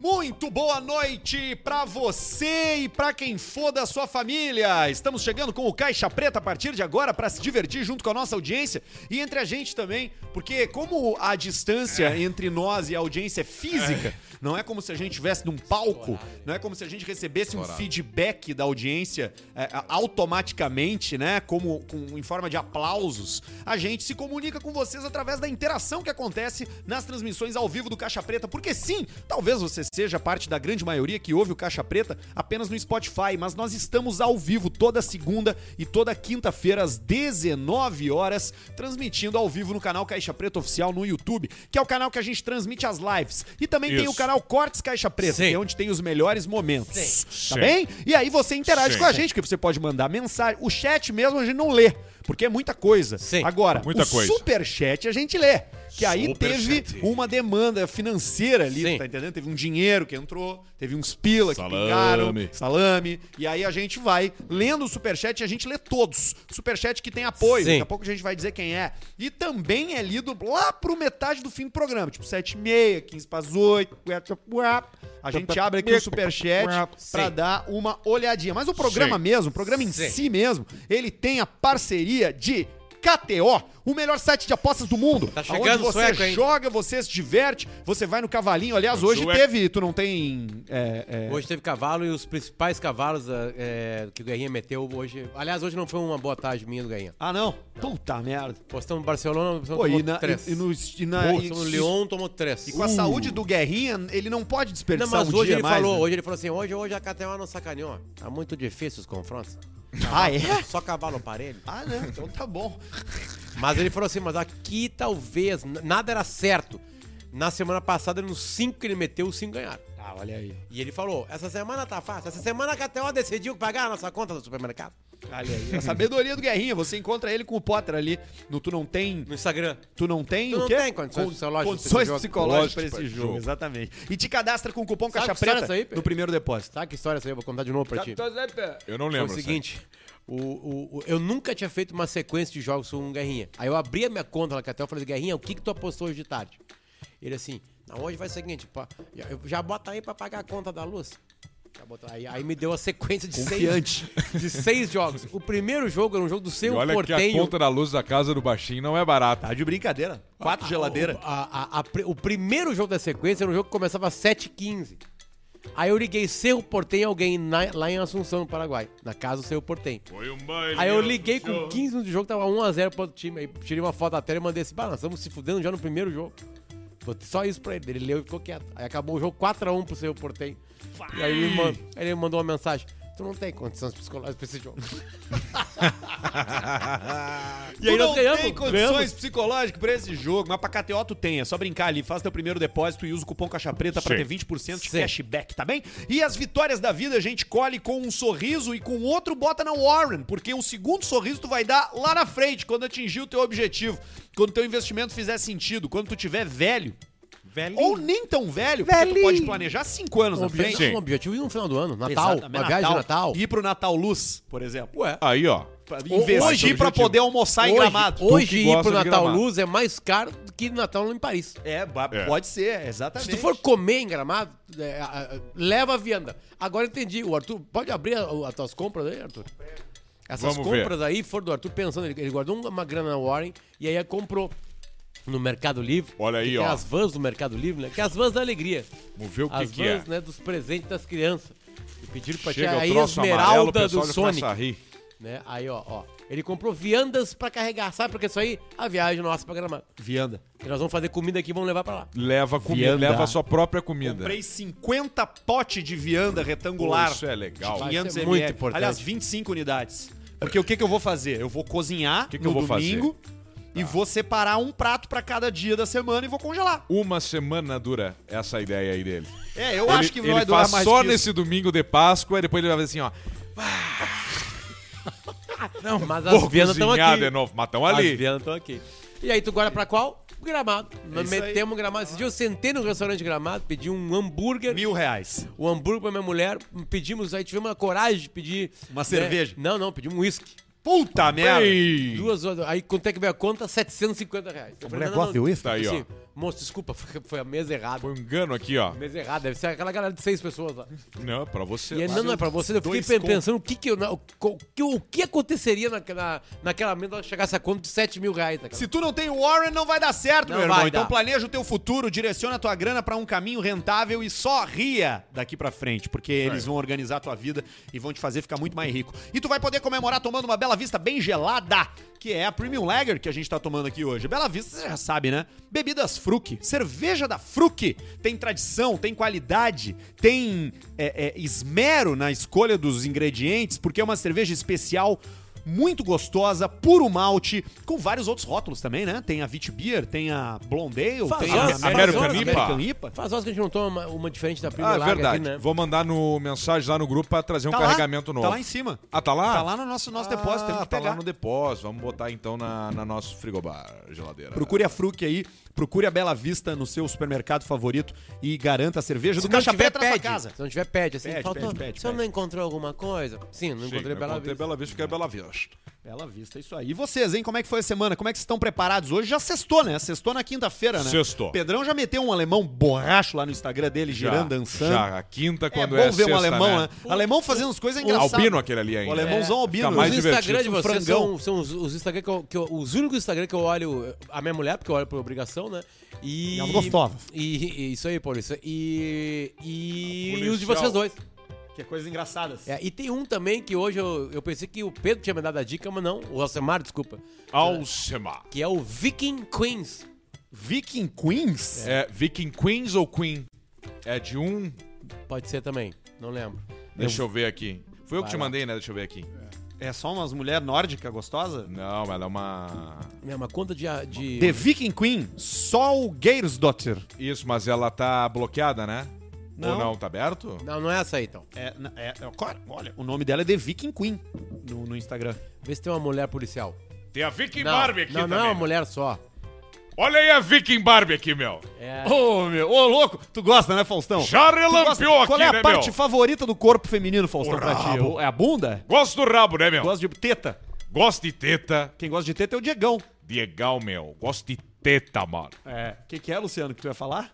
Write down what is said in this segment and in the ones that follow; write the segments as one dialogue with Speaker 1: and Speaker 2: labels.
Speaker 1: Muito boa noite pra você e pra quem for da sua família. Estamos chegando com o Caixa Preta a partir de agora pra se divertir junto com a nossa audiência e entre a gente também, porque como a distância entre nós e a audiência é física, não é como se a gente estivesse num palco, não é como se a gente recebesse um
Speaker 2: Estourado.
Speaker 1: feedback da audiência é, a- automaticamente, né, como com- em forma de aplausos. A gente se comunica com vocês através da interação que acontece nas transmissões ao vivo do Caixa Preta, porque sim, talvez você seja parte da grande maioria que ouve o Caixa Preta apenas no Spotify, mas nós estamos ao vivo toda segunda e toda quinta-feira às 19 horas, transmitindo ao vivo no canal Caixa Preta Oficial no YouTube, que é o canal que a gente transmite as lives. E também tem
Speaker 2: Isso.
Speaker 1: o canal Cortes Caixa Preta,
Speaker 2: Sim.
Speaker 1: que é onde tem os melhores momentos. Tá
Speaker 2: Sim.
Speaker 1: bem? E aí você interage
Speaker 2: Sim.
Speaker 1: com a gente, porque você pode mandar mensagem. O chat mesmo a gente não lê, porque é muita coisa.
Speaker 2: Sim.
Speaker 1: Agora,
Speaker 2: Muita
Speaker 1: o
Speaker 2: coisa.
Speaker 1: superchat a gente lê. Que aí teve
Speaker 2: Superchat.
Speaker 1: uma demanda financeira ali,
Speaker 2: Sim.
Speaker 1: tá entendendo? Teve um dinheiro que entrou, teve uns pila que
Speaker 2: Salame.
Speaker 1: pingaram, salame. E aí a gente vai lendo o superchat e a gente lê todos. Superchat que tem apoio,
Speaker 2: Sim.
Speaker 1: daqui a pouco a gente vai dizer quem é. E também é lido lá pro metade do fim do programa, tipo 7 e meia, 15 para as 8. A gente abre aqui o superchat pra
Speaker 2: Sim.
Speaker 1: dar uma olhadinha. Mas o programa
Speaker 2: Sim.
Speaker 1: mesmo, o programa em
Speaker 2: Sim.
Speaker 1: si mesmo, ele tem a parceria de KTO, o melhor site de apostas do mundo.
Speaker 2: Tá chegando
Speaker 1: onde você
Speaker 2: sueco, hein?
Speaker 1: joga, você se diverte, você vai no cavalinho. Aliás,
Speaker 2: O
Speaker 1: hoje
Speaker 2: sueco.
Speaker 1: teve, tu não tem. é, é,
Speaker 3: Hoje teve cavalo e os principais cavalos ah, é, que o Guerrinha meteu hoje. Aliás, hoje não foi uma boa tarde minha do Guerrinha.
Speaker 1: Ah, não? Puta merda.
Speaker 3: Postamos no Barcelona, postamos
Speaker 1: Pô,
Speaker 3: tomou
Speaker 1: e, na,
Speaker 3: três.
Speaker 1: e, e no. E, na,
Speaker 3: Pô,
Speaker 1: e-
Speaker 3: postamos no Lyon, tomou três. Uh.
Speaker 1: e com a saúde do Guerrinha, ele não pode
Speaker 3: Não,
Speaker 1: desperdiçar
Speaker 3: mas
Speaker 1: um
Speaker 3: hoje
Speaker 1: dia
Speaker 3: ele
Speaker 1: mais.
Speaker 3: falou,
Speaker 1: né?
Speaker 3: hoje ele falou assim, hoje, hoje a KTO não sacaneou. Tá muito difícil os confrontos.
Speaker 1: Ah, é?
Speaker 3: Só cavalo parelho.
Speaker 1: Ah, não, então tá bom.
Speaker 3: Mas ele falou assim, mas aqui talvez, n- nada era certo. Na semana passada, nos cinco que ele meteu, os cinco ganharam.
Speaker 1: Ah, olha aí.
Speaker 3: E ele falou, essa semana tá fácil, essa semana a KTO decidiu pagar a nossa conta do supermercado.
Speaker 1: Olha aí. A sabedoria do Guerrinha, você encontra ele com o Potter ali no Tu Não Tem.
Speaker 3: No Instagram.
Speaker 1: Tu não tem
Speaker 3: Tu
Speaker 1: o
Speaker 3: não
Speaker 1: quê?
Speaker 3: tem condições psicológicas
Speaker 1: condições
Speaker 3: pra esse jogo.
Speaker 1: psicológicas para
Speaker 2: Lógico,
Speaker 1: esse
Speaker 2: pra-
Speaker 1: jogo.
Speaker 2: jogo.
Speaker 1: Exatamente. E te cadastra com o cupom
Speaker 3: Sabe
Speaker 1: Caixa
Speaker 3: que história
Speaker 1: Preta
Speaker 3: é essa aí,
Speaker 1: no primeiro depósito.
Speaker 3: Sabe que história essa aí? Eu vou contar de novo pra ti.
Speaker 2: Eu não
Speaker 3: Foi
Speaker 2: lembro. assim.
Speaker 3: o
Speaker 2: sabe?
Speaker 3: seguinte, o, o- o- eu nunca tinha feito uma sequência de jogos com um Guerrinha. Aí eu abri a minha conta na Catel e falei, Guerrinha, o que que tu apostou hoje de tarde? Ele assim, não, hoje vai ser o seguinte, pá, já, eu- já bota aí pra pagar a conta da luz. Já botou aí, aí me deu a sequência de
Speaker 1: Confiante.
Speaker 3: seis, de seis jogos. O primeiro jogo era um jogo do
Speaker 2: E
Speaker 3: seu
Speaker 2: olha que a
Speaker 3: portenho.
Speaker 2: conta da luz da casa do baixinho não é barata.
Speaker 1: Tá de brincadeira.
Speaker 2: Ah,
Speaker 1: Quatro geladeiras.
Speaker 3: A- a- a pri- o primeiro jogo da sequência era um jogo que começava às 7h15. Aí eu liguei Cerro Portenho alguém na- lá em Assunção, no Paraguai. Na casa do Cerro Portenho.
Speaker 2: Foi um baile.
Speaker 3: Aí eu liguei com 15 minutos de jogo, tava 1x0 pro outro time. Aí tirei uma foto da tela e mandei assim, "Bah, nós estamos se fudendo já no primeiro jogo. Botei só isso pra ele. Ele leu e ficou quieto. Aí acabou o jogo 4x1 pro seu porteio. E aí ele, manda, aí ele mandou uma mensagem. Tu não tem condições psicológicas pra esse jogo.
Speaker 1: E aí tu
Speaker 3: aí nós
Speaker 1: não
Speaker 3: ganhamos,
Speaker 1: tem condições
Speaker 3: ganhamos.
Speaker 1: psicológicas pra esse jogo, mas pra KTO tu tem. É só brincar ali, faz teu primeiro depósito e usa o cupom Caixa Preta pra
Speaker 2: Sim.
Speaker 1: ter 20% de
Speaker 3: Sim.
Speaker 1: cashback, tá bem? E as vitórias da vida a gente colhe com um sorriso e com outro bota na Warren, porque o segundo sorriso tu vai dar lá na frente, quando atingir o teu objetivo, quando teu investimento fizer sentido, quando tu tiver velho. Ou nem tão velho, porque tu pode planejar cinco anos
Speaker 3: Um
Speaker 1: na frente.
Speaker 3: objetivo,
Speaker 2: Sim.
Speaker 3: um objetivo e no final do ano. Natal,
Speaker 1: Exatamente,
Speaker 3: uma viagem de Natal.
Speaker 1: Ir pro Natal Luz, por exemplo.
Speaker 3: Ué.
Speaker 2: Aí, ó.
Speaker 1: Pra
Speaker 3: Ho-
Speaker 1: investir
Speaker 3: hoje-
Speaker 1: pra poder almoçar em
Speaker 3: hoje,
Speaker 1: gramado.
Speaker 2: tá Tu
Speaker 3: Hoje
Speaker 2: que
Speaker 3: ir
Speaker 2: gosta
Speaker 3: pro
Speaker 2: de
Speaker 3: Natal
Speaker 2: gramado.
Speaker 3: Luz é mais caro do que Natal em Paris.
Speaker 1: É, ba-
Speaker 2: É.
Speaker 1: pode ser, exatamente.
Speaker 3: Se tu for comer em gramado, é, a- a- leva a vianda. Agora eu entendi. O Arthur, pode abrir a- o- as tuas compras aí, Arthur? Essas
Speaker 2: Vamos ver.
Speaker 3: compras aí foram do Arthur pensando. Ele, ele guardou uma- uma grana na Warren e aí comprou no Mercado Livre.
Speaker 2: Olha aí,
Speaker 3: que
Speaker 2: ó.
Speaker 3: Tem as vans do Mercado Livre, né? Que é as vans da alegria.
Speaker 2: Vamos ver o que,
Speaker 3: as
Speaker 2: que é.
Speaker 3: vans, né, dos presentes das crianças. E pediram pra
Speaker 2: Chega
Speaker 3: tirar
Speaker 2: o
Speaker 3: aí a
Speaker 2: troço amarelo, o
Speaker 3: esmeralda
Speaker 2: pessoal
Speaker 3: do
Speaker 2: já
Speaker 3: Sonic.
Speaker 2: começa a rir.
Speaker 3: Né? Aí, ó, ó. Ele comprou viandas pra carregar. Sabe por que isso aí? A viagem nossa pra gramado.
Speaker 1: Vianda.
Speaker 3: E nós vamos fazer comida aqui e vamos levar pra lá.
Speaker 2: Leva comida,
Speaker 1: Vianda.
Speaker 2: leva a sua própria comida.
Speaker 1: Comprei 50 potes de vianda retangular.
Speaker 2: Isso é legal.
Speaker 1: De
Speaker 3: Vai
Speaker 1: 500
Speaker 3: ser
Speaker 1: ml.
Speaker 3: muito importante.
Speaker 1: Aliás, 25 unidades. Porque o que, que eu vou fazer? Eu vou cozinhar
Speaker 2: Que que
Speaker 1: no
Speaker 2: eu vou fazer? Tá.
Speaker 1: domingo e vou separar um prato pra cada dia da semana e vou congelar.
Speaker 2: Uma semana dura essa ideia aí dele.
Speaker 1: É, eu
Speaker 2: ele,
Speaker 1: acho que não
Speaker 2: ele
Speaker 1: vai durar
Speaker 2: faz
Speaker 1: mais
Speaker 2: só
Speaker 1: que isso.
Speaker 2: nesse domingo de Páscoa e depois ele vai fazer assim, ó.
Speaker 3: Não, mas
Speaker 2: Vou
Speaker 3: as viandas estão
Speaker 2: cozinhar né?
Speaker 3: aqui.
Speaker 2: de novo, mas tão ali.
Speaker 3: As viandas estão aqui. E aí tu guarda pra qual? Gramado. Nós
Speaker 1: É isso aí.
Speaker 3: metemos um gramado. Esse dia eu sentei no restaurante Gramado, pedi um hambúrguer,
Speaker 1: Mil reais.
Speaker 3: o hambúrguer pra minha mulher, pedimos, aí tivemos a coragem de pedir... né?
Speaker 1: Uma cerveja.
Speaker 3: Não, não, pedimos um uísque.
Speaker 1: Puta merda.
Speaker 2: Ei.
Speaker 3: Duas horas, aí quanto é que veio a conta? 750 reais. Eu falei, não, não, não.
Speaker 1: uísque?
Speaker 2: Tá aí, ó.
Speaker 3: Assim, Moço, desculpa, foi foi a mesa errada.
Speaker 2: Foi um engano aqui, ó.
Speaker 3: Mesa errada, deve ser aquela galera de seis pessoas lá.
Speaker 2: Não, pra você.
Speaker 3: E aí,
Speaker 2: lá.
Speaker 3: não, não é pra você. Eu fiquei
Speaker 1: Dois
Speaker 3: pe-
Speaker 1: contos.
Speaker 3: pensando o que, que, eu- na- o, co- que- o que aconteceria naquela, naquela mesa se chegasse a conta de 7 mil reais. tá naquela-
Speaker 1: Se tu não tem Warren, não vai dar certo,
Speaker 3: Não
Speaker 1: meu irmão.
Speaker 3: vai
Speaker 1: Então
Speaker 3: dar.
Speaker 1: planeja o teu futuro, direciona a tua grana pra um caminho rentável e só ria daqui pra frente, porque eles vão organizar a tua vida e vão te fazer ficar muito mais rico. E tu vai poder comemorar tomando uma Bela Vista bem gelada, que é a Premium Lager que a gente tá tomando aqui hoje. Bela Vista, você já sabe, né? Bebidas Fruc, cerveja da Fruc. Tem tradição, tem qualidade, tem é, é, esmero na escolha dos ingredientes, porque é uma cerveja especial muito gostosa, puro malte, com vários outros rótulos também, né? Tem a Vit Beer, tem a Blonde Ale,
Speaker 3: Faz
Speaker 1: tem
Speaker 3: horas,
Speaker 1: a
Speaker 3: faz
Speaker 2: horas.
Speaker 1: American IPA.
Speaker 2: um
Speaker 3: Faz horas que a gente não toma uma, uma diferente da prima
Speaker 2: Ah, é
Speaker 3: larga
Speaker 2: verdade.
Speaker 3: aqui, né?
Speaker 2: Vou mandar no mensagem lá no grupo pra trazer um
Speaker 1: Tá lá,
Speaker 2: carregamento novo.
Speaker 1: Tá lá em cima.
Speaker 2: Ah, tá lá?
Speaker 1: Tá lá no nosso, nosso depósito, temos
Speaker 2: Ah,
Speaker 1: que
Speaker 2: tá lá
Speaker 1: pegar.
Speaker 2: no depósito. Vamos botar então na, na nosso frigobar, geladeira.
Speaker 1: Procure a Fruc aí, procure a Bela Vista no seu supermercado favorito e garanta a cerveja
Speaker 3: Se
Speaker 1: do
Speaker 3: não
Speaker 1: Caixa
Speaker 3: tiver,
Speaker 1: Preta na sua
Speaker 3: pede.
Speaker 1: casa.
Speaker 3: Se não tiver, pede. Assim,
Speaker 1: Pede,
Speaker 3: faltou,
Speaker 1: pede, pede,
Speaker 3: se eu não
Speaker 1: pede.
Speaker 3: encontrou alguma coisa... Sim, não
Speaker 2: Sim,
Speaker 3: encontrei
Speaker 2: eu
Speaker 3: Bela
Speaker 2: encontrei
Speaker 3: Vista.
Speaker 2: Bela Vista, que é Bela Vista.
Speaker 1: Bela Vista, isso aí. E vocês, hein? Como é que foi a semana? Como é que vocês estão preparados? Hoje já sextou, né? Sextou na quinta-feira, né?
Speaker 2: Sextou.
Speaker 1: Pedrão já meteu um alemão borracho lá no Instagram dele, girando, dançando.
Speaker 2: Já, a quinta quando
Speaker 1: é
Speaker 2: é,
Speaker 1: bom ver
Speaker 2: sexta,
Speaker 1: um alemão, né?
Speaker 2: né?
Speaker 1: Alemão fazendo as coisas
Speaker 2: O
Speaker 1: engraçadas.
Speaker 2: albino aquele ali ainda.
Speaker 1: O alemãozão albino.
Speaker 2: Fica mais
Speaker 1: Os
Speaker 3: os
Speaker 2: divertido.
Speaker 3: Instagram de
Speaker 1: Um
Speaker 3: vocês
Speaker 1: frangão.
Speaker 3: são, são os, os Instagram que eu, que eu- Os únicos Instagram que eu olho. A minha mulher, porque eu olho por obrigação, né? E.
Speaker 1: Ela gostava.
Speaker 3: E, e- isso aí, Paulista. E. E,
Speaker 2: A
Speaker 3: e os de vocês
Speaker 2: policial.
Speaker 3: dois.
Speaker 1: Que é coisas engraçadas.
Speaker 3: É, e tem um também que hoje eu, eu pensei que o Pedro tinha me dado a dica, mas não. O Alcemar, desculpa.
Speaker 2: É Alcemar.
Speaker 3: Que é o Viking Queens.
Speaker 1: Viking Queens?
Speaker 2: É Viking Queens ou Queen? É de um.
Speaker 3: Pode ser também. Não lembro.
Speaker 2: Deixa eu ver aqui. Foi eu que
Speaker 3: Vai
Speaker 2: te
Speaker 3: lá.
Speaker 2: mandei, né? Deixa eu ver aqui.
Speaker 1: É, só umas mulheres nórdicas gostosas?
Speaker 2: Não, ela é uma.
Speaker 3: É uma conta de. de...
Speaker 1: The Viking Queen, só o Geirsdotter.
Speaker 2: Isso, mas ela tá bloqueada, né?
Speaker 1: Não.
Speaker 2: Ou não, tá aberto?
Speaker 3: Não, não é essa aí, então.
Speaker 1: É, na- é, é, claro, olha, o nome dela é The Viking Queen no, no Instagram.
Speaker 3: Vê se tem uma mulher policial.
Speaker 2: Tem a Viking
Speaker 3: Não, não,
Speaker 2: né?
Speaker 3: não é
Speaker 1: né?
Speaker 3: uma mulher só.
Speaker 2: Olha aí a Viking Barbie aqui, meu.
Speaker 3: É.
Speaker 1: Ô, meu, ô, louco! Tu gosta, né, Faustão?
Speaker 2: Já
Speaker 1: Tu gosta-
Speaker 2: relampeou aqui,
Speaker 1: Qual é a
Speaker 2: né,
Speaker 1: parte
Speaker 2: meu?
Speaker 1: favorita do corpo feminino, Faustão,
Speaker 2: O
Speaker 1: pra ti?
Speaker 2: rabo.
Speaker 1: O- É a bunda?
Speaker 2: Gosto do rabo, né, meu?
Speaker 1: Gosta de teta.
Speaker 2: Gosto de teta.
Speaker 1: Quem gosta de teta é o Diegão.
Speaker 2: Diegão, meu. Gosto de teta, mano.
Speaker 1: É. O que, que é, Luciano, que tu ia falar?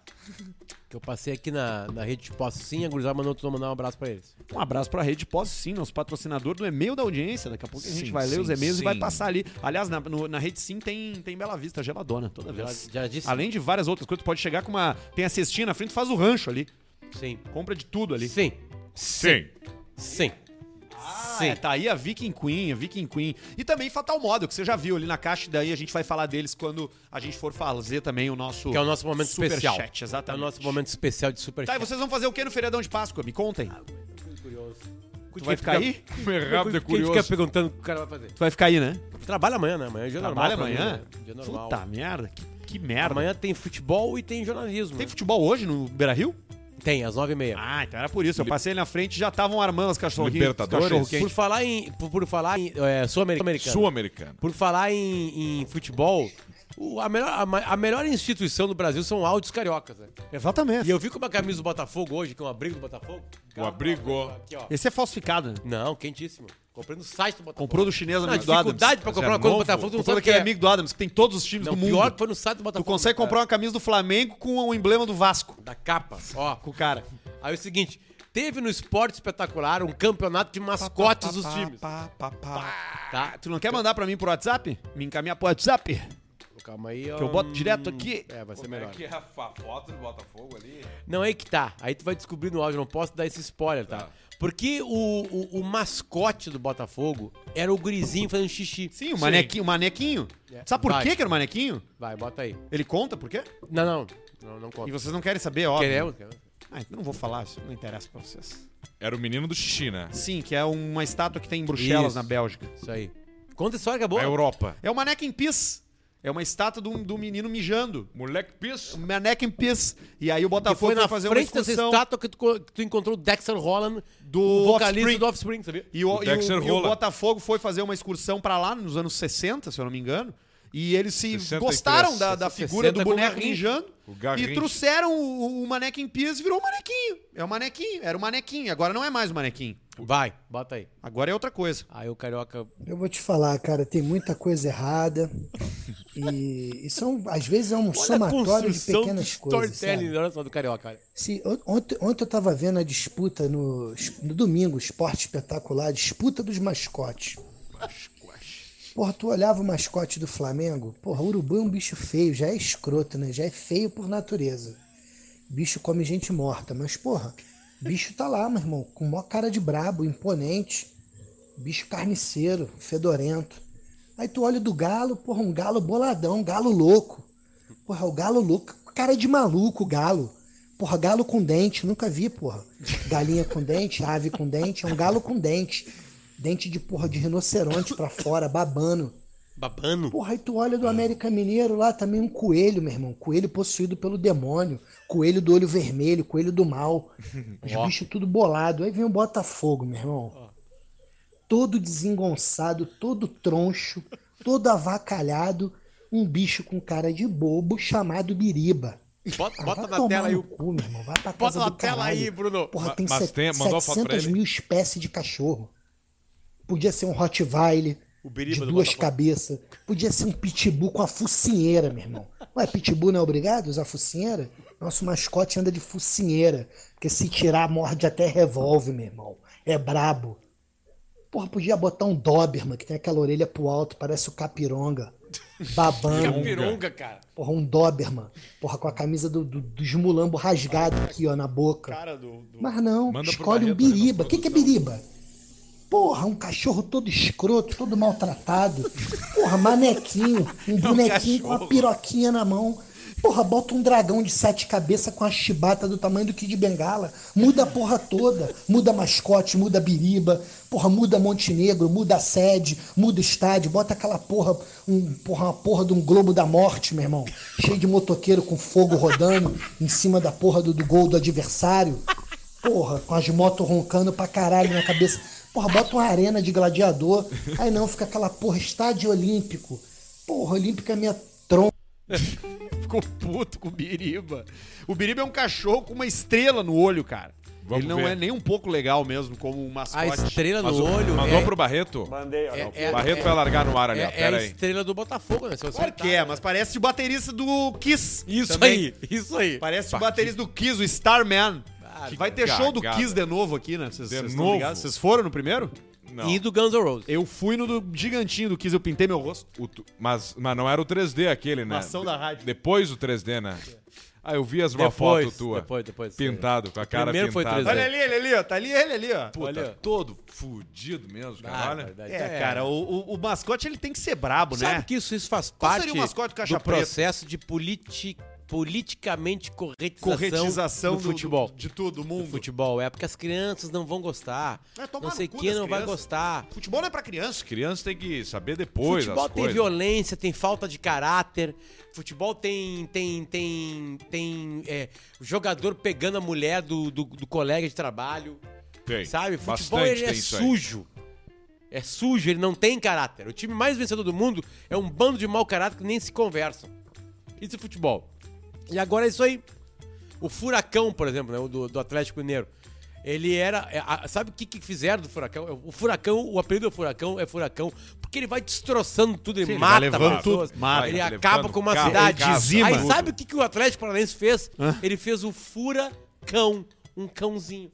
Speaker 3: Que eu passei aqui na, na rede de posse sim, a gurizada mandou tu mandar um abraço pra eles.
Speaker 1: Um abraço pra Rede Pós, sim, nosso patrocinador do e-mail da audiência. Daqui a pouco a gente
Speaker 2: Sim,
Speaker 1: vai ler
Speaker 2: sim,
Speaker 1: os e-mails e vai
Speaker 2: sim.
Speaker 1: passar ali. Aliás, na, no- na Rede Sim tem, tem Bela Vista, geladona, toda vez.
Speaker 3: Já- já disse.
Speaker 1: Além de várias outras coisas, tu pode chegar com uma. Tem a cestinha na frente, faz o rancho ali.
Speaker 3: Sim.
Speaker 1: Compra de tudo ali.
Speaker 3: Sim.
Speaker 2: Sim.
Speaker 3: Sim.
Speaker 1: Ah,
Speaker 3: Sim.
Speaker 1: é, tá aí a Viking Queen, a Viking Queen. E também Fatal Model, que você já viu ali na caixa, e daí a gente vai falar deles quando a gente for fazer também o nosso.
Speaker 3: Que é o nosso momento
Speaker 1: super
Speaker 3: especial.
Speaker 1: Chat,
Speaker 3: É o
Speaker 1: exatamente.
Speaker 3: nosso momento especial de super
Speaker 1: Tá, e vocês vão fazer o que no feriadão de Páscoa? Me contem.
Speaker 3: Ah,
Speaker 1: Tu vai ficar aí?
Speaker 2: Rápido e
Speaker 3: Quem fica
Speaker 2: curioso.
Speaker 3: perguntando o que é o cara vai fazer?
Speaker 1: Tu vai ficar aí, né?
Speaker 3: Trabalha amanhã, né? Amanhã é dia
Speaker 1: Trabalha
Speaker 3: normal. pra mim,
Speaker 1: amanhã?
Speaker 3: né? Dia normal.
Speaker 1: Puta merda, que, que merda.
Speaker 3: Amanhã tem futebol e tem jornalismo.
Speaker 1: Tem
Speaker 3: né?
Speaker 1: futebol hoje no Beira Rio?
Speaker 3: Tem, às nove e meia.
Speaker 1: Ah, então era por isso. Eu passei na frente e já estavam armando as cachorrinhas.
Speaker 2: Libertadores?
Speaker 1: Cachorro
Speaker 3: Por falar em. Por, por falar em. É, Sul-Americano.
Speaker 2: Sul-americano.
Speaker 3: Por falar em, em futebol, o- a, melhor, a, ma- a melhor instituição do Brasil são áudios cariocas, né?
Speaker 1: Exatamente.
Speaker 3: E eu vi com uma camisa do Botafogo hoje, que é um abrigo do Botafogo.
Speaker 2: O abrigo.
Speaker 3: Aqui, ó.
Speaker 1: Esse é falsificado, né?
Speaker 3: Não, quentíssimo. Comprei no site do Botafogo.
Speaker 1: Comprou do chinês
Speaker 3: Não, a
Speaker 1: amigo do Adams.
Speaker 3: dificuldade pra comprar
Speaker 2: Mas é
Speaker 3: uma coisa do
Speaker 2: novo?
Speaker 3: Botafogo, tu não
Speaker 1: Comprou
Speaker 3: sabe o que
Speaker 1: daquele
Speaker 3: é.
Speaker 1: amigo do Adams, que tem todos os times
Speaker 3: Não,
Speaker 1: do mundo.
Speaker 3: pior que foi no site do
Speaker 1: Tu
Speaker 3: Botafogo.
Speaker 1: consegue
Speaker 3: cara.
Speaker 1: comprar uma camisa do Flamengo com o emblema do Vasco.
Speaker 3: Da capa, ó.
Speaker 1: Com o cara.
Speaker 3: Aí é o seguinte, teve no Esporte Espetacular um campeonato de mascotes dos times. Tá?
Speaker 1: Tu não quer mandar pra mim por WhatsApp? Me encaminhar pro WhatsApp?
Speaker 3: Calma aí,
Speaker 1: Que eu boto direto aqui.
Speaker 3: É, vai ser melhor.
Speaker 2: é a foto do Botafogo ali?
Speaker 3: Não, aí que tá. Aí tu vai descobrir no áudio, não posso dar esse spoiler, tá? Porque o, o, o mascote do Botafogo era o gurizinho fazendo xixi.
Speaker 1: Sim, É. o manequinho. O manequinho.
Speaker 3: Yeah.
Speaker 1: Sabe por
Speaker 3: Vai.
Speaker 1: que que era o manequinho?
Speaker 3: Vai, bota aí.
Speaker 1: Ele conta por quê?
Speaker 3: Não, não. Não, não
Speaker 1: E
Speaker 3: conta.
Speaker 1: vocês não querem saber, ó.
Speaker 3: Queremos, queremos.
Speaker 1: Ah, então não vou falar, isso não interessa pra vocês.
Speaker 2: Era o menino do xixi, né?
Speaker 1: Sim, que é uma estátua que tem em Bruxelas,
Speaker 3: Isso.
Speaker 1: na Bélgica.
Speaker 3: Isso aí. Conta a história, acabou.
Speaker 2: A Europa.
Speaker 1: É o Mannequin Piss. É uma estátua do, do menino mijando.
Speaker 2: Moleque piso.
Speaker 1: Mannequin Piss. E aí o
Speaker 3: Que
Speaker 1: Botafogo
Speaker 3: foi
Speaker 1: foi
Speaker 3: na
Speaker 1: fazer uma
Speaker 3: frente dessa
Speaker 1: excursão.
Speaker 3: estátua que tu, co- que tu encontrou o Dexter Holland,
Speaker 1: Do
Speaker 3: o vocalista
Speaker 1: Offspring.
Speaker 3: do Offspring, sabia?
Speaker 1: E o,
Speaker 2: O
Speaker 1: e o-
Speaker 2: Dexter
Speaker 1: e o
Speaker 2: rola.
Speaker 1: Botafogo foi fazer uma excursão pra lá nos anos 60, se eu não me engano. E eles se
Speaker 2: 63,
Speaker 1: gostaram da, da
Speaker 3: 60
Speaker 1: figura do
Speaker 3: com o
Speaker 1: boneco
Speaker 3: Garrincha.
Speaker 1: ninjando
Speaker 2: O Garrincha.
Speaker 1: e trouxeram o, o Manequim Pias e virou o Manequinho. É o Manequinho, era o Manequinho. Agora não é mais o Manequinho.
Speaker 3: Vai, bota aí.
Speaker 1: Agora é outra coisa.
Speaker 3: Aí o carioca.
Speaker 4: Eu vou te falar, cara, tem muita coisa errada. E, e são, às vezes é um somatório de pequenas coisas.
Speaker 3: storytelling, né?
Speaker 4: sabe?
Speaker 3: olha só do carioca. olha.
Speaker 4: Se, on- ontem, ontem eu tava vendo a disputa no, no domingo, esporte espetacular, disputa dos mascotes. Porra, tu olhava o mascote do Flamengo, porra, urubu é um bicho feio, já é escroto, né? Já é feio por natureza. Bicho come gente morta, mas porra, bicho tá lá, meu irmão, com mó cara de brabo, imponente. Bicho carniceiro, fedorento. Aí tu olha o do galo, porra, um galo boladão, um galo louco. Porra, o galo louco, cara de maluco, o galo. Porra, galo com dente, nunca vi, porra. Galinha com dente, ave com dente, é um galo com dente. Dente de porra de rinoceronte pra fora, babando.
Speaker 3: Babano.
Speaker 4: Porra, aí tu olha do América Mineiro lá também um coelho, meu irmão. Coelho possuído pelo demônio. Coelho do olho vermelho, coelho do mal. Os
Speaker 3: Ó.
Speaker 4: bichos tudo bolado. Aí vem o Botafogo, meu irmão. Todo desengonçado, todo troncho, todo avacalhado. Um bicho com cara de bobo chamado Biriba.
Speaker 3: Bota,
Speaker 4: Ah,
Speaker 3: bota
Speaker 4: vai
Speaker 3: na
Speaker 4: tomar
Speaker 3: tela aí
Speaker 4: no
Speaker 3: o.
Speaker 4: cu, meu irmão. Vai pra
Speaker 3: Bota
Speaker 4: casa
Speaker 3: na
Speaker 4: do
Speaker 3: tela
Speaker 4: caralho.
Speaker 3: aí, Bruno.
Speaker 4: Porra,
Speaker 2: Ma-
Speaker 4: tem,
Speaker 2: mas
Speaker 4: set-
Speaker 2: tem- mandou a foto pra
Speaker 4: 700
Speaker 2: ele?
Speaker 4: mil espécies de cachorro. Podia ser um Rottweiler
Speaker 3: O
Speaker 4: de
Speaker 3: beriba do
Speaker 4: duas
Speaker 3: Botafogo.
Speaker 4: cabeças. Podia ser um pitbull com a focinheira, meu irmão. Ué, pitbull não é obrigado a usar focinheira? Nosso mascote anda de focinheira. Porque se tirar, morde até revolve, meu irmão. É brabo. Porra, podia botar um Doberman, que tem aquela orelha pro alto, parece o Capironga. Babando.
Speaker 3: Capironga, cara.
Speaker 4: Porra, um Doberman. Porra, com a camisa do, do, dos mulambo rasgado aqui, ó, na boca.
Speaker 1: Cara do.
Speaker 4: Mas não,
Speaker 2: Manda pro
Speaker 4: escolhe um
Speaker 2: Barreto, né,
Speaker 4: biriba.
Speaker 2: pra
Speaker 4: O que, que é
Speaker 2: produção.
Speaker 4: biriba? Porra, um cachorro todo escroto, todo maltratado. Porra, manequinho, um bonequinho com uma
Speaker 2: cachorro.
Speaker 4: piroquinha na mão. Porra, bota um dragão de sete cabeças com a chibata do tamanho do Kid Bengala. Muda a porra toda. Muda mascote, muda biriba. Porra, muda Montenegro, muda a sede, muda estádio. Bota aquela porra, um, porra, uma porra de um globo da morte, meu irmão. Cheio de motoqueiro com fogo rodando em cima da porra do, do gol do adversário. Porra, com as motos roncando pra caralho na cabeça. Porra, bota uma arena de gladiador. Aí não, fica aquela porra, estádio olímpico. Porra, olímpico é minha tronca.
Speaker 1: Ficou um puto com o Biriba. O Biriba é um cachorro com uma estrela no olho, cara.
Speaker 2: Vamos
Speaker 1: ele não
Speaker 2: ver.
Speaker 1: é nem um pouco legal mesmo, como um
Speaker 3: A
Speaker 1: mascote.
Speaker 3: estrela
Speaker 2: Mas
Speaker 3: no
Speaker 2: o-
Speaker 3: olho.
Speaker 2: Mandou
Speaker 3: é,
Speaker 2: pro Barreto?
Speaker 5: Mandei, ó.
Speaker 3: é-
Speaker 5: não,
Speaker 3: é-
Speaker 2: o Barreto
Speaker 3: é-
Speaker 2: vai largar no ar ali, ó.
Speaker 3: É, é
Speaker 2: Pera
Speaker 3: a
Speaker 2: aí.
Speaker 3: estrela do Botafogo, né? Se você
Speaker 1: Claro que é, mas parece o baterista do Kiss.
Speaker 3: Isso
Speaker 1: também.
Speaker 3: aí, isso aí.
Speaker 1: Parece o baterista do Kiss, o Starman.
Speaker 3: Ah,
Speaker 1: que vai ter show do
Speaker 2: cagada.
Speaker 1: Kiss de novo aqui, né? Vocês
Speaker 2: De
Speaker 1: vocês
Speaker 2: novo?
Speaker 1: estão ligados? Vocês foram no primeiro?
Speaker 2: Não.
Speaker 3: E do Guns N' Roses.
Speaker 1: Eu fui no do gigantinho do Kiss, eu pintei meu rosto.
Speaker 2: O tu- mas, mas não era o 3D aquele, né?
Speaker 1: Ação da rádio.
Speaker 2: Depois o 3D, né?
Speaker 3: É.
Speaker 2: Ah, eu vi as uma
Speaker 3: Depois,
Speaker 2: foto tua.
Speaker 3: depois, depois.
Speaker 2: Pintado, com a cara
Speaker 3: primeiro foi
Speaker 2: pintada.
Speaker 3: 3D.
Speaker 1: Olha ali, ele ali, ó. Tá ali ele ali, ó.
Speaker 2: é. Puta,
Speaker 3: Olha.
Speaker 2: todo fudido mesmo, cara. olha.
Speaker 3: Barbaridade.
Speaker 1: É, cara, o, o- o mascote ele tem que ser brabo, né?
Speaker 3: Sabe que isso, isso faz
Speaker 1: Qual
Speaker 3: parte
Speaker 1: seria o mascote do Caixa Preta?
Speaker 3: processo de politi- politicamente corretização,
Speaker 1: corretização
Speaker 3: do futebol.
Speaker 1: de tudo, do mundo.
Speaker 3: Do futebol. É porque as crianças não vão gostar.
Speaker 1: É, tomar
Speaker 3: não sei
Speaker 1: no cu
Speaker 3: quem
Speaker 1: das
Speaker 3: não vai
Speaker 1: crianças.
Speaker 3: gostar.
Speaker 1: Futebol não é pra criança.
Speaker 2: Criança tem que saber depois
Speaker 3: futebol
Speaker 2: as
Speaker 3: tem
Speaker 2: coisas.
Speaker 3: violência, tem falta de caráter. Futebol tem tem tem tem é, jogador pegando a mulher do, do, do colega de trabalho.
Speaker 2: Tem.
Speaker 3: Sabe? Futebol
Speaker 2: Bastante
Speaker 3: ele é
Speaker 2: tem isso aí.
Speaker 3: sujo. É sujo, ele não tem caráter. O time mais vencedor do mundo é um bando de mau caráter que nem se conversam. Isso é futebol. E agora é isso aí. O Furacão, por exemplo, né, o do, do Atlético Mineiro. Ele era. é, a- sabe o que, que fizeram do Furacão? É, O Furacão, o apelido do Furacão é Furacão, porque ele vai destroçando tudo, ele
Speaker 1: Sim, ele vai
Speaker 3: mata
Speaker 1: levando
Speaker 3: pessoas,
Speaker 1: tudo, mata.
Speaker 3: ele
Speaker 2: Vai
Speaker 3: acaba
Speaker 2: levando
Speaker 3: com uma
Speaker 2: carro,
Speaker 3: cidade.
Speaker 1: casa, dizima
Speaker 3: Aí
Speaker 1: tudo.
Speaker 3: sabe o que, que o Atlético Paranaense fez? Ele fez o Furacão, um cãozinho.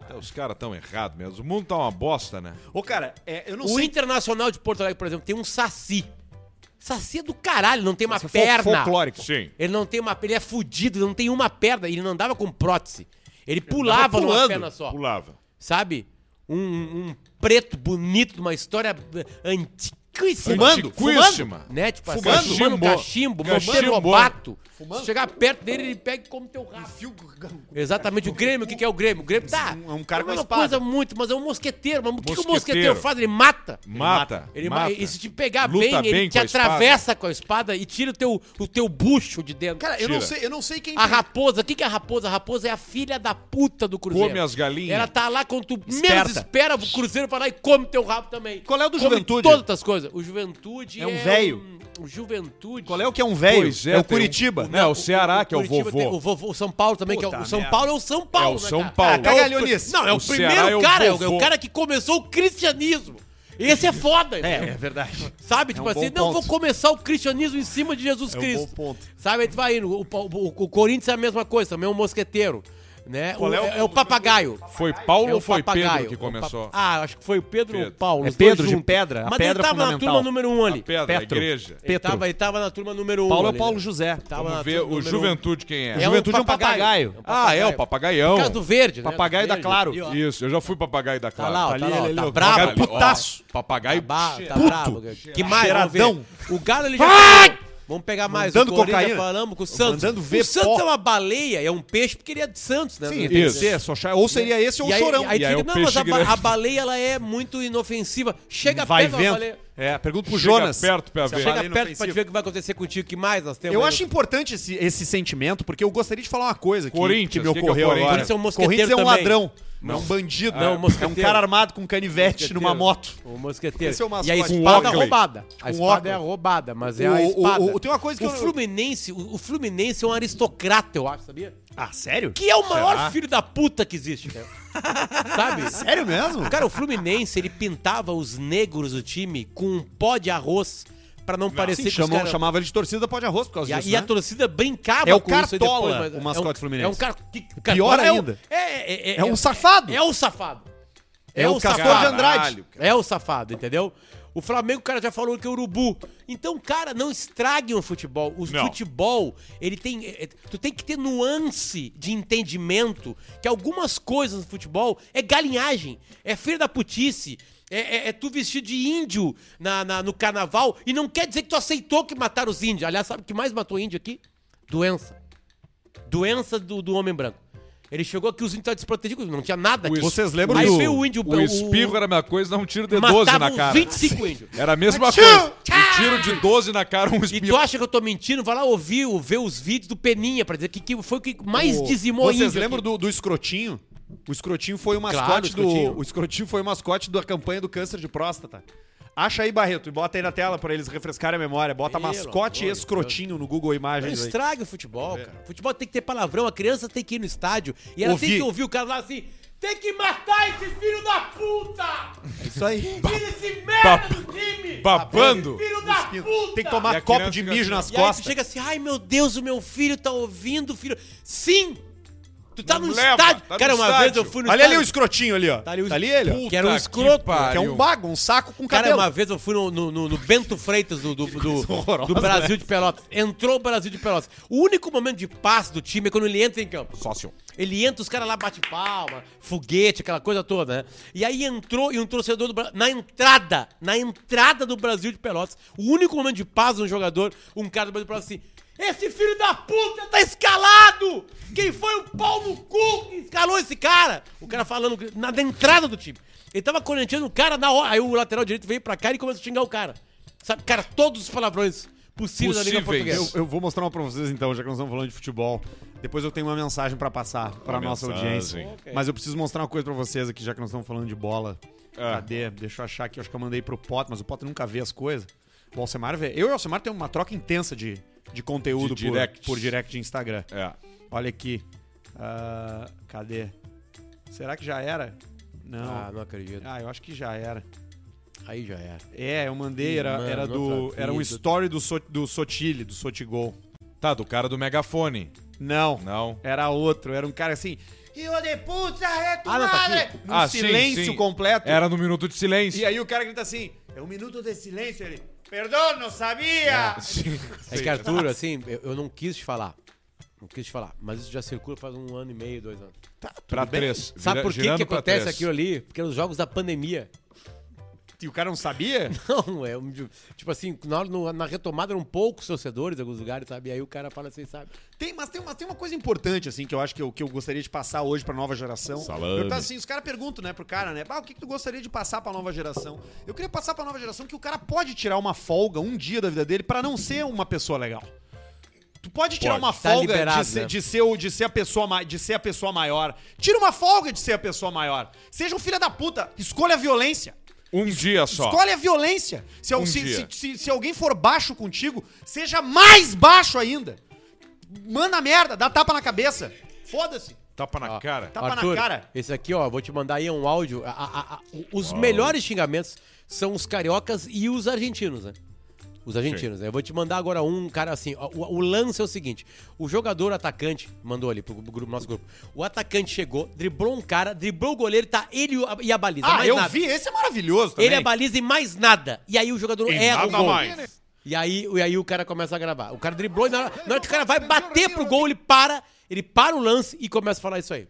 Speaker 2: Até Os caras tão errados mesmo. O mundo tá uma bosta, né?
Speaker 1: Ô, cara, é, eu não
Speaker 3: O
Speaker 1: sei.
Speaker 3: Internacional de Porto Alegre, por exemplo, tem um saci. Saci é do caralho, não tem uma
Speaker 1: Fol-
Speaker 3: perna.
Speaker 1: é Folclórico.
Speaker 2: Sim.
Speaker 3: Ele não tem uma ele é fudido, ele não tem uma perna, ele não andava com prótese. Ele pulava numa
Speaker 1: pulando,
Speaker 3: perna só.
Speaker 2: Pulava.
Speaker 3: Sabe? Um, um preto bonito, uma história antiquíssima.
Speaker 1: Fumando,
Speaker 2: Antiquíssima.
Speaker 3: Né? Tipo assim,
Speaker 1: Fumando?
Speaker 3: fumando cachimbo,
Speaker 2: Cachimbo.
Speaker 3: mantendo o bato.
Speaker 1: Fumando?
Speaker 3: Se chegar perto dele, ele pega e come teu rabo. Exatamente, o Grêmio, o que, que é o Grêmio? O Grêmio tá.
Speaker 1: É um cara com
Speaker 3: é uma
Speaker 1: espada.
Speaker 3: coisa muito, mas é um mosqueteiro. Mas o que, que o
Speaker 2: Mosqueteiro.
Speaker 3: mosqueteiro faz? Ele mata.
Speaker 2: Mata.
Speaker 3: Ele
Speaker 2: mata.
Speaker 3: E se te pegar
Speaker 2: Luta
Speaker 3: bem, ele
Speaker 2: bem
Speaker 3: te
Speaker 2: com a espada.
Speaker 3: atravessa com a espada e tira o teu, o teu bucho de dentro.
Speaker 1: Cara, eu não
Speaker 2: Tira.
Speaker 1: sei, eu não sei quem.
Speaker 3: a raposa, o que, que é a raposa? A raposa é a filha da puta do Cruzeiro.
Speaker 2: Come as galinhas.
Speaker 3: Ela tá lá quando tu
Speaker 1: Esperta.
Speaker 3: menos espera, o Cruzeiro vai lá e come teu rabo também.
Speaker 1: Qual é o do
Speaker 3: Come
Speaker 1: Juventude?
Speaker 3: Todas as coisas. coisa, o Juventude
Speaker 1: É um véio.
Speaker 3: um- O Juventude...
Speaker 1: Qual é o que é um velho?
Speaker 2: Pois
Speaker 1: É,
Speaker 2: é,
Speaker 1: o
Speaker 2: tem um-
Speaker 1: Curitiba.
Speaker 2: Não, é o Ceará, que é o
Speaker 3: Curitiba
Speaker 2: vovô.
Speaker 3: tem o vovô. O São Paulo também, que é o,
Speaker 1: Puta
Speaker 3: o São
Speaker 1: merda.
Speaker 3: Paulo é o São Paulo,
Speaker 2: É o
Speaker 3: né,
Speaker 2: São
Speaker 3: cara?
Speaker 2: Paulo.
Speaker 1: Ah, cagalhonice.
Speaker 3: Não, é o,
Speaker 2: O Ceará
Speaker 3: primeiro
Speaker 2: é o
Speaker 3: cara, é o,
Speaker 2: vovô.
Speaker 3: é o cara que começou o cristianismo. Esse é foda, entendeu?
Speaker 1: verdade.
Speaker 3: Sabe, tipo
Speaker 1: um
Speaker 3: assim,
Speaker 1: bom
Speaker 3: não, vou
Speaker 1: ponto.
Speaker 3: começar o cristianismo em cima de Jesus
Speaker 1: É um
Speaker 3: Cristo.
Speaker 1: bom ponto.
Speaker 3: Sabe, aí tu vai indo. O, o- o- o Corinthians é a mesma coisa, também é um mosqueteiro. Né?
Speaker 1: Qual
Speaker 3: O-
Speaker 1: é o-
Speaker 3: é, o papagaio.
Speaker 2: Foi Paulo
Speaker 3: É o
Speaker 2: ou foi
Speaker 3: papagaio.
Speaker 2: Pedro que
Speaker 3: O pa-
Speaker 2: começou?
Speaker 3: Ah, acho que foi o Pedro, ou o
Speaker 2: Pedro.
Speaker 3: Paulo.
Speaker 5: É
Speaker 3: os dois
Speaker 5: Pedro de
Speaker 3: juntos.
Speaker 5: pedra, a
Speaker 3: Mas
Speaker 5: pedra
Speaker 3: ele tava na
Speaker 5: fundamental.
Speaker 3: turma número um ali.
Speaker 2: Pedra,
Speaker 5: Petro.
Speaker 2: igreja.
Speaker 3: Ele
Speaker 5: Petro.
Speaker 3: tava, ele tava na turma número um.
Speaker 5: Paulo é
Speaker 3: ali,
Speaker 5: o Paulo
Speaker 3: né?
Speaker 5: José.
Speaker 3: Tava na
Speaker 2: Vamos ver
Speaker 3: turma
Speaker 2: o
Speaker 3: número um.
Speaker 2: Juventude quem é.
Speaker 3: É
Speaker 5: Juventude é um papagaio.
Speaker 3: um
Speaker 2: Ah, é, o
Speaker 3: Por
Speaker 2: papagaião.
Speaker 3: causa do verde, né?
Speaker 5: Papagaio
Speaker 3: Do
Speaker 5: da
Speaker 3: verde.
Speaker 5: Claro.
Speaker 3: E, ó,
Speaker 2: Isso, eu já fui papagaio da
Speaker 3: Tá
Speaker 2: Clara.
Speaker 3: lá, ó,
Speaker 2: Olha
Speaker 3: tá
Speaker 1: ali,
Speaker 3: lá, ó,
Speaker 1: ele,
Speaker 3: tá
Speaker 1: ele,
Speaker 3: brabo.
Speaker 2: ali, ó,
Speaker 1: putaço.
Speaker 2: Papagaio.
Speaker 3: Tá,
Speaker 2: Che-
Speaker 3: tá bravo. Que mais? vamos ver.
Speaker 1: Cheiradão.
Speaker 3: O Galo ele já falou. Vamos pegar mais
Speaker 1: Mandando
Speaker 3: o Corinthians,
Speaker 1: cocaína.
Speaker 3: falamos com o Santos.
Speaker 1: Mandando
Speaker 3: o
Speaker 1: ver
Speaker 3: Santos
Speaker 1: pó.
Speaker 3: é uma baleia, é um peixe porque ele é de Santos, né?
Speaker 1: Sim,
Speaker 3: Não
Speaker 1: tem que
Speaker 2: Isso.
Speaker 1: ser. só chá- Ou seria esse ou
Speaker 3: e
Speaker 1: o
Speaker 3: aí,
Speaker 1: chorão.
Speaker 3: Aí,
Speaker 2: E aí é
Speaker 3: fica,
Speaker 2: o
Speaker 3: não,
Speaker 2: peixe
Speaker 3: mas a, ba-
Speaker 2: grande.
Speaker 3: a baleia ela é muito inofensiva. Chega
Speaker 1: Vai
Speaker 3: perto da
Speaker 1: vendo.
Speaker 3: baleia.
Speaker 1: É, pergunta pro
Speaker 2: Chega
Speaker 1: Jonas.
Speaker 2: perto pra
Speaker 1: Se
Speaker 2: ver.
Speaker 1: a baleia
Speaker 3: Chega perto pra
Speaker 1: inofensiva.
Speaker 3: te ver o que vai acontecer contigo. Que mais nós temos?
Speaker 1: Eu
Speaker 3: aí?
Speaker 1: acho importante esse, esse sentimento, porque eu gostaria de falar uma coisa que,
Speaker 2: Corinthians,
Speaker 1: que me
Speaker 2: o que que é o
Speaker 1: ocorreu
Speaker 2: Corinthians?
Speaker 1: agora.
Speaker 3: Corinthians é um mosqueteiro
Speaker 1: Corinthians é um
Speaker 3: também.
Speaker 1: ladrão, não é um bandido,
Speaker 3: Não, um
Speaker 1: é um
Speaker 3: mosqueteiro.
Speaker 1: cara armado com canivete
Speaker 3: Mosqueteiro.
Speaker 1: numa moto.
Speaker 3: O mosqueteiro.
Speaker 1: Esse é o mascote.
Speaker 3: e a
Speaker 1: Com
Speaker 3: espada
Speaker 1: óculos.
Speaker 3: roubada. A
Speaker 1: Com
Speaker 3: espada é
Speaker 1: óculos.
Speaker 3: roubada, mas é
Speaker 1: O-
Speaker 3: a
Speaker 1: o-
Speaker 3: espada.
Speaker 1: o- tem uma coisa que
Speaker 3: o
Speaker 1: eu-
Speaker 3: Fluminense, o, o Fluminense é um aristocrata, eu acho, sabia?
Speaker 1: Ah, sério?
Speaker 3: Que é o maior filho da puta que existe, né? Sabe?
Speaker 1: Sério mesmo?
Speaker 3: Cara, o Fluminense, ele pintava os negros do time com um pó de arroz pra não
Speaker 1: Sim,
Speaker 3: parecer que os
Speaker 1: chamam-
Speaker 3: caras...
Speaker 1: Chamava ele de torcida pó de arroz por causa
Speaker 3: E, a-
Speaker 1: disso,
Speaker 3: e
Speaker 1: né?
Speaker 3: a torcida brincava
Speaker 1: É o
Speaker 3: aí
Speaker 1: Cartola,
Speaker 3: mas-
Speaker 1: o mascote
Speaker 3: é um-
Speaker 1: fluminense.
Speaker 3: É um cara... que-
Speaker 1: Pior
Speaker 3: Cartola é um-
Speaker 1: ainda.
Speaker 3: É, é, é,
Speaker 1: É um safado.
Speaker 3: É o safado.
Speaker 1: É o Castor
Speaker 3: safado.
Speaker 1: de Andrade.
Speaker 3: É o safado, entendeu? O Flamengo, o cara já falou que é urubu. Então, cara, não estraguem o futebol. O
Speaker 2: Não.
Speaker 3: futebol, ele tem. é, é, Tu tem que ter nuance de entendimento que algumas coisas no futebol é galinhagem, é feira da putice. É, é- é tu vestido de índio na, na- no carnaval e não quer dizer que tu aceitou que mataram os índios. Aliás, sabe o que mais matou índio aqui? Doença. Doença do, do homem branco. Ele chegou aqui, os índios estavam desprotegidos, não tinha nada aqui.
Speaker 2: es-
Speaker 1: Vocês lembram
Speaker 3: Aí
Speaker 1: do-
Speaker 3: veio o índio
Speaker 2: um O espirro era a mesma coisa, dá um tiro de 12
Speaker 3: matava
Speaker 2: na
Speaker 3: uns
Speaker 2: cara.
Speaker 3: 25 índios.
Speaker 2: Era a mesma
Speaker 1: Tchau!
Speaker 2: coisa. Um tiro de 12 na cara, um
Speaker 3: E tu
Speaker 2: espirro.
Speaker 3: acha que eu tô mentindo? Vai lá ouvir, o- ver os vídeos do Peninha pra dizer que, que foi o que mais dizimou
Speaker 1: Vocês
Speaker 3: índio
Speaker 1: lembram
Speaker 3: aqui.
Speaker 1: do, do escrotinho? O escrotinho foi o mascote
Speaker 3: Claro, o
Speaker 1: do.
Speaker 3: Escrotinho.
Speaker 1: O escrotinho foi o mascote da campanha do câncer de próstata. Acha aí, Barreto, e bota aí na tela pra eles refrescarem a memória. Bota
Speaker 3: Pelo
Speaker 1: mascote
Speaker 3: amor de
Speaker 1: escrotinho no Google
Speaker 3: Não
Speaker 1: Imagens aí. Tá
Speaker 3: estraga o futebol, cara. O futebol tem que ter palavrão, a criança tem que ir no estádio e ela tem
Speaker 1: Ouvir.
Speaker 3: que ouvir o cara lá assim: tem que matar esse filho da puta!
Speaker 1: Isso aí.
Speaker 3: Tira esse merda do time!
Speaker 2: Babando.
Speaker 3: Filho da puta!
Speaker 1: Tem que
Speaker 2: E
Speaker 1: tomar
Speaker 2: a
Speaker 1: copo
Speaker 2: criança
Speaker 1: de
Speaker 2: fica
Speaker 1: mijo nas
Speaker 2: assim,
Speaker 3: E aí tu
Speaker 1: costas.
Speaker 3: chega assim, ai meu Deus, o meu filho tá ouvindo, o filho. Sim! Tu tá
Speaker 2: Não
Speaker 3: num
Speaker 2: leva,
Speaker 3: estádio.
Speaker 2: tá no
Speaker 3: cara, uma vez
Speaker 2: estádio.
Speaker 3: eu fui no
Speaker 1: Olha ali o
Speaker 3: estádio.
Speaker 1: escrotinho ali, ó. Tá
Speaker 3: Tá ali o
Speaker 1: ali, ele, ó.
Speaker 3: Que era um
Speaker 2: Puta
Speaker 3: escroto,
Speaker 1: Que é um bago, um saco com
Speaker 3: Cara, é
Speaker 1: cabelo.
Speaker 3: uma vez eu fui no, no- no- no Bento Freitas do, do, do-
Speaker 1: horrorosa,
Speaker 3: do Brasil de Pelotas. Entrou o Brasil de Pelotas. O único momento de paz do time é quando ele entra em campo.
Speaker 2: Sócio.
Speaker 3: Ele entra, os caras lá bate palma, foguete, aquela coisa toda, né? E aí entrou e um torcedor do Bra- na entrada, na entrada do Brasil de Pelotas, o único momento de paz de um jogador, um cara do Brasil de Pelotas assim: "Esse filho da puta tá escalado! Quem foi o pau no cu que escalou esse cara?" O cara falando na, na entrada do time. Ele tava corintiano o cara na hora, aí o lateral direito veio pra cá e começou a xingar o cara. Sabe, cara, todos os palavrões possíveis da Liga
Speaker 2: Possíveis.
Speaker 3: Portuguesa.
Speaker 1: Eu, eu vou mostrar uma pra vocês então, já que nós estamos falando de futebol. Depois eu tenho uma mensagem pra passar pra nossa
Speaker 2: mensagem.
Speaker 1: audiência.
Speaker 3: Ok.
Speaker 1: Mas eu preciso mostrar uma coisa pra vocês aqui, já que nós estamos falando de bola.
Speaker 3: Ah.
Speaker 1: Cadê? Deixa eu achar aqui, acho que eu mandei pro Potter, mas o Potter nunca vê as coisas. O Alcemar vê. Eu e o Alcemar temos uma troca intensa de, de conteúdo
Speaker 2: De
Speaker 1: por,
Speaker 2: directs.
Speaker 1: por direct de Instagram.
Speaker 2: É.
Speaker 1: Olha aqui. Ah, cadê? Será que já era? Não.
Speaker 3: Ah,
Speaker 1: Ah,
Speaker 3: não acredito.
Speaker 1: eu acho que já era.
Speaker 3: Aí já era.
Speaker 1: É, eu mandei, era,
Speaker 3: Mano,
Speaker 1: era do.
Speaker 3: outra
Speaker 1: Era um
Speaker 3: vida.
Speaker 1: story do, so, do Sotile, do Sotigol.
Speaker 2: Tá, do cara do megafone.
Speaker 1: Não.
Speaker 2: Não.
Speaker 1: Era outro, era um cara assim. Filho de puta, é tu
Speaker 3: Ah, não, tá aqui.
Speaker 1: madre! Num
Speaker 2: Ah, sim,
Speaker 1: silêncio
Speaker 2: sim.
Speaker 1: completo.
Speaker 2: Era no minuto de silêncio.
Speaker 1: E aí o cara grita assim: é um minuto de silêncio. Ele, perdão, não sabia!
Speaker 2: Sim.
Speaker 3: É que, Arthur, assim, eu, eu não quis te falar. Não quis te falar. Mas isso já circula faz um ano e meio, dois anos.
Speaker 2: Pra três.
Speaker 3: Sabe
Speaker 2: Vira-
Speaker 3: por que,
Speaker 2: girando
Speaker 3: que
Speaker 2: pra
Speaker 3: acontece
Speaker 2: três.
Speaker 3: aquilo ali? Porque eram os jogos da pandemia.
Speaker 1: E o cara não sabia?
Speaker 3: Não, é um, tipo assim, na, hora- no- na retomada eram poucos torcedores em alguns lugares, sabe? E aí o cara fala assim, sabe?
Speaker 1: Tem, mas, tem uma, tem uma coisa importante, assim, que eu acho que eu, que eu gostaria de passar hoje pra nova geração.
Speaker 2: Salame.
Speaker 1: Eu, tá, assim, os caras perguntam, né, pro cara, né? "Bah, o que, que tu gostaria de passar pra nova geração? Eu queria passar pra nova geração que o cara pode tirar uma folga, um dia da vida dele, pra não ser uma pessoa legal. Tu pode tirar
Speaker 2: Pode.
Speaker 1: uma
Speaker 3: Tá
Speaker 1: folga
Speaker 3: liberado,
Speaker 1: de, ser,
Speaker 3: né?
Speaker 1: de, ser, o- de, ser a pessoa, ma- de ser a pessoa maior. Tira uma folga de ser a pessoa maior. Seja um filho da puta. Escolha a violência.
Speaker 2: Um dia só.
Speaker 1: Escolhe a violência. Se, al-
Speaker 2: Um
Speaker 1: se-
Speaker 2: dia.
Speaker 1: se- se- se alguém for baixo contigo, seja mais baixo ainda. Manda merda, dá tapa na cabeça. Foda-se.
Speaker 2: Tapa na cara.
Speaker 3: tá
Speaker 1: Tapa na cara.
Speaker 3: Esse aqui, ó, vou te mandar aí um áudio. A- a- a- os melhores xingamentos são os cariocas e os argentinos, né? Os argentinos, né? Eu vou te mandar agora um cara assim. ó, O, o lance é o seguinte: o jogador atacante, mandou ali pro grupo, nosso grupo. O atacante chegou, driblou um cara, driblou o goleiro, tá ele e o- e a baliza.
Speaker 1: Ah,
Speaker 3: mais
Speaker 1: eu
Speaker 3: nada.
Speaker 1: vi, esse é maravilhoso também.
Speaker 3: Ele e a baliza e mais nada. E aí o jogador
Speaker 2: E
Speaker 3: erra o
Speaker 2: nada
Speaker 3: gol.
Speaker 2: mais.
Speaker 3: E aí, e aí o cara começa a gravar. O cara driblou e na hora, na hora que o cara vai bater pro gol, ele para, ele para o lance e começa a falar isso aí.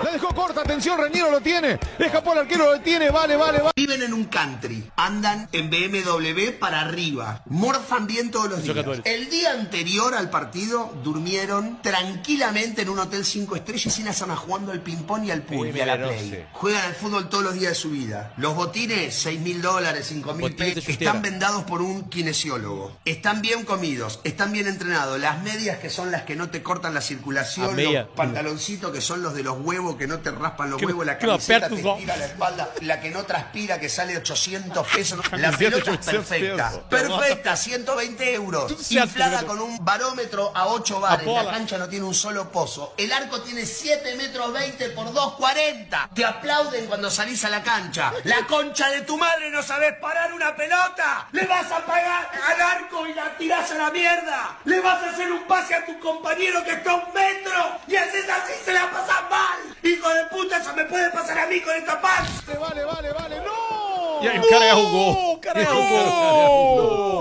Speaker 5: La dejó corta, atención, Reñero lo tiene. Escapó el arquero, lo tiene, vale, vale, vale.
Speaker 6: Viven en un country, andan en BMW para arriba, morfan bien todos los días.
Speaker 3: Jogadores.
Speaker 6: El día anterior al partido durmieron tranquilamente en un hotel cinco estrellas y la zona jugando al ping-pong y al pool y a la play. Juegan al fútbol todos los días de su vida. Los botines, 6 mil dólares, 5 mil
Speaker 3: Botines de
Speaker 6: pesos,
Speaker 3: chutera.
Speaker 6: están vendados por un kinesiólogo. Están bien comidos, están bien entrenados. Las medias que son las que no te cortan la circulación,
Speaker 3: La Ah, media.
Speaker 6: los pantaloncitos que son los de los huevos que no te raspan los
Speaker 3: Que-
Speaker 6: huevos, la
Speaker 3: que lo
Speaker 6: camiseta
Speaker 3: apertas
Speaker 6: te
Speaker 3: los-
Speaker 6: tira la espalda, la que no transpira, que sale 800 pesos. La
Speaker 2: Camiseta
Speaker 6: pelota
Speaker 2: de
Speaker 6: es
Speaker 2: 800
Speaker 6: perfecta.
Speaker 2: pesos.
Speaker 6: Perfecta, 120 euros.
Speaker 3: certo,
Speaker 6: Inflada
Speaker 3: jogador.
Speaker 6: con un barómetro a 8 bares.
Speaker 3: bola.
Speaker 6: La cancha no tiene un solo pozo. El arco tiene 7 metros 20 por 2,40. Te aplauden cuando salís a la cancha. La concha de tu madre no sabes parar una pelota. Le vas a pagar al arco y la tirás a la mierda. Le vas a hacer un pase a tu compañero que está a un metro. Y haces así, se la pasas mal. Hijo de puta, eso me puede pasar a mí con esta panza.
Speaker 5: Vale, vale, vale, no.
Speaker 2: E aí o cara erra o gol.
Speaker 3: O cara errou o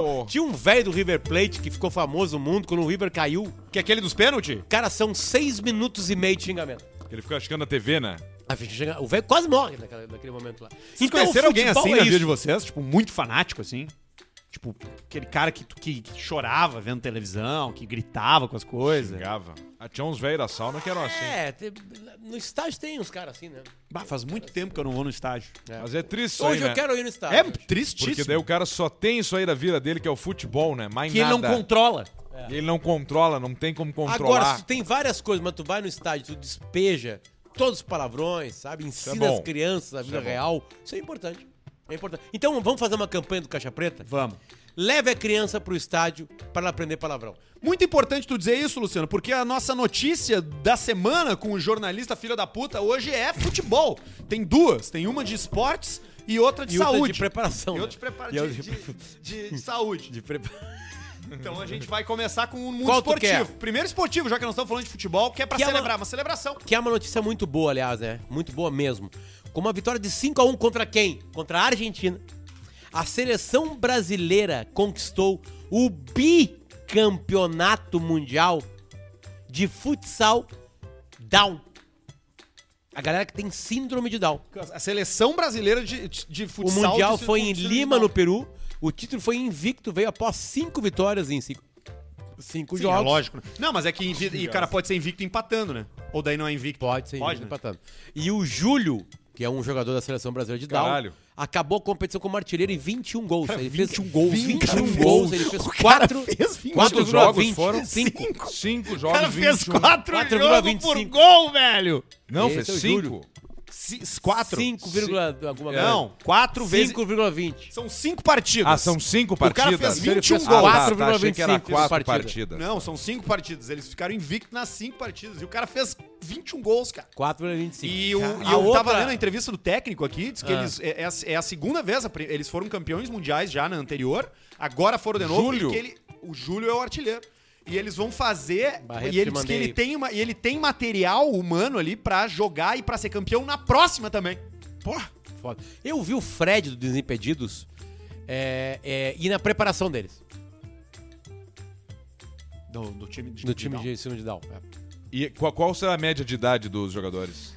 Speaker 3: gol. Tinha um velho do River Plate que ficou famoso no mundo quando o River caiu.
Speaker 1: Que é aquele dos pênaltis?
Speaker 3: Cara, são seis minutos e meio de xingamento.
Speaker 2: Ele fica achando a TV, né?
Speaker 3: Ah, A gente chega- O velho quase morre naquela- naquele momento lá.
Speaker 1: Vocês
Speaker 3: Então,
Speaker 1: conheceram
Speaker 3: o
Speaker 1: alguém
Speaker 3: futebol
Speaker 1: assim
Speaker 3: é
Speaker 1: na vida
Speaker 3: isso.
Speaker 1: de vocês? Tipo, muito fanático, assim? Tipo, aquele cara que, que, que chorava vendo televisão, que gritava com as coisas.
Speaker 2: Pegava. Ah, tinha uns velhos da sauna que eram assim.
Speaker 3: É, te- no estádio tem uns caras assim, né?
Speaker 1: Bah, faz muito tempo que eu não vou no estádio.
Speaker 2: Mas é triste isso aí,
Speaker 3: Hoje eu
Speaker 2: né?
Speaker 3: quero ir no
Speaker 1: É
Speaker 3: estádio.
Speaker 1: tristíssimo.
Speaker 2: Porque daí o cara só tem isso aí da vida dele, que é o futebol, né? Mais
Speaker 1: que ele
Speaker 2: nada.
Speaker 1: não controla.
Speaker 2: E Ele não controla, não tem como controlar.
Speaker 3: Agora, se tem várias coisas, mas tu vai no estádio, tu despeja todos os palavrões, sabe? Ensina
Speaker 2: bom.
Speaker 3: as crianças a vida
Speaker 2: é bom.
Speaker 3: real. Isso é importante. É importante. Então, vamos fazer uma campanha do Caixa Preta?
Speaker 1: Vamos.
Speaker 3: Leve a criança pro estádio para ela aprender palavrão.
Speaker 1: Muito importante tu dizer isso, Luciano, porque a nossa notícia da semana com o jornalista filho da puta hoje é futebol. Tem duas, tem uma de esportes e outra de
Speaker 3: E outra
Speaker 1: saúde.
Speaker 3: de preparação,
Speaker 1: E
Speaker 3: né?
Speaker 1: outra de preparação.
Speaker 3: E
Speaker 1: De,
Speaker 3: outra
Speaker 1: de,
Speaker 3: de-
Speaker 1: de- de saúde. Então a gente vai começar com o mundo
Speaker 3: Qual tu
Speaker 1: esportivo. Primeiro esportivo, já que nós estamos falando de futebol, que é pra
Speaker 3: Que é uma-
Speaker 1: celebrar, uma celebração.
Speaker 3: Que é uma notícia muito boa, aliás, né? Muito boa mesmo. Com uma vitória de 5 a 1 contra quem? Contra a Argentina. A seleção brasileira conquistou o bicampeonato mundial de futsal down. A galera que tem síndrome de down.
Speaker 1: A seleção brasileira de, de, de
Speaker 3: O
Speaker 1: futsal.
Speaker 3: mundial
Speaker 1: de-
Speaker 3: foi em
Speaker 1: de-
Speaker 3: Lima, no Peru. O título foi invicto, veio após cinco vitórias em cinco, cinco
Speaker 1: Sim, é
Speaker 3: jogos.
Speaker 1: lógico. Não, mas é que invi- e o cara pode ser invicto empatando, né? Ou daí não é invicto.
Speaker 3: Pode ser
Speaker 1: Pode,
Speaker 3: pode,
Speaker 1: né?
Speaker 3: empatando. E o Júlio, que é um jogador da seleção brasileira de
Speaker 2: Caralho.
Speaker 3: Down, acabou a competição como artilheiro em 21 gols. ele fez
Speaker 1: 21 gols,
Speaker 3: 21
Speaker 1: cara, fez-
Speaker 3: gols, ele fez
Speaker 1: o cara
Speaker 3: 4
Speaker 1: fez 21
Speaker 2: Quantos jogos foram? Cinco
Speaker 1: O
Speaker 2: jogos,
Speaker 1: cara fez
Speaker 2: 21.
Speaker 1: 4 jogos
Speaker 3: 4,25.
Speaker 1: por gol, velho!
Speaker 2: Não,
Speaker 3: Esse
Speaker 2: fez
Speaker 3: é o Júlio.
Speaker 2: cinco.
Speaker 1: 4?
Speaker 3: 5, vírgula alguma coisa.
Speaker 1: É. Não, 4 vezes.
Speaker 3: 5,20.
Speaker 1: São 5 partidas.
Speaker 2: Ah, são cinco
Speaker 1: cara
Speaker 2: partidas?
Speaker 1: fez
Speaker 2: Ele
Speaker 1: 21
Speaker 2: fez-
Speaker 1: gols.
Speaker 2: Ah, tá, tá, achei que era
Speaker 3: 4,25
Speaker 2: quatro
Speaker 3: partida.
Speaker 2: partidas.
Speaker 1: Não, são 5 partidas. Eles ficaram invictos nas 5 partidas. E o cara fez 21 gols, cara.
Speaker 3: 4,25.
Speaker 1: E, o, e
Speaker 3: A
Speaker 1: eu
Speaker 3: outra-
Speaker 1: tava lendo a entrevista do técnico aqui, diz que
Speaker 3: Ah.
Speaker 1: eles, é, é a- é a segunda vez, a pri- eles foram campeões mundiais já na anterior, agora foram de novo.
Speaker 2: Júlio?
Speaker 1: e que ele- o Júlio é o artilheiro. E eles vão fazer.
Speaker 3: Barreto,
Speaker 1: e ele
Speaker 3: te
Speaker 1: diz que
Speaker 3: mandei
Speaker 1: ele
Speaker 3: aí.
Speaker 1: tem, uma, e ele tem material humano ali pra jogar e pra ser campeão na próxima também. Porra!
Speaker 3: Foda. Eu vi o Fred do Desimpedidos é, é, e na preparação deles,
Speaker 1: Do, do time de.
Speaker 3: no time
Speaker 1: não.
Speaker 3: de ensino de Down. É.
Speaker 2: E qual, qual será a média de idade dos jogadores?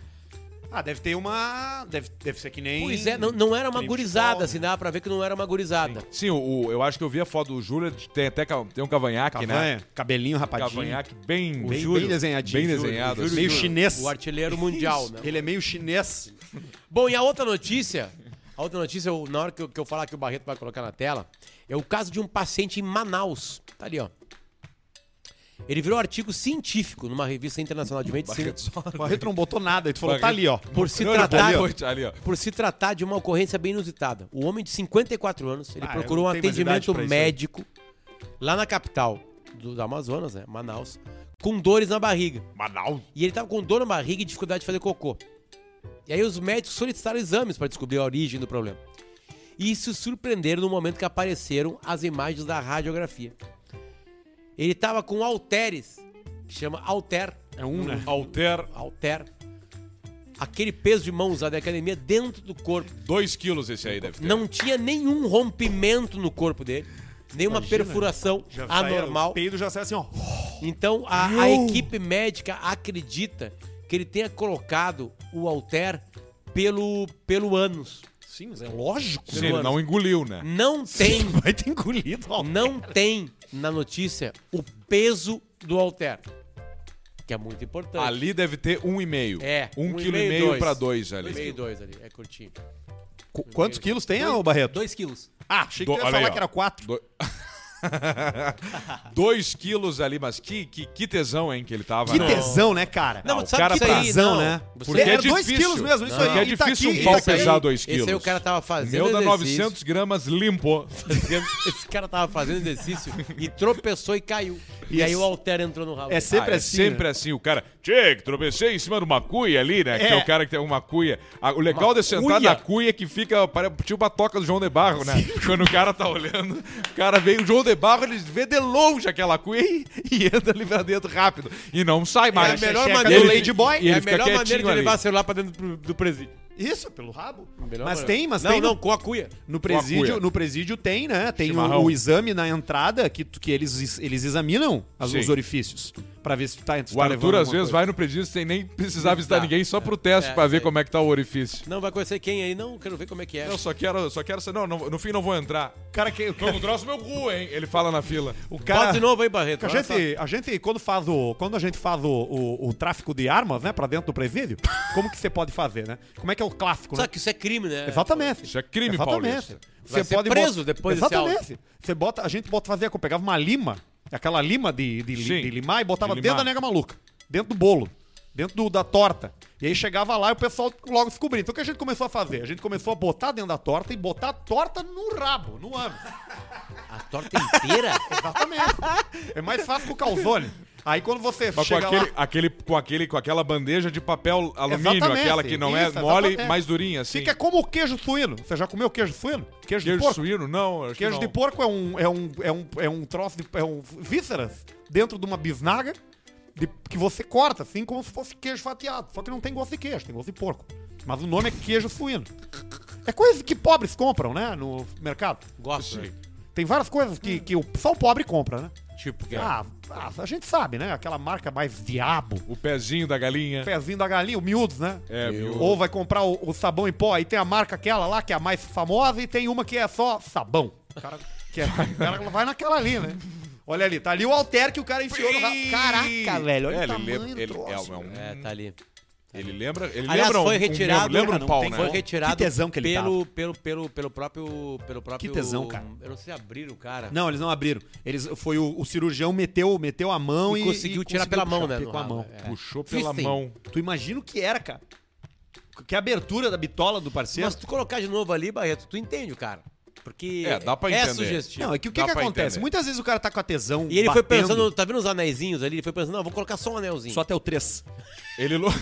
Speaker 1: Ah, deve ter uma. Deve, deve ser que nem.
Speaker 3: Pois é, não, não era uma
Speaker 1: Time de
Speaker 3: gurizada,
Speaker 1: futebol,
Speaker 3: assim,
Speaker 1: né?
Speaker 3: dava pra ver que não era uma gurizada.
Speaker 2: Sim, o, o- eu acho que eu vi a foto do Júlio, tem até ca- tem um cavanhaque, né?
Speaker 1: Cavanha, Cabelinho rapadinho.
Speaker 2: Cavanhaque bem,
Speaker 1: Bem,
Speaker 2: Júlio,
Speaker 1: bem desenhadinho.
Speaker 2: Bem
Speaker 1: Júlio,
Speaker 2: desenhado.
Speaker 1: Júlio,
Speaker 2: assim.
Speaker 1: meio chinês.
Speaker 3: O artilheiro mundial, né?
Speaker 1: Ele é meio chinês.
Speaker 3: Bom, e a outra notícia, a outra notícia, eu- na hora que eu, que eu falar que o Barreto vai colocar na tela, é o caso de um paciente em Manaus. Tá ali, ó. Ele virou artigo científico numa revista internacional de medicina.
Speaker 1: O Barreto não botou nada, ele falou, tá ali, ó.
Speaker 3: Por se
Speaker 2: Não, ele
Speaker 3: tratar-
Speaker 2: botou ali, ó. Ali, ó.
Speaker 3: Por se tratar de uma ocorrência bem inusitada. O homem de 54 anos, ele
Speaker 1: Ah,
Speaker 3: procurou
Speaker 1: eu
Speaker 3: um
Speaker 1: não tenho mais idade
Speaker 3: atendimento
Speaker 1: pra isso aí.
Speaker 3: médico lá na capital do, do Amazonas, né, Manaus, com dores na barriga.
Speaker 1: Manaus.
Speaker 3: E ele tava com dor na barriga e dificuldade de fazer cocô. E aí os médicos solicitaram exames para descobrir a origem do problema. E se surpreenderam no momento que apareceram as imagens da radiografia. Ele tava com um halteres, que chama halter,
Speaker 1: É um, né?
Speaker 2: Alter
Speaker 3: halter. Aquele peso de mão usado na academia dentro do corpo.
Speaker 2: 2 quilos esse aí deve ter.
Speaker 3: Não tinha nenhum rompimento no corpo dele, nenhuma perfuração
Speaker 1: sai-
Speaker 3: anormal.
Speaker 1: O peido já sai assim, ó.
Speaker 3: Então a, a equipe médica acredita que ele tenha colocado o halter pelo, pelo ânus.
Speaker 1: Sim, mas é lógico.
Speaker 2: Sim, ele não engoliu, né?
Speaker 3: Não tem,
Speaker 1: Vai ter engolido, ó.
Speaker 3: não tem na notícia o peso do halter, que é muito importante.
Speaker 2: Ali deve ter um e meio.
Speaker 3: É,
Speaker 2: Um,
Speaker 3: um e
Speaker 2: quilo e
Speaker 3: meio,
Speaker 2: meio
Speaker 3: dois.
Speaker 2: pra dois Um ali.
Speaker 3: Dois meio dois ali, é curtinho.
Speaker 1: Qu- Quantos quilos tem, ô Barreto?
Speaker 7: 2 quilos.
Speaker 1: Ah, achei que
Speaker 2: Do-
Speaker 1: tu ia
Speaker 2: olha
Speaker 1: falar
Speaker 2: aí, ó.
Speaker 1: que era quatro.
Speaker 2: Do- dois quilos ali, mas que, que, que tesão, hein, que ele tava.
Speaker 1: Que
Speaker 2: né?
Speaker 1: tesão, né, cara?
Speaker 3: Não, mas
Speaker 2: Ah, o
Speaker 3: sabe
Speaker 2: cara tá
Speaker 3: que isso aí,
Speaker 1: Tesão,
Speaker 3: não.
Speaker 1: né?
Speaker 3: Você-
Speaker 2: Porque é
Speaker 1: Era dois
Speaker 2: difícil.
Speaker 1: quilos mesmo, isso
Speaker 2: Não.
Speaker 1: aí.
Speaker 2: É
Speaker 1: e tá
Speaker 2: difícil
Speaker 1: aqui.
Speaker 2: um pau
Speaker 1: Esse aí-
Speaker 2: pesar dois
Speaker 3: Esse aí o
Speaker 2: quilos.
Speaker 3: cara tava
Speaker 2: O
Speaker 3: fazendo
Speaker 2: Meu dá
Speaker 3: exercício.
Speaker 2: 900 gramas limpo.
Speaker 3: Esse cara tava fazendo exercício e tropeçou e caiu. E
Speaker 1: Isso.
Speaker 3: aí o halter entrou no rabo.
Speaker 1: É sempre
Speaker 2: Ah, é
Speaker 1: assim.
Speaker 2: Sempre
Speaker 1: né?
Speaker 2: assim, o cara. Tchê, que tropecei em cima de uma cuia ali, né? Que
Speaker 1: É.
Speaker 2: é o cara que tem uma cuia. Ah, o legal de sentar
Speaker 1: cuia.
Speaker 2: na cuia é que fica. pare- Tipo a toca do João de Barro, né? Quando o cara tá olhando, o cara vem o João de Barro, ele vê de longe aquela cuia e, e entra ali pra dentro rápido. E não sai
Speaker 3: É a
Speaker 2: mais.
Speaker 3: melhor
Speaker 2: E
Speaker 3: maneira
Speaker 2: ele
Speaker 3: do
Speaker 2: fi-
Speaker 1: Ladyboy,
Speaker 2: E
Speaker 3: é
Speaker 2: ele
Speaker 3: a
Speaker 2: fica
Speaker 3: melhor maneira
Speaker 2: quietinho
Speaker 3: de
Speaker 2: ali.
Speaker 3: levar celular pra dentro pro- do presídio.
Speaker 1: Isso, é pelo rabo.
Speaker 3: Melhor
Speaker 1: Mas
Speaker 3: maneira.
Speaker 1: tem, mas
Speaker 3: não,
Speaker 1: tem. um-
Speaker 3: Não,
Speaker 1: no-
Speaker 3: com a cuia.
Speaker 1: No
Speaker 2: Com a
Speaker 1: presídio,
Speaker 2: cuia.
Speaker 1: no presídio tem, né? Tem o,
Speaker 2: Chimarrão.
Speaker 1: o exame na entrada que, tu- que eles, eles examinam as,
Speaker 2: Sim.
Speaker 1: os orifícios pra ver se tu tá, se tu
Speaker 2: O
Speaker 1: tá
Speaker 2: Arthur
Speaker 1: levando
Speaker 2: às
Speaker 1: alguma
Speaker 2: vezes
Speaker 1: coisa.
Speaker 2: vai no presídio sem nem precisar visitar
Speaker 3: Tá.
Speaker 2: ninguém, só pro teste
Speaker 3: É,
Speaker 2: pra ver
Speaker 3: é.
Speaker 2: como é que tá o orifício.
Speaker 3: Não, vai conhecer quem aí? Não, quero ver como é que é.
Speaker 2: Eu só quero, só quero ser. Não, não- no fim não vou entrar.
Speaker 1: Cara, que, o
Speaker 2: Não, o troço meu cu, hein? Ele fala na fila.
Speaker 1: o cara...
Speaker 3: Bota de novo aí, Barreto.
Speaker 1: A
Speaker 3: olha só.
Speaker 1: gente, a gente, quando faz o. Quando a gente faz o, o, o tráfico de armas, né, pra dentro do presídio, como que você pode fazer, né? Como é que é o clássico, né?
Speaker 3: Só que isso é crime, né?
Speaker 1: Exatamente.
Speaker 2: Isso é crime
Speaker 1: Exatamente.
Speaker 2: paulista.
Speaker 3: Vai ser preso depois desse
Speaker 1: Exatamente. Você bota, a gente bota fazer como pegava uma lima, aquela lima de, de, li-
Speaker 2: Sim.
Speaker 1: de limar e botava
Speaker 2: De
Speaker 1: dentro
Speaker 2: limar.
Speaker 1: da nega maluca, dentro do bolo, dentro do- da torta. E aí chegava lá e o pessoal logo descobria. Então o que a gente começou a fazer? A gente começou a botar dentro da torta e botar a torta no rabo, no ânus.
Speaker 3: A torta inteira?
Speaker 1: Exatamente. é mais fácil que o calzone. Aí quando você
Speaker 2: Mas com,
Speaker 1: chega
Speaker 2: aquele,
Speaker 1: lá...
Speaker 2: aquele, com, aquele, com aquela bandeja de papel alumínio,
Speaker 1: Exatamente.
Speaker 2: aquela que não
Speaker 1: Isso,
Speaker 2: é mole,
Speaker 1: exatamente.
Speaker 2: mais durinha, assim.
Speaker 1: Fica como o queijo suíno. Você já comeu queijo suíno? Queijo, de
Speaker 2: queijo
Speaker 1: porco?
Speaker 2: suíno, não. Acho
Speaker 1: Queijo
Speaker 2: que
Speaker 1: de
Speaker 2: não.
Speaker 1: porco é um, é um, é um, é um troço de. É um vísceras dentro de uma bisnaga de- que você corta, assim como se fosse queijo fatiado. Só que não tem gosto de queijo, tem gosto de porco. Mas o nome é queijo suíno. É coisa que pobres compram, né? No mercado.
Speaker 2: É.
Speaker 3: Gosto. né?
Speaker 1: Tem várias coisas que, que o, só o pobre compra, né?
Speaker 3: Tipo,
Speaker 2: É.
Speaker 3: que
Speaker 1: Ah, ah, a gente sabe, né? Aquela marca mais diabo.
Speaker 2: O pezinho da galinha.
Speaker 1: O pezinho da galinha, o miúdos, né?
Speaker 2: É, miúdo.
Speaker 1: Ou vai comprar o, o sabão em pó, aí tem a marca aquela lá, que é a mais famosa, e tem uma que é só sabão. O cara, que é, o cara vai naquela ali, né? Olha ali, tá ali o alter que o cara enfiou no ra- Caraca, velho, olha
Speaker 2: É,
Speaker 1: o
Speaker 2: ele
Speaker 1: tamanho
Speaker 2: lembra,
Speaker 1: do
Speaker 2: ele,
Speaker 1: troço.
Speaker 2: é, um- é um-
Speaker 3: É, tá ali.
Speaker 2: ele lembra. Ele
Speaker 3: Aliás,
Speaker 2: lembra um-
Speaker 3: foi
Speaker 2: um membro,
Speaker 3: retirado-
Speaker 2: lembra
Speaker 1: Ah,
Speaker 2: um
Speaker 1: não,
Speaker 2: pau,
Speaker 1: tem
Speaker 2: né?
Speaker 3: Foi
Speaker 1: Que
Speaker 3: retirado
Speaker 1: tesão que ele
Speaker 3: pelo, pelo, pelo, pelo próprio. Pelo próprio.
Speaker 1: tesão, cara.
Speaker 3: Eu não sei abrir o cara.
Speaker 1: Não, eles não abriram. Eles, foi o, o cirurgião meteu, meteu a mão e,
Speaker 3: E conseguiu tirar pela mão,
Speaker 1: puxar
Speaker 3: né,
Speaker 1: Com
Speaker 3: no
Speaker 1: a
Speaker 3: rabo,
Speaker 1: mão.
Speaker 3: é.
Speaker 2: Puxou pela
Speaker 3: Fisting.
Speaker 2: mão.
Speaker 1: Tu imagina o que era, cara? Que abertura da bitola do parceiro.
Speaker 3: Mas se tu colocar de novo ali, Barreto, tu entende o cara. Porque
Speaker 2: É, dá pra entender.
Speaker 3: sugestivo.
Speaker 1: Não, é que o que,
Speaker 2: Dá
Speaker 1: que
Speaker 2: pra
Speaker 1: acontece?
Speaker 2: entender.
Speaker 1: Muitas vezes o cara tá com a tesão.
Speaker 3: E ele foi
Speaker 1: batendo,
Speaker 3: pensando, tá vendo os anéisinhos ali? Ele foi pensando, não, vou colocar só um anelzinho.
Speaker 1: Só até o 3.
Speaker 2: Ele. lo-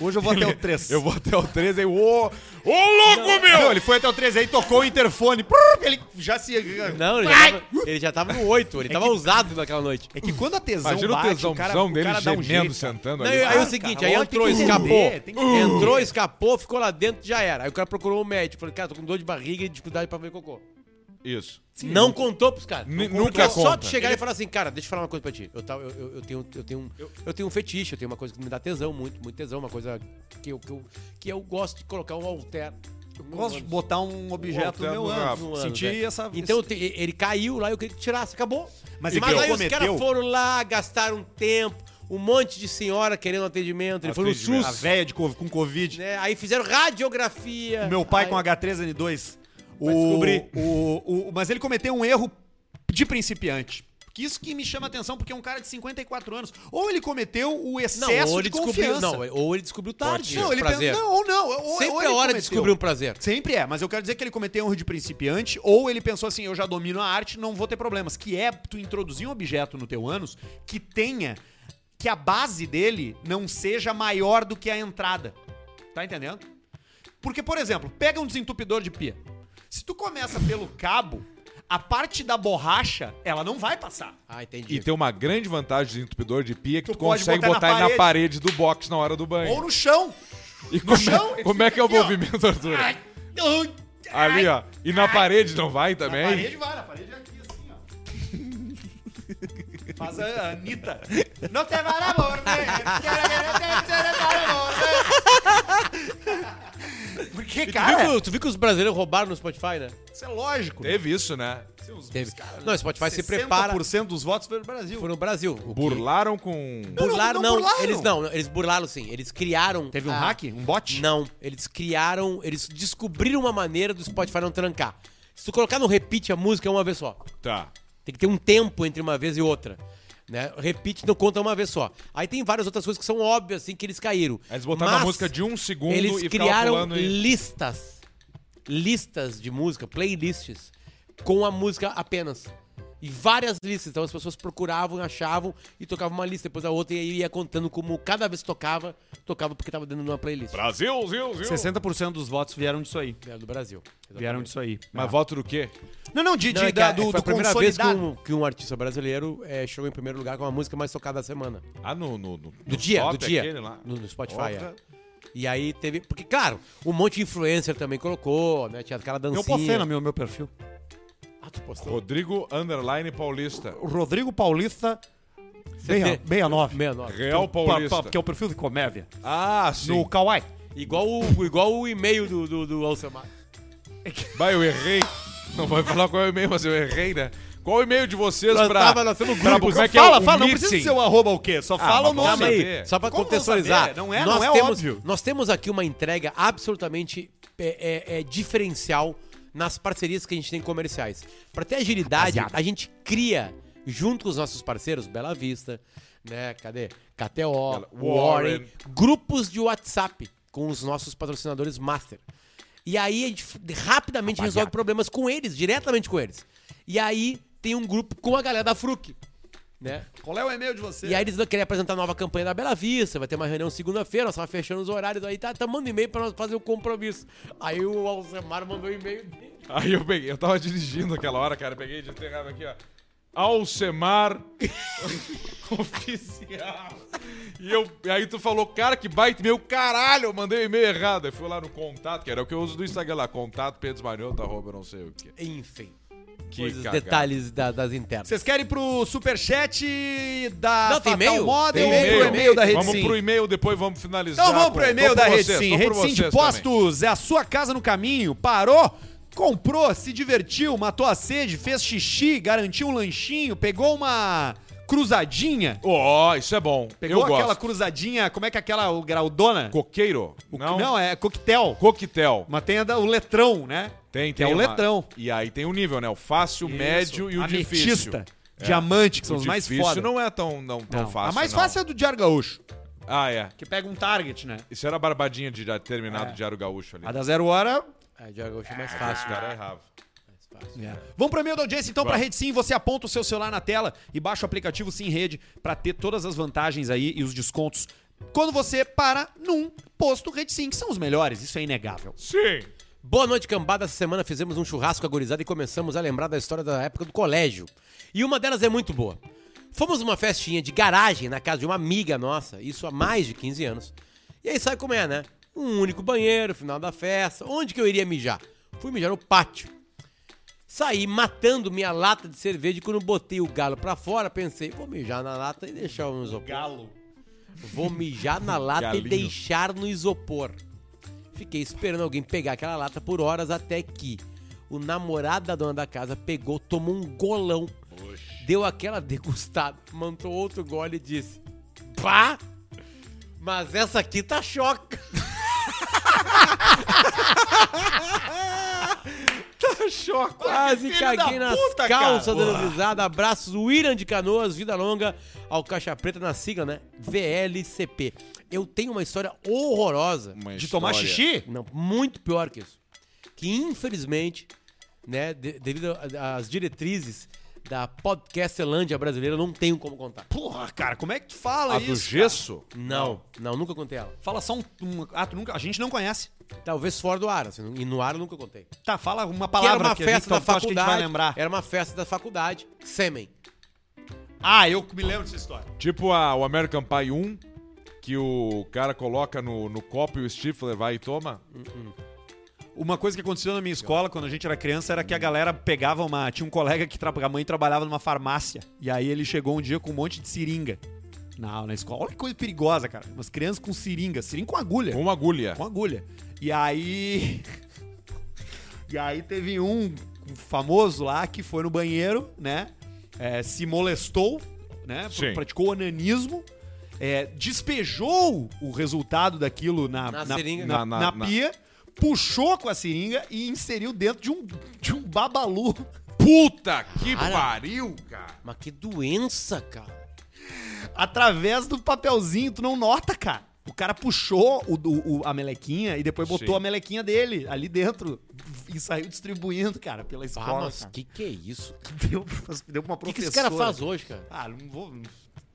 Speaker 1: Hoje eu vou até o 3.
Speaker 2: Eu vou até o 3 aí. Ô, ô louco, meu!
Speaker 1: Não, ele foi até o 3 aí, tocou o interfone. prrr, Ele já se.
Speaker 3: Não, ele, tava, ele já tava no 8, ele tava ousado naquela noite.
Speaker 1: É que quando a tesão
Speaker 2: Imagina o
Speaker 1: bate,
Speaker 2: tesãozão
Speaker 1: o cara, o
Speaker 2: dele
Speaker 1: cara dá um
Speaker 2: gemendo,
Speaker 1: jeito.
Speaker 2: sentando
Speaker 3: Não,
Speaker 2: ali.
Speaker 3: aí aí é
Speaker 1: Ah,
Speaker 3: o seguinte,
Speaker 1: cara,
Speaker 3: aí
Speaker 1: ó,
Speaker 3: entrou,
Speaker 1: tem que
Speaker 3: escapou.
Speaker 1: entender, tem que entender.
Speaker 3: Entrou, escapou, ficou lá dentro, já era. Aí o cara procurou o médico, falou, cara, tô com dor de barriga e dificuldade pra ver cocô.
Speaker 2: Isso.
Speaker 3: não contou pros caras.
Speaker 2: N-
Speaker 3: Não contou.
Speaker 2: nunca
Speaker 3: Só
Speaker 2: conta.
Speaker 3: tu chegar e falar assim, cara, deixa eu falar uma coisa pra ti. Eu, tava- eu, eu, eu tenho, eu, tenho, um- eu tenho um fetiche, eu tenho uma coisa que me dá tesão, muito, muito tesão, uma coisa que eu, que eu, que eu gosto de colocar um alter. Eu
Speaker 1: Gosto de botar um objeto no
Speaker 2: Voltando
Speaker 1: meu
Speaker 2: no
Speaker 1: ano.
Speaker 2: rabo.
Speaker 3: no ano,
Speaker 1: Sentir
Speaker 2: é.
Speaker 3: velho.
Speaker 1: essa.
Speaker 3: Então eu te- ele caiu lá, eu queria que tirasse, acabou.
Speaker 1: Mas
Speaker 3: Mas,
Speaker 1: ele
Speaker 3: aí os
Speaker 1: cometeu?
Speaker 3: caras foram lá, gastaram tempo, um monte de senhora querendo atendimento, ele foi no
Speaker 2: Atendimento.
Speaker 1: a
Speaker 3: SUS.
Speaker 1: véia de co- com Covid.
Speaker 3: né? Aí fizeram radiografia.
Speaker 1: O Meu pai
Speaker 3: Aí-
Speaker 1: com H3N2.
Speaker 3: Vai
Speaker 1: O,
Speaker 3: descobrir.
Speaker 1: o, o, o- mas ele cometeu um erro de principiante. Que isso que me chama atenção, porque é um cara de 54 anos. Ou ele cometeu o
Speaker 3: Não,
Speaker 1: excesso
Speaker 3: ou
Speaker 1: de
Speaker 3: ele descobriu,
Speaker 1: confiança.
Speaker 3: não, ou ele descobriu tarde.
Speaker 1: Não, ele
Speaker 3: prazer.
Speaker 1: pensa- não, ou não. Ou, ou ele
Speaker 3: Sempre é hora de
Speaker 1: cometeu.
Speaker 3: descobrir um prazer.
Speaker 1: Sempre é, mas eu quero dizer que ele cometeu um erro de principiante, ou ele pensou assim, eu já domino a arte, não vou ter problemas. Que é tu introduzir um objeto no teu ânus que tenha, que a base dele não seja maior do que a entrada. Tá entendendo? Porque, por exemplo, pega um desentupidor de pia. Se tu começa pelo cabo, a parte da borracha, ela não vai passar.
Speaker 3: Ah, entendi.
Speaker 2: E tem uma grande vantagem de entupidor de pia que
Speaker 1: Tu
Speaker 2: tu,
Speaker 1: pode
Speaker 2: consegue
Speaker 1: botar na
Speaker 2: botar, ele na
Speaker 1: parede.
Speaker 2: parede do box na hora do banho.
Speaker 1: Ou no chão.
Speaker 2: e como,
Speaker 1: chão,
Speaker 2: é, como é que é o
Speaker 1: aqui, ó.
Speaker 2: movimento, Arthur?
Speaker 1: Ai, ai,
Speaker 2: Ali, ó. E na parede não vai também?
Speaker 1: Na parede vai, na parede é aqui, assim, ó. Faz a Anitta. Não te vai amor, né? Porque,
Speaker 3: Tu viu,
Speaker 1: cara,
Speaker 3: que- tu viu que os brasileiros roubaram no Spotify, né?
Speaker 1: isso é lógico.
Speaker 2: Teve isso, né?
Speaker 3: Teve. Não, o Spotify se prepara.
Speaker 1: 60% dos votos pelo Brasil.
Speaker 3: Foi no Brasil. O que-
Speaker 2: Burlaram com.
Speaker 1: não,
Speaker 3: Burlaram,
Speaker 1: não
Speaker 3: não,
Speaker 1: burlaram.
Speaker 3: Eles não, não, eles burlaram sim. Eles criaram.
Speaker 1: Teve um
Speaker 3: a-
Speaker 1: hack? Um bot?
Speaker 3: Não. Eles criaram. Eles descobriram uma maneira do Spotify não trancar. Se tu colocar no repeat a música é uma vez só.
Speaker 2: Tá.
Speaker 3: Tem que ter um tempo entre uma vez e outra. Né? Repeat não conta uma vez só. Aí tem várias outras coisas que são óbvias, assim, que eles caíram.
Speaker 2: Eles botaram
Speaker 3: Mas
Speaker 2: a música de um segundo
Speaker 3: Eles
Speaker 2: e ficavam
Speaker 3: criaram
Speaker 2: pulando e...
Speaker 3: listas. Listas de música, playlists, com a música apenas. E várias listas. Então as pessoas procuravam, achavam e tocavam uma lista, depois a outra, e aí ia contando como cada vez que tocava, tocava porque tava dentro de uma playlist.
Speaker 2: Brasil, Zil, Zil.
Speaker 1: 60% dos votos vieram disso aí.
Speaker 3: É, Do Brasil.
Speaker 1: Vieram disso aí.
Speaker 2: Mas voto do quê?
Speaker 1: Não, não, de, de,
Speaker 3: Não, é que
Speaker 1: da-
Speaker 3: a-
Speaker 1: do,
Speaker 3: foi a
Speaker 1: do
Speaker 3: primeira vez que
Speaker 1: consolidado.
Speaker 3: um, que um artista brasileiro é, chegou em primeiro lugar com a música mais tocada da semana.
Speaker 2: Ah, no. no, no
Speaker 3: Do dia,
Speaker 2: top é
Speaker 3: do dia.
Speaker 2: aquele lá.
Speaker 3: No, no Spotify.
Speaker 2: Porra.
Speaker 3: é. E aí teve. Porque, claro, um monte de influencer também colocou, né? Tinha aquela dancinha.
Speaker 1: Eu postei no meu, meu perfil.
Speaker 3: Ah, tu postou.
Speaker 2: Rodrigo Underline Paulista.
Speaker 1: Rodrigo Paulista, meia- 69.
Speaker 3: 69.
Speaker 2: Real Paulista.
Speaker 1: Porque é o perfil de comédia.
Speaker 2: Ah, sim.
Speaker 1: No Kawaii.
Speaker 3: Igual o, igual o e-mail do, do, do Alcemar.
Speaker 2: Bah, eu errei. Não vai falar qual é o e-mail, mas eu errei, né? Qual é o e-mail de vocês
Speaker 3: Nós
Speaker 2: pra.
Speaker 3: tava nascendo um
Speaker 2: pra-
Speaker 3: grupo.
Speaker 2: como é que é
Speaker 1: fala,
Speaker 2: o
Speaker 1: fala, não
Speaker 2: meeting?
Speaker 1: precisa ser o arroba o quê? Só fala
Speaker 2: mas
Speaker 1: o nome.
Speaker 2: Ah, vamos
Speaker 3: Calma aí,
Speaker 2: saber.
Speaker 3: só pra
Speaker 1: Como vão
Speaker 3: contextualizar.
Speaker 1: saber? Não é-
Speaker 3: nós
Speaker 1: não é
Speaker 3: temos,
Speaker 1: óbvio.
Speaker 3: Nós temos aqui uma entrega absolutamente é, é, é, diferencial nas parcerias que a gente tem comerciais. Pra ter agilidade, a gente cria junto com os nossos parceiros, Bela Vista, né? Cadê? KTO, Warren,
Speaker 2: Warren.
Speaker 3: grupos de WhatsApp com os nossos patrocinadores master. E aí a gente f- rapidamente resolve problemas com eles, diretamente com eles. E aí tem um grupo com a galera da Fruc, né?
Speaker 1: Qual é o e-mail de você?
Speaker 3: E aí eles querem apresentar a nova campanha da Bela Vista, vai ter uma reunião segunda-feira, nós estamos fechando os horários, aí tá, tá mandando e-mail pra nós fazer o compromisso. Aí o Alzemar mandou um e-mail dele.
Speaker 2: Aí eu peguei, eu tava dirigindo aquela hora, cara. eu Peguei de enterrado aqui, ó. Alcemar Oficial. E eu, e aí tu falou, cara, que baita meu caralho, eu mandei o e-mail errado. Aí fui lá no contato, que era o que eu uso do Instagram lá, contato Pedro Marioto, arroba, não sei o que.
Speaker 3: Enfim,
Speaker 2: Que
Speaker 3: coisas,
Speaker 2: cagada.
Speaker 3: detalhes da- das internas.
Speaker 1: Vocês querem ir pro superchat da
Speaker 3: Não, tem e-mail?
Speaker 1: Model
Speaker 2: Tem um
Speaker 1: ou pro um e-mail da Rede
Speaker 2: Vamos
Speaker 1: Sim?
Speaker 2: pro e-mail, depois vamos finalizar.
Speaker 1: Então vamos
Speaker 2: com-
Speaker 1: pro e-mail
Speaker 2: tô
Speaker 1: da
Speaker 2: por
Speaker 1: Rede
Speaker 2: vocês,
Speaker 1: Sim.
Speaker 2: tô por
Speaker 1: Rede Sim de
Speaker 2: vocês também.
Speaker 1: Postos é a sua casa no caminho. Parou, comprou, se divertiu, matou a sede, fez xixi, garantiu um lanchinho, pegou uma cruzadinha.
Speaker 2: Ó, isso é bom.
Speaker 1: Pegou
Speaker 2: eu
Speaker 1: aquela
Speaker 2: gosto.
Speaker 1: cruzadinha, como é que é aquela o graudona?
Speaker 2: Coqueiro?
Speaker 1: O- não, é coquetel.
Speaker 2: Coquetel.
Speaker 1: Mas tem a da- o letrão, né?
Speaker 2: Tem,
Speaker 1: Que
Speaker 2: tem.
Speaker 1: é o
Speaker 2: uma-
Speaker 1: letrão.
Speaker 2: E aí tem o nível, né? O fácil, o médio e o difícil.
Speaker 1: Ametista, diamante, que são
Speaker 2: O
Speaker 1: os mais
Speaker 2: difícil
Speaker 1: foda.
Speaker 2: não é tão, não, tão
Speaker 1: Não,
Speaker 2: fácil.
Speaker 1: A mais
Speaker 2: não.
Speaker 1: fácil é a do Diário Gaúcho,
Speaker 2: Ah, é.
Speaker 1: que pega um target, né?
Speaker 2: Isso era a barbadinha de já terminado
Speaker 1: É.
Speaker 2: Diário Gaúcho ali.
Speaker 1: A da zero hora.
Speaker 3: É, Diogo, eu achei mais
Speaker 2: Ah, Esse
Speaker 3: fácil.
Speaker 2: cara errava.
Speaker 1: Vamos pro e-mail da audiência, então, pra
Speaker 2: Vamos.
Speaker 1: Rede Sim. Você aponta o seu celular na tela e baixa o aplicativo Sim Rede pra ter todas as vantagens aí e os descontos quando você para num posto Rede Sim, que são os melhores, isso é inegável.
Speaker 2: Sim.
Speaker 3: Boa noite, cambada. Essa semana fizemos um churrasco agorizado e começamos a lembrar da história da época do colégio. E uma delas é muito boa. Fomos numa festinha de garagem na casa de uma amiga nossa, isso há mais de 15 anos. E aí sabe como é, né? Um único banheiro, final da festa. Onde que eu iria mijar? Fui mijar no pátio. Saí matando minha lata de cerveja e quando botei o galo pra fora, pensei, vou mijar na lata e deixar um isopor.
Speaker 1: Galo.
Speaker 3: Vou mijar na lata
Speaker 2: Galinho.
Speaker 3: e deixar no isopor. Fiquei esperando alguém pegar aquela lata por horas até que o namorado da dona da casa pegou, tomou um golão, deu aquela degustada, mandou outro gole e disse: Pá! Mas essa aqui tá choca!
Speaker 2: choque.
Speaker 3: Tá Quase
Speaker 1: filho
Speaker 3: caguei
Speaker 1: da
Speaker 3: nas
Speaker 1: puta,
Speaker 3: calças
Speaker 1: cara.
Speaker 3: dando risada. Abraços, William de Canoas, vida longa ao Caixa Preta na sigla, né? VLCP. Eu tenho uma história horrorosa.
Speaker 1: De tomar xixi?
Speaker 3: Não, muito pior que isso. Que infelizmente, né, de- devido a- às diretrizes da podcastelândia brasileira, eu não tenho como contar.
Speaker 1: Porra, cara, como é que tu fala
Speaker 2: A
Speaker 1: isso?
Speaker 2: do
Speaker 1: cara?
Speaker 2: gesso?
Speaker 3: Não, não, nunca contei ela.
Speaker 1: Fala só um. um- ah, tu nunca, a gente não conhece.
Speaker 3: Talvez fora do ar, assim, e no ar eu nunca contei.
Speaker 1: Tá, fala uma
Speaker 3: Que era
Speaker 1: palavra
Speaker 3: uma
Speaker 1: que
Speaker 3: festa
Speaker 1: a gente,
Speaker 3: da
Speaker 1: acho que a gente
Speaker 3: faculdade.
Speaker 1: vai lembrar.
Speaker 3: Era uma festa da faculdade. Sêmen.
Speaker 1: Ah, eu me lembro dessa história.
Speaker 2: Tipo a- o American Pie 1, que o cara coloca no, no copo e o Stifler vai e toma.
Speaker 1: Uma coisa que aconteceu na minha escola quando a gente era criança era que a galera pegava uma. Tinha um colega que tra- a mãe trabalhava numa farmácia. E aí ele chegou um dia com um monte de seringa. Não, na escola. Olha que coisa perigosa, cara. Umas crianças com seringa. Seringa com agulha.
Speaker 2: Com uma agulha.
Speaker 1: Com agulha. E aí. E aí teve um famoso lá que foi no banheiro, né? É, se molestou, né?
Speaker 2: Sim.
Speaker 1: Praticou onanismo. é, despejou o resultado daquilo na,
Speaker 3: Na
Speaker 1: na,
Speaker 3: seringa.
Speaker 1: na-
Speaker 2: Na- na-
Speaker 1: na pia, puxou com a seringa e inseriu dentro de um, de um babalu.
Speaker 2: Puta que
Speaker 3: Cara.
Speaker 2: pariu, cara.
Speaker 3: Mas que doença, cara.
Speaker 1: através do papelzinho, tu não nota, cara. O cara puxou o, o- o- a melequinha e depois botou
Speaker 2: Sim.
Speaker 1: a melequinha dele ali dentro e saiu distribuindo, cara, pela
Speaker 3: Ah,
Speaker 1: escola.
Speaker 3: mas
Speaker 1: cara.
Speaker 3: que que é isso?
Speaker 1: Deu, deu pra uma
Speaker 3: O que, que
Speaker 1: professora.
Speaker 3: esse cara faz hoje, cara?
Speaker 1: Ah, não vou...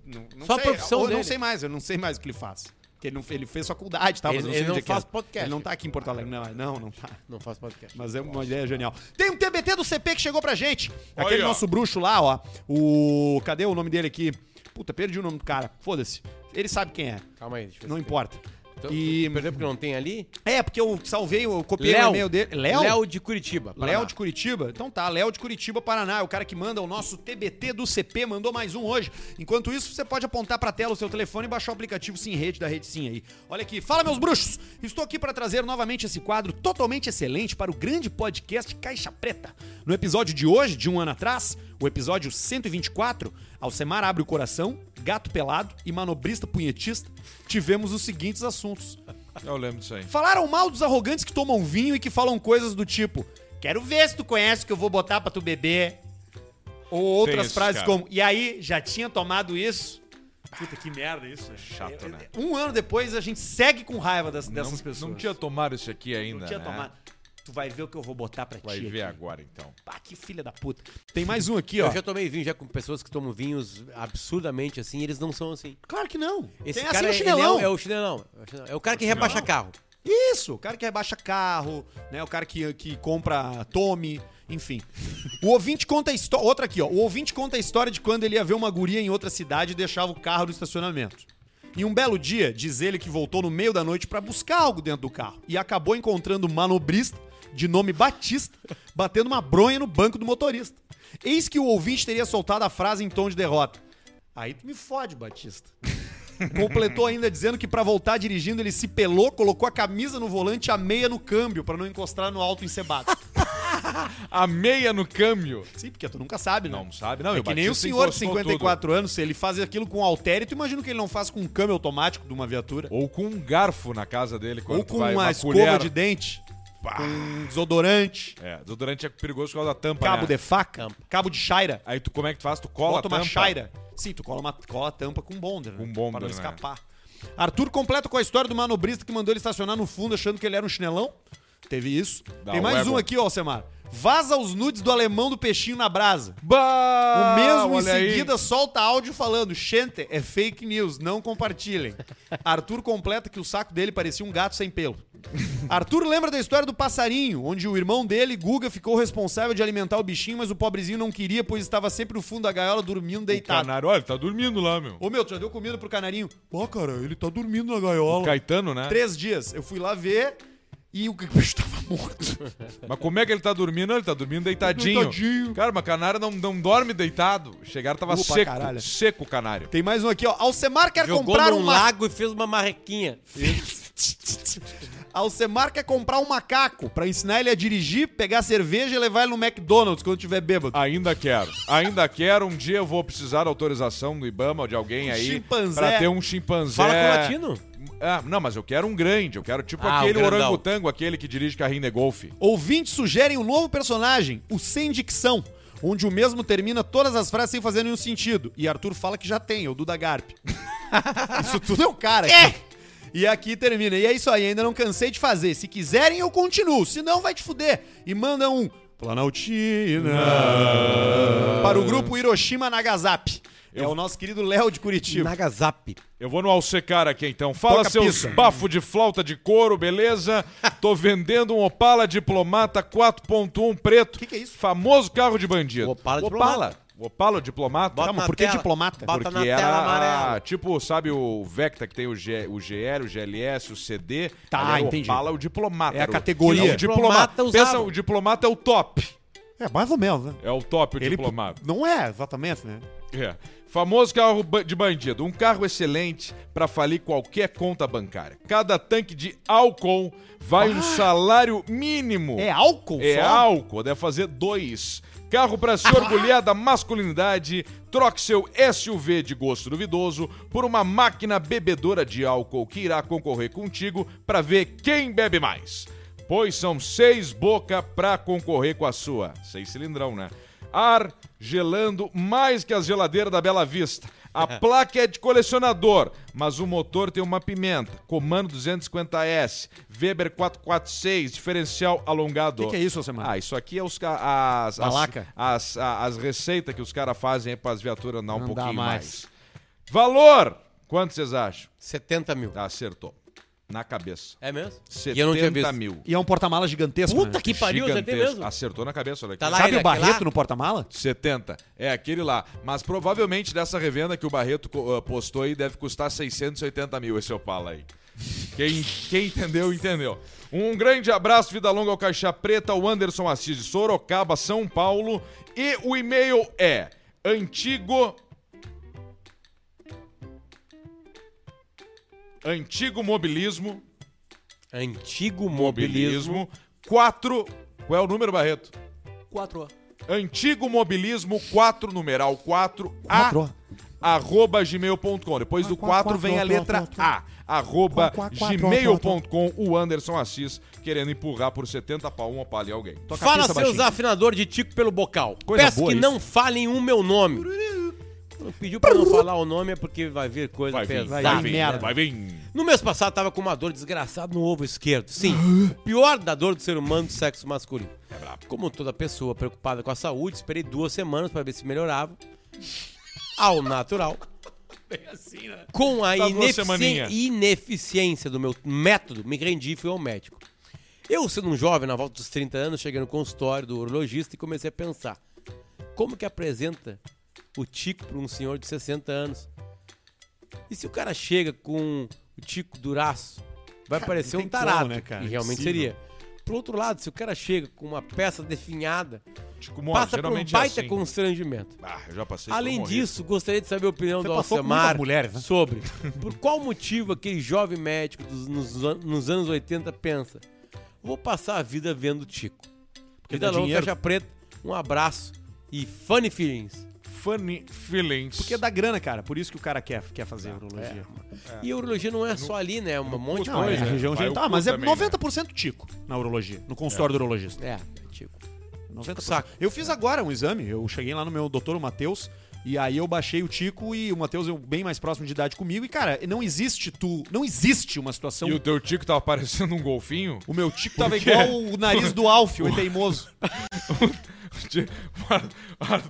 Speaker 1: Não, não
Speaker 3: Só a
Speaker 1: sei.
Speaker 3: profissão
Speaker 1: Eu não
Speaker 3: dele.
Speaker 1: sei mais, eu não sei mais o que ele faz. Porque ele, não, ele fez faculdade, tá?
Speaker 3: Ele-
Speaker 1: mas eu não
Speaker 3: ele
Speaker 1: sei
Speaker 3: não
Speaker 1: onde é que é.
Speaker 3: faz podcast.
Speaker 1: Ele não tá aqui em Porto Alegre. Não, não, não tá.
Speaker 3: Não faz podcast.
Speaker 1: Mas é uma ideia genial. Tem um TBT do CP que chegou pra gente.
Speaker 2: Olha
Speaker 1: Aquele
Speaker 2: aí, ó.
Speaker 1: nosso bruxo lá, ó. O. Cadê o nome dele aqui? Puta, perdi o nome do cara. Foda-se. Ele sabe quem é.
Speaker 3: Calma aí, deixa eu ver
Speaker 1: Não
Speaker 3: se-
Speaker 1: importa.
Speaker 3: Então,
Speaker 1: E.
Speaker 3: Perdeu porque não tem ali?
Speaker 1: É, porque eu salvei, eu copiei o e-mail dele. Léo?
Speaker 3: Léo de Curitiba. Paraná.
Speaker 1: Léo de Curitiba? Então tá, Léo de Curitiba, Paraná, é o cara que manda o nosso TBT do CP, mandou mais um hoje. Enquanto isso, você pode apontar pra tela o seu telefone e baixar o aplicativo Sim Rede da Rede Sim aí. Olha aqui, fala meus bruxos! Estou aqui para trazer novamente esse quadro totalmente excelente para o grande podcast Caixa Preta. No episódio de hoje, de um ano atrás, o episódio 124, Alcemar abre o coração, gato pelado e manobrista punhetista, tivemos os seguintes assuntos.
Speaker 2: Eu lembro disso aí.
Speaker 1: Falaram mal dos arrogantes que tomam vinho e que falam coisas do tipo: Quero ver se tu conhece o que eu vou botar pra tu beber. Ou outras
Speaker 2: esses
Speaker 1: frases
Speaker 2: caras.
Speaker 1: como: E aí, já tinha tomado isso? Puta que merda isso, né?
Speaker 2: Chato, né?
Speaker 1: Um ano depois a gente segue com raiva das- dessas
Speaker 2: não,
Speaker 1: pessoas.
Speaker 2: não tinha tomado isso aqui ainda,
Speaker 1: Não tinha
Speaker 2: né?
Speaker 1: tomado. Tu vai ver o que eu vou botar pra
Speaker 2: Vai
Speaker 1: ti.
Speaker 2: ver
Speaker 1: aqui.
Speaker 2: agora, então.
Speaker 1: Pá, que filha da puta. Tem mais um aqui, ó.
Speaker 3: Eu já tomei vinho já com pessoas que tomam vinhos absurdamente assim, e eles não são assim.
Speaker 1: Claro que não.
Speaker 3: Esse
Speaker 1: Tem
Speaker 3: cara
Speaker 1: assim o
Speaker 3: é, ele é,
Speaker 1: chinelão.
Speaker 3: o- é o chinelão. é o chinelão. É o cara que rebaixa carro.
Speaker 1: Isso, o cara que rebaixa carro, né? O cara que, que compra Tome, enfim. O ouvinte conta a história. Outra aqui, ó. O ouvinte conta a história de quando ele ia ver uma guria em outra cidade e deixava o carro no estacionamento. E um belo dia, diz ele que voltou no meio da noite pra buscar algo dentro do carro. E acabou encontrando um manobrista, de nome Batista, batendo uma bronha no banco do motorista. Eis que o ouvinte teria soltado a frase em tom de derrota. Aí tu me fode, Batista. Completou ainda dizendo que pra voltar dirigindo ele se pelou, colocou a camisa no volante e a meia no câmbio pra não encostar no alto encebado.
Speaker 2: A meia no câmbio.
Speaker 1: Sim, porque tu nunca sabe, né?
Speaker 2: Não, sabe? Não,
Speaker 1: é
Speaker 2: eu
Speaker 1: que nem o
Speaker 2: bati,
Speaker 1: senhor de
Speaker 2: encostou
Speaker 1: 54 anos, se ele faz aquilo com altéreo, tu imagina que ele não faz com um câmbio automático de uma viatura.
Speaker 2: tudo. Ou com um garfo na casa dele quando
Speaker 1: Ou
Speaker 2: tu
Speaker 1: com
Speaker 2: vai,
Speaker 1: uma, escova
Speaker 2: colher.
Speaker 1: de dente, com um desodorante,
Speaker 2: É, desodorante é perigoso por causa da tampa,
Speaker 1: cabo
Speaker 2: né?
Speaker 1: de faca, cabo de chaira.
Speaker 2: Aí tu, como é que tu faz? Tu cola
Speaker 1: Bota
Speaker 2: a
Speaker 1: uma
Speaker 2: tampa.
Speaker 1: chaira. Sim, tu cola, uma, cola a tampa com bonder, né?
Speaker 2: Com bonder,
Speaker 1: Pra não
Speaker 2: né?
Speaker 1: escapar. Arthur completa com a história do manobrista que mandou ele estacionar no fundo achando que ele era um chinelão. Teve isso.
Speaker 2: Da
Speaker 1: Tem mais
Speaker 2: Weber.
Speaker 1: um aqui, ó, Alcemar. Vaza os nudes do alemão do peixinho na brasa. O
Speaker 2: Bah,
Speaker 1: mesmo em
Speaker 2: olha aí.
Speaker 1: seguida solta áudio falando: Gente, é fake news, não compartilhem. Arthur completa que o saco dele parecia um gato sem pelo. Arthur lembra da história do passarinho, onde o irmão dele, Guga, ficou responsável de alimentar o bichinho, mas o pobrezinho não queria, pois estava sempre no fundo da gaiola dormindo
Speaker 2: O
Speaker 1: deitado.
Speaker 2: Canário, olha, ele tá dormindo lá, meu.
Speaker 1: Ô meu, tu já deu comida pro canarinho? Pô, cara, ele tá dormindo na
Speaker 2: O
Speaker 1: gaiola.
Speaker 2: Caetano, né?
Speaker 1: Três dias. Eu fui lá ver e o bicho tava morto.
Speaker 2: Mas como é que ele tá dormindo? Não, Ele tá dormindo deitadinho.
Speaker 1: Deitadinho.
Speaker 2: Cara, mas canário não, não dorme deitado. Chegaram, tava
Speaker 1: Opa,
Speaker 2: seco.
Speaker 1: caralho.
Speaker 2: Seco o canário.
Speaker 1: Tem mais um aqui, ó. Alcemar quer
Speaker 3: Jogou
Speaker 1: comprar
Speaker 3: num
Speaker 1: uma
Speaker 3: lago e fez uma marrequinha.
Speaker 1: Alcemar quer comprar um macaco pra ensinar ele a dirigir, pegar cerveja e levar ele no McDonald's quando tiver bêbado.
Speaker 2: Ainda quero. Ainda quero. Um dia eu vou precisar da autorização do Ibama ou de alguém
Speaker 1: Um
Speaker 2: aí.
Speaker 1: chimpanzé.
Speaker 2: Pra ter um chimpanzé.
Speaker 3: Fala com o
Speaker 1: É.
Speaker 3: latino.
Speaker 2: Ah, não, mas eu quero um grande. Eu quero tipo
Speaker 7: Ah, o
Speaker 2: aquele
Speaker 7: grandão.
Speaker 2: orangotango, aquele que dirige carrinho de golfe.
Speaker 1: Ouvintes sugerem um novo personagem, o Sem Dicção, onde o mesmo termina todas as frases sem fazer nenhum sentido. E Arthur fala que já tem, é o Duda Garp. isso tudo é o cara. aqui. E aqui termina. E é isso aí, ainda não cansei de fazer. Se quiserem, eu continuo. Se não, vai te fuder. E manda um Planaltina para o grupo Hiroshima Nagasaki. É o nosso querido Léo de Curitiba.
Speaker 3: Nagasap.
Speaker 2: Eu vou no Alcecar aqui então. Fala
Speaker 1: Toca
Speaker 2: seus
Speaker 1: pizza.
Speaker 2: bafo de flauta de couro, beleza? Tô vendendo um Opala Diplomata 4.1 preto.
Speaker 1: Que que é isso?
Speaker 2: Famoso carro de bandido.
Speaker 3: O Opala
Speaker 2: Opala. O Opala Diplomata.
Speaker 7: Bota
Speaker 2: Tá, mas
Speaker 7: na
Speaker 2: por que
Speaker 7: tela.
Speaker 2: Diplomata?
Speaker 7: Bota
Speaker 2: Porque
Speaker 7: na tela
Speaker 2: era
Speaker 7: amarela.
Speaker 2: tipo, sabe o Vecta que tem o, G, o GL, o GLS, o CD.
Speaker 1: Tá,
Speaker 2: Ele era
Speaker 1: entendi.
Speaker 2: O Opala, o Diplomata.
Speaker 1: É a
Speaker 2: Era o-
Speaker 1: categoria.
Speaker 2: É o Diplomata.
Speaker 3: Diplomata usava.
Speaker 2: Pensa, o Diplomata é o top.
Speaker 1: É, mais ou menos, né?
Speaker 2: É o top, o
Speaker 1: Ele
Speaker 2: Diplomata.
Speaker 1: não é exatamente, né?
Speaker 2: É. Famoso carro ba- de bandido. Um carro excelente pra falir qualquer conta bancária. Cada tanque de álcool vai um salário mínimo.
Speaker 1: É álcool
Speaker 2: É
Speaker 1: só?
Speaker 2: álcool, deve fazer dois. Carro pra se orgulhar da masculinidade. Troque seu SUV de gosto duvidoso por uma máquina bebedora de álcool que irá concorrer contigo pra ver quem bebe mais. Pois são seis boca pra concorrer com a sua. Seis cilindrão, né? Ar gelando mais que a geladeira da Bela Vista. A placa é de colecionador, mas o motor tem uma pimenta. Comando 250S, Weber 446, diferencial alongado.
Speaker 1: Que que é isso, Alcemar?
Speaker 2: Ah, isso aqui é os ca- as, as,
Speaker 1: Balaca?
Speaker 2: as, a- as receitas que os caras fazem para as viaturas andar um
Speaker 1: Não dá
Speaker 2: pouquinho mais.
Speaker 1: mais.
Speaker 2: Valor! Quanto vocês acham?
Speaker 3: 70 mil.
Speaker 2: Tá, acertou. Na cabeça.
Speaker 3: É mesmo?
Speaker 2: 70
Speaker 3: E eu não tinha visto.
Speaker 2: mil.
Speaker 1: E é um porta-mala gigantesco, né?
Speaker 3: Puta que pariu, acertei
Speaker 2: Gigantesco.
Speaker 3: mesmo.
Speaker 2: Acertou na cabeça, olha aqui.
Speaker 7: Tá lá
Speaker 1: Sabe
Speaker 7: ele,
Speaker 1: o Barreto
Speaker 7: aquele lá?
Speaker 1: no porta-mala?
Speaker 2: 70. É aquele lá. Mas provavelmente dessa revenda que o Barreto co- ah, postou aí deve custar 680 mil esse Opala aí. Quem, quem entendeu, entendeu. Um grande abraço, Vida Longa ao Caixa Preta, o Anderson Assis de Sorocaba, São Paulo. E o e-mail é antigo. Antigo mobilismo.
Speaker 3: Antigo mobilismo.
Speaker 2: Mobilismo. 4. Qual é o número, Barreto?
Speaker 7: 4
Speaker 2: Antigo Mobilismo 4, numeral 4,
Speaker 1: Quatro.
Speaker 2: a, arroba gmail.com. Depois do 4 vem a letra A, arroba gmail.com. O Anderson Assis querendo empurrar por 70 pra um para ali alguém. Toca a
Speaker 3: Fala
Speaker 2: pista,
Speaker 3: seus
Speaker 2: baixinho.
Speaker 3: afinador de tico pelo bocal.
Speaker 2: Coisa
Speaker 3: Peço
Speaker 2: boa
Speaker 3: que
Speaker 2: isso.
Speaker 3: não falem o meu nome. Quando Pediu pra não falar o nome é porque vai vir coisa
Speaker 2: Vai vir,
Speaker 3: pesada.
Speaker 2: vai
Speaker 1: vir,
Speaker 2: vir,
Speaker 1: merda.
Speaker 2: vai vir.
Speaker 3: No mês passado tava com uma dor desgraçada no ovo esquerdo. Sim, o pior da dor do ser humano do sexo masculino.
Speaker 2: É
Speaker 3: Como toda pessoa preocupada com a saúde, esperei duas semanas pra ver se melhorava. Ao natural. Com a
Speaker 2: Tá duas
Speaker 3: inefici-
Speaker 2: semaninha.
Speaker 3: ineficiência do meu método, me rendi e fui ao médico. Eu, sendo um jovem, na volta dos 30 anos, cheguei no consultório do urologista e comecei a pensar. Como que apresenta o tico pra um senhor de 60 anos? E se o cara chega com o tico duraço, vai parecer
Speaker 1: tem
Speaker 3: um tarado.
Speaker 1: como, né, cara?
Speaker 3: E realmente
Speaker 1: Impossível.
Speaker 3: seria. Por outro lado, se o cara chega com uma peça definhada,
Speaker 2: Tipo, morre,
Speaker 3: passa por um
Speaker 2: geralmente é
Speaker 3: baita
Speaker 2: assim.
Speaker 3: constrangimento.
Speaker 2: Ah, eu já passei
Speaker 3: Além
Speaker 2: por um
Speaker 3: disso, gostaria de saber a opinião
Speaker 1: Você
Speaker 3: do
Speaker 1: passou com
Speaker 3: Alcemar
Speaker 1: muitas mulheres, né?
Speaker 3: sobre por qual motivo aquele jovem médico dos- nos, an- nos anos 80 pensa: vou passar a vida vendo Tico. vida
Speaker 1: dá
Speaker 3: longa,
Speaker 1: dinheiro.
Speaker 3: caixa preta, um abraço e funny feelings.
Speaker 2: Funny feelings.
Speaker 1: Porque dá é grana, cara. Por isso que o cara quer, quer fazer
Speaker 2: é,
Speaker 1: urologia.
Speaker 3: E a urologia não é só ali, né? É um monte de
Speaker 1: Não, é,
Speaker 3: coisa.
Speaker 1: a região
Speaker 2: tipo, Vai
Speaker 1: genital.
Speaker 2: o
Speaker 1: Ah,
Speaker 2: cu
Speaker 1: mas é
Speaker 2: também, né?
Speaker 1: 90% tico na urologia, no consultório do urologista.
Speaker 3: É, Tico.
Speaker 1: 90%.
Speaker 3: saco.
Speaker 1: Eu fiz agora um exame, eu cheguei lá no meu doutor, o Matheus, e aí eu baixei o tico e o Matheus é bem mais próximo de idade comigo. E, cara, não existe tu. Não existe uma situação.
Speaker 2: E o teu tico tava parecendo um golfinho?
Speaker 1: O meu tico tava igual o nariz do Alf, o teimoso.
Speaker 2: Ti- Ar- Ar-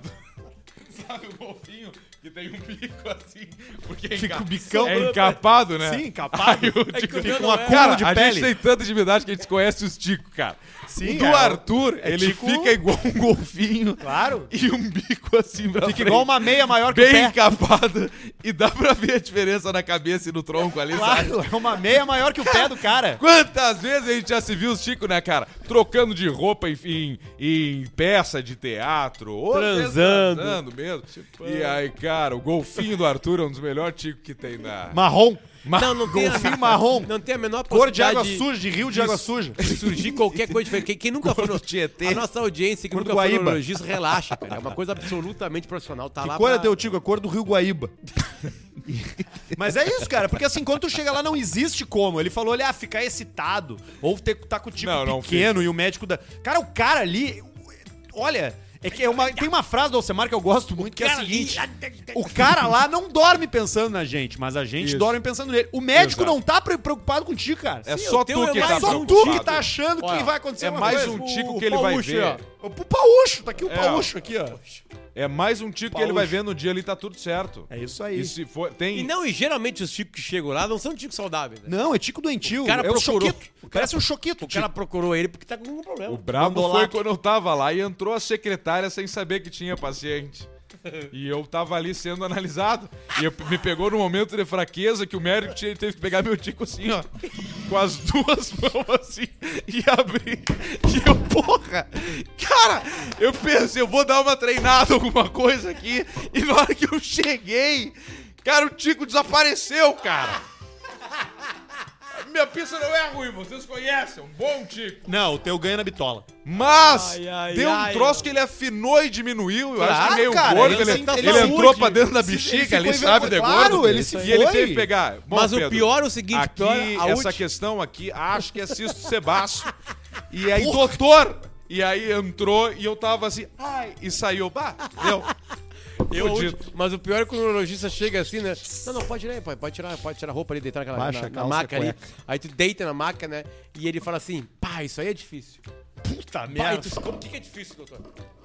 Speaker 2: Sabe o golfinho que tem um bico assim? Porque é
Speaker 1: Fica
Speaker 2: enca-
Speaker 1: o bicão.
Speaker 2: É encapado, né?
Speaker 1: Sim, capaz.
Speaker 2: Aí o tico-
Speaker 1: Fica
Speaker 3: meu
Speaker 1: um
Speaker 3: não é.
Speaker 1: acúmulo
Speaker 2: Cara,
Speaker 1: de
Speaker 2: a
Speaker 1: pele.
Speaker 2: gente tem tanta intimidade que a gente conhece os ticos, cara.
Speaker 1: Sim,
Speaker 2: o do
Speaker 1: é,
Speaker 2: Arthur,
Speaker 1: é
Speaker 2: ele
Speaker 1: tico-
Speaker 2: fica igual um golfinho
Speaker 1: Claro.
Speaker 2: e um bico assim pra
Speaker 1: Fica
Speaker 2: frente,
Speaker 1: igual uma meia maior que o
Speaker 2: Bem
Speaker 1: pé.
Speaker 2: encapado. E dá pra ver a diferença na cabeça e no tronco ali, sabe?
Speaker 1: Claro, é uma meia maior que o pé do cara.
Speaker 2: Quantas vezes a gente já se viu os ticos, né, cara? Trocando de roupa, enfim, em peça de teatro. Ou às vezes
Speaker 3: Transando.
Speaker 1: Tipo, é.
Speaker 2: transando mesmo. E aí, Cara, o golfinho do Arthur é um dos melhores ticos que tem na.
Speaker 1: Marrom.
Speaker 3: Não, não tem. a-
Speaker 1: Ah, Golfinho marrom.
Speaker 3: Não tem a menor
Speaker 1: Cor de
Speaker 3: possibilidade
Speaker 1: água suja, de rio de água suja.
Speaker 3: de surgir qualquer coisa diferente. Quem, quem nunca foi no
Speaker 1: Tietê.
Speaker 3: A nossa audiência que
Speaker 1: Cor
Speaker 3: nunca
Speaker 1: do
Speaker 3: foi no
Speaker 1: Guaíba.
Speaker 3: neurologista relaxa, cara. É uma coisa absolutamente profissional. Tá lá
Speaker 1: Que cor é
Speaker 3: pra-
Speaker 1: teu tico? É cor do Rio Guaíba. Mas é isso, cara, porque assim, quando tu chega lá, não existe como. Ele falou, olha, ah, ficar excitado, ou ter, tá com o tipo
Speaker 2: Não, não,
Speaker 1: pequeno e o médico da. Cara, o cara ali. Olha, é que é uma, tem uma frase do Alcemar que eu gosto muito, que é a
Speaker 3: cara ali-
Speaker 1: seguinte: o cara lá não dorme pensando na gente, mas a gente
Speaker 2: Isso.
Speaker 1: dorme pensando nele. O médico
Speaker 2: Exato.
Speaker 1: não tá pre- preocupado contigo, cara.
Speaker 2: É
Speaker 3: Sim,
Speaker 2: só
Speaker 3: o teu
Speaker 2: tu
Speaker 3: é
Speaker 2: que
Speaker 1: É
Speaker 3: mais
Speaker 2: tá
Speaker 1: só tu
Speaker 2: preocupado.
Speaker 1: que tá achando que
Speaker 3: Olha,
Speaker 1: vai acontecer
Speaker 2: é
Speaker 1: uma
Speaker 2: mais
Speaker 1: coisa.
Speaker 2: um
Speaker 3: O-
Speaker 2: tico
Speaker 3: o
Speaker 2: que ele vai
Speaker 3: Paulucci,
Speaker 2: ver.
Speaker 3: ó.
Speaker 1: O Paúcho, tá aqui o
Speaker 2: É, ó.
Speaker 1: Paúcho aqui, ó.
Speaker 2: É mais um tico que ele vai ver no dia ali, tá tudo certo.
Speaker 1: É isso aí.
Speaker 2: E se for. Tem.
Speaker 3: E não, e geralmente os tipos que chegam lá não são tipos saudáveis. Né?
Speaker 1: Não, é tico doentio.
Speaker 3: O cara
Speaker 1: é um
Speaker 3: procurou.
Speaker 1: choquito. Parece um choquito.
Speaker 3: O cara procurou ele porque tá com algum problema.
Speaker 2: O brabo
Speaker 1: Mandou
Speaker 2: foi
Speaker 1: lá.
Speaker 2: quando eu tava lá e entrou a secretária sem saber que tinha paciente. E eu tava ali sendo analisado. E eu- me pegou num momento de fraqueza que o médico tinha- teve que pegar meu tico assim, ó. Com as duas mãos assim e abrir. E eu, porra! Cara, eu pensei, eu vou dar uma treinada, alguma coisa aqui. E na hora que eu cheguei, cara, o tico desapareceu, cara. Minha pista não é ruim, vocês conhecem, é um bom tico.
Speaker 1: Não, o teu ganha na bitola.
Speaker 2: Mas
Speaker 3: Ai, ai,
Speaker 2: deu um
Speaker 3: ai,
Speaker 2: troço
Speaker 3: mano.
Speaker 2: que ele afinou e diminuiu. Eu acho que
Speaker 1: Claro,
Speaker 2: meio
Speaker 1: cara,
Speaker 2: gordo.
Speaker 1: ele
Speaker 2: Ele,
Speaker 1: sem tá
Speaker 2: ele
Speaker 1: saúde.
Speaker 2: entrou pra dentro da
Speaker 1: Se- ele
Speaker 2: bexiga
Speaker 1: ficou
Speaker 2: ali,
Speaker 1: envergon-
Speaker 2: sabe? De
Speaker 1: Claro,
Speaker 2: gordo.
Speaker 1: ele
Speaker 2: Isso
Speaker 1: se
Speaker 2: aí. E ele
Speaker 1: foi.
Speaker 2: teve que pegar. Bom,
Speaker 3: Mas o
Speaker 2: Pedro,
Speaker 3: pior é o seguinte,
Speaker 2: Aqui,
Speaker 3: pior, é a
Speaker 2: essa
Speaker 3: última-
Speaker 2: questão aqui, acho que é cisto sebaço. E aí, doutor... E aí entrou e eu tava assim, ai, e saiu. Bah, deu.
Speaker 3: Eu,
Speaker 2: Fudido.
Speaker 3: mas o pior é que o neurologista chega assim, né? Não, não, pode tirar aí, pai. Pode tirar, pode tirar a roupa ali, deitar naquela
Speaker 1: Baixa
Speaker 3: na,
Speaker 1: a
Speaker 3: na
Speaker 1: calça,
Speaker 3: maca ali.
Speaker 1: cueca.
Speaker 3: Aí tu deita na maca, né? E ele fala assim, pá, isso aí é difícil.
Speaker 1: Puta
Speaker 3: Pai, tu, como que que é difícil, doutor?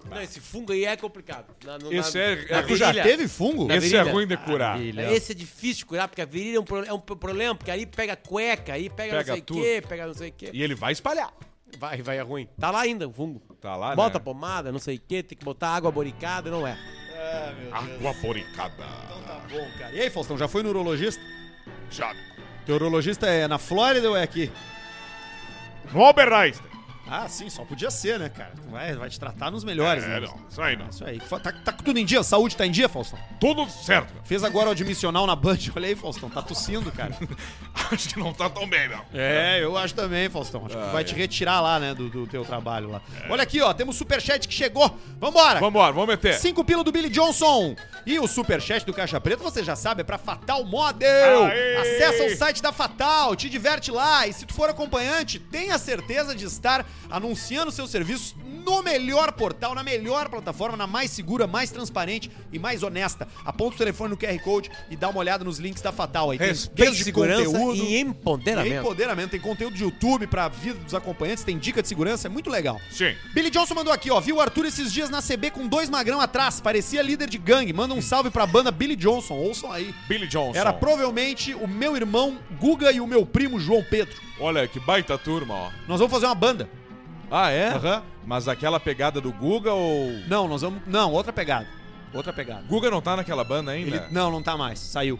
Speaker 3: Não, esse fungo aí é complicado. Na, no-
Speaker 2: Esse
Speaker 3: na-
Speaker 2: é-
Speaker 3: na
Speaker 2: é-
Speaker 1: Tu já
Speaker 3: virilha.
Speaker 1: teve fungo?
Speaker 3: Na
Speaker 2: Esse é
Speaker 3: virilha.
Speaker 2: ruim de curar.
Speaker 3: Esse é difícil de curar, porque a virilha é um, pro- é um pro- problema, porque aí pega cueca, aí pega,
Speaker 2: Pega
Speaker 3: não sei o
Speaker 2: tudo.
Speaker 3: quê, pega não sei o quê.
Speaker 2: E ele vai espalhar.
Speaker 3: Vai, vai, é ruim. Tá lá ainda o fungo.
Speaker 2: Tá lá,
Speaker 3: Bota
Speaker 2: né?
Speaker 3: pomada, não sei o quê, tem que botar água boricada, não é.
Speaker 2: Água poricada.
Speaker 1: E aí, Faustão, já foi no urologista?
Speaker 2: Já.
Speaker 1: Teu urologista é na Flórida ou é aqui?
Speaker 2: Robert Einstein.
Speaker 1: Ah, sim, só podia ser, né, cara? Tu Vai, vai te tratar nos melhores, né?
Speaker 2: isso aí É, não.
Speaker 1: Isso aí. Fa- Tá, tá com tudo em dia? Saúde tá em dia, Faustão?
Speaker 2: Tudo certo.
Speaker 1: Fez agora o admissional na Band. Olha aí, Faustão, tá tossindo, cara.
Speaker 2: Acho que não tá tão bem, não.
Speaker 1: É, eu acho também, Faustão. Acho que vai te retirar lá, né, do, do teu trabalho lá. Olha aqui, ó, temos superchat que chegou. Vambora!
Speaker 2: Vambora, vamos meter.
Speaker 1: Cinco pila do Billy Johnson. E o superchat do Caixa Preta, você já sabe, é pra Fatal Model.
Speaker 2: Aê!
Speaker 1: Acessa o site da Fatal, te diverte lá. E se tu for acompanhante, tenha certeza de estar anunciando seus serviços no melhor portal, na melhor plataforma, na mais segura, mais transparente e mais honesta. Aponta o telefone no QR Code e dá uma olhada nos links da Fatal aí. Tem
Speaker 3: Tem
Speaker 1: desde
Speaker 3: segurança e empoderamento.
Speaker 1: Empoderamento, tem conteúdo de YouTube pra vida dos acompanhantes, tem dica de segurança, é muito legal.
Speaker 2: Sim.
Speaker 1: Billy Johnson mandou aqui, ó. Viu o Arthur esses dias na CB com dois magrão atrás, parecia líder de gangue. Manda um salve pra banda Billy Johnson, ouçam aí.
Speaker 2: Billy Johnson.
Speaker 1: Era provavelmente o meu irmão Guga e o meu primo João Pedro.
Speaker 2: Olha, que baita turma, ó.
Speaker 1: Nós vamos fazer uma banda.
Speaker 2: Ah, é?
Speaker 1: Aham.
Speaker 2: Mas aquela pegada do Guga ou...
Speaker 1: Não, nós vamos. Não, outra pegada. Outra pegada.
Speaker 2: Guga não tá naquela banda ainda?
Speaker 1: Ele... Não, não tá mais. Saiu.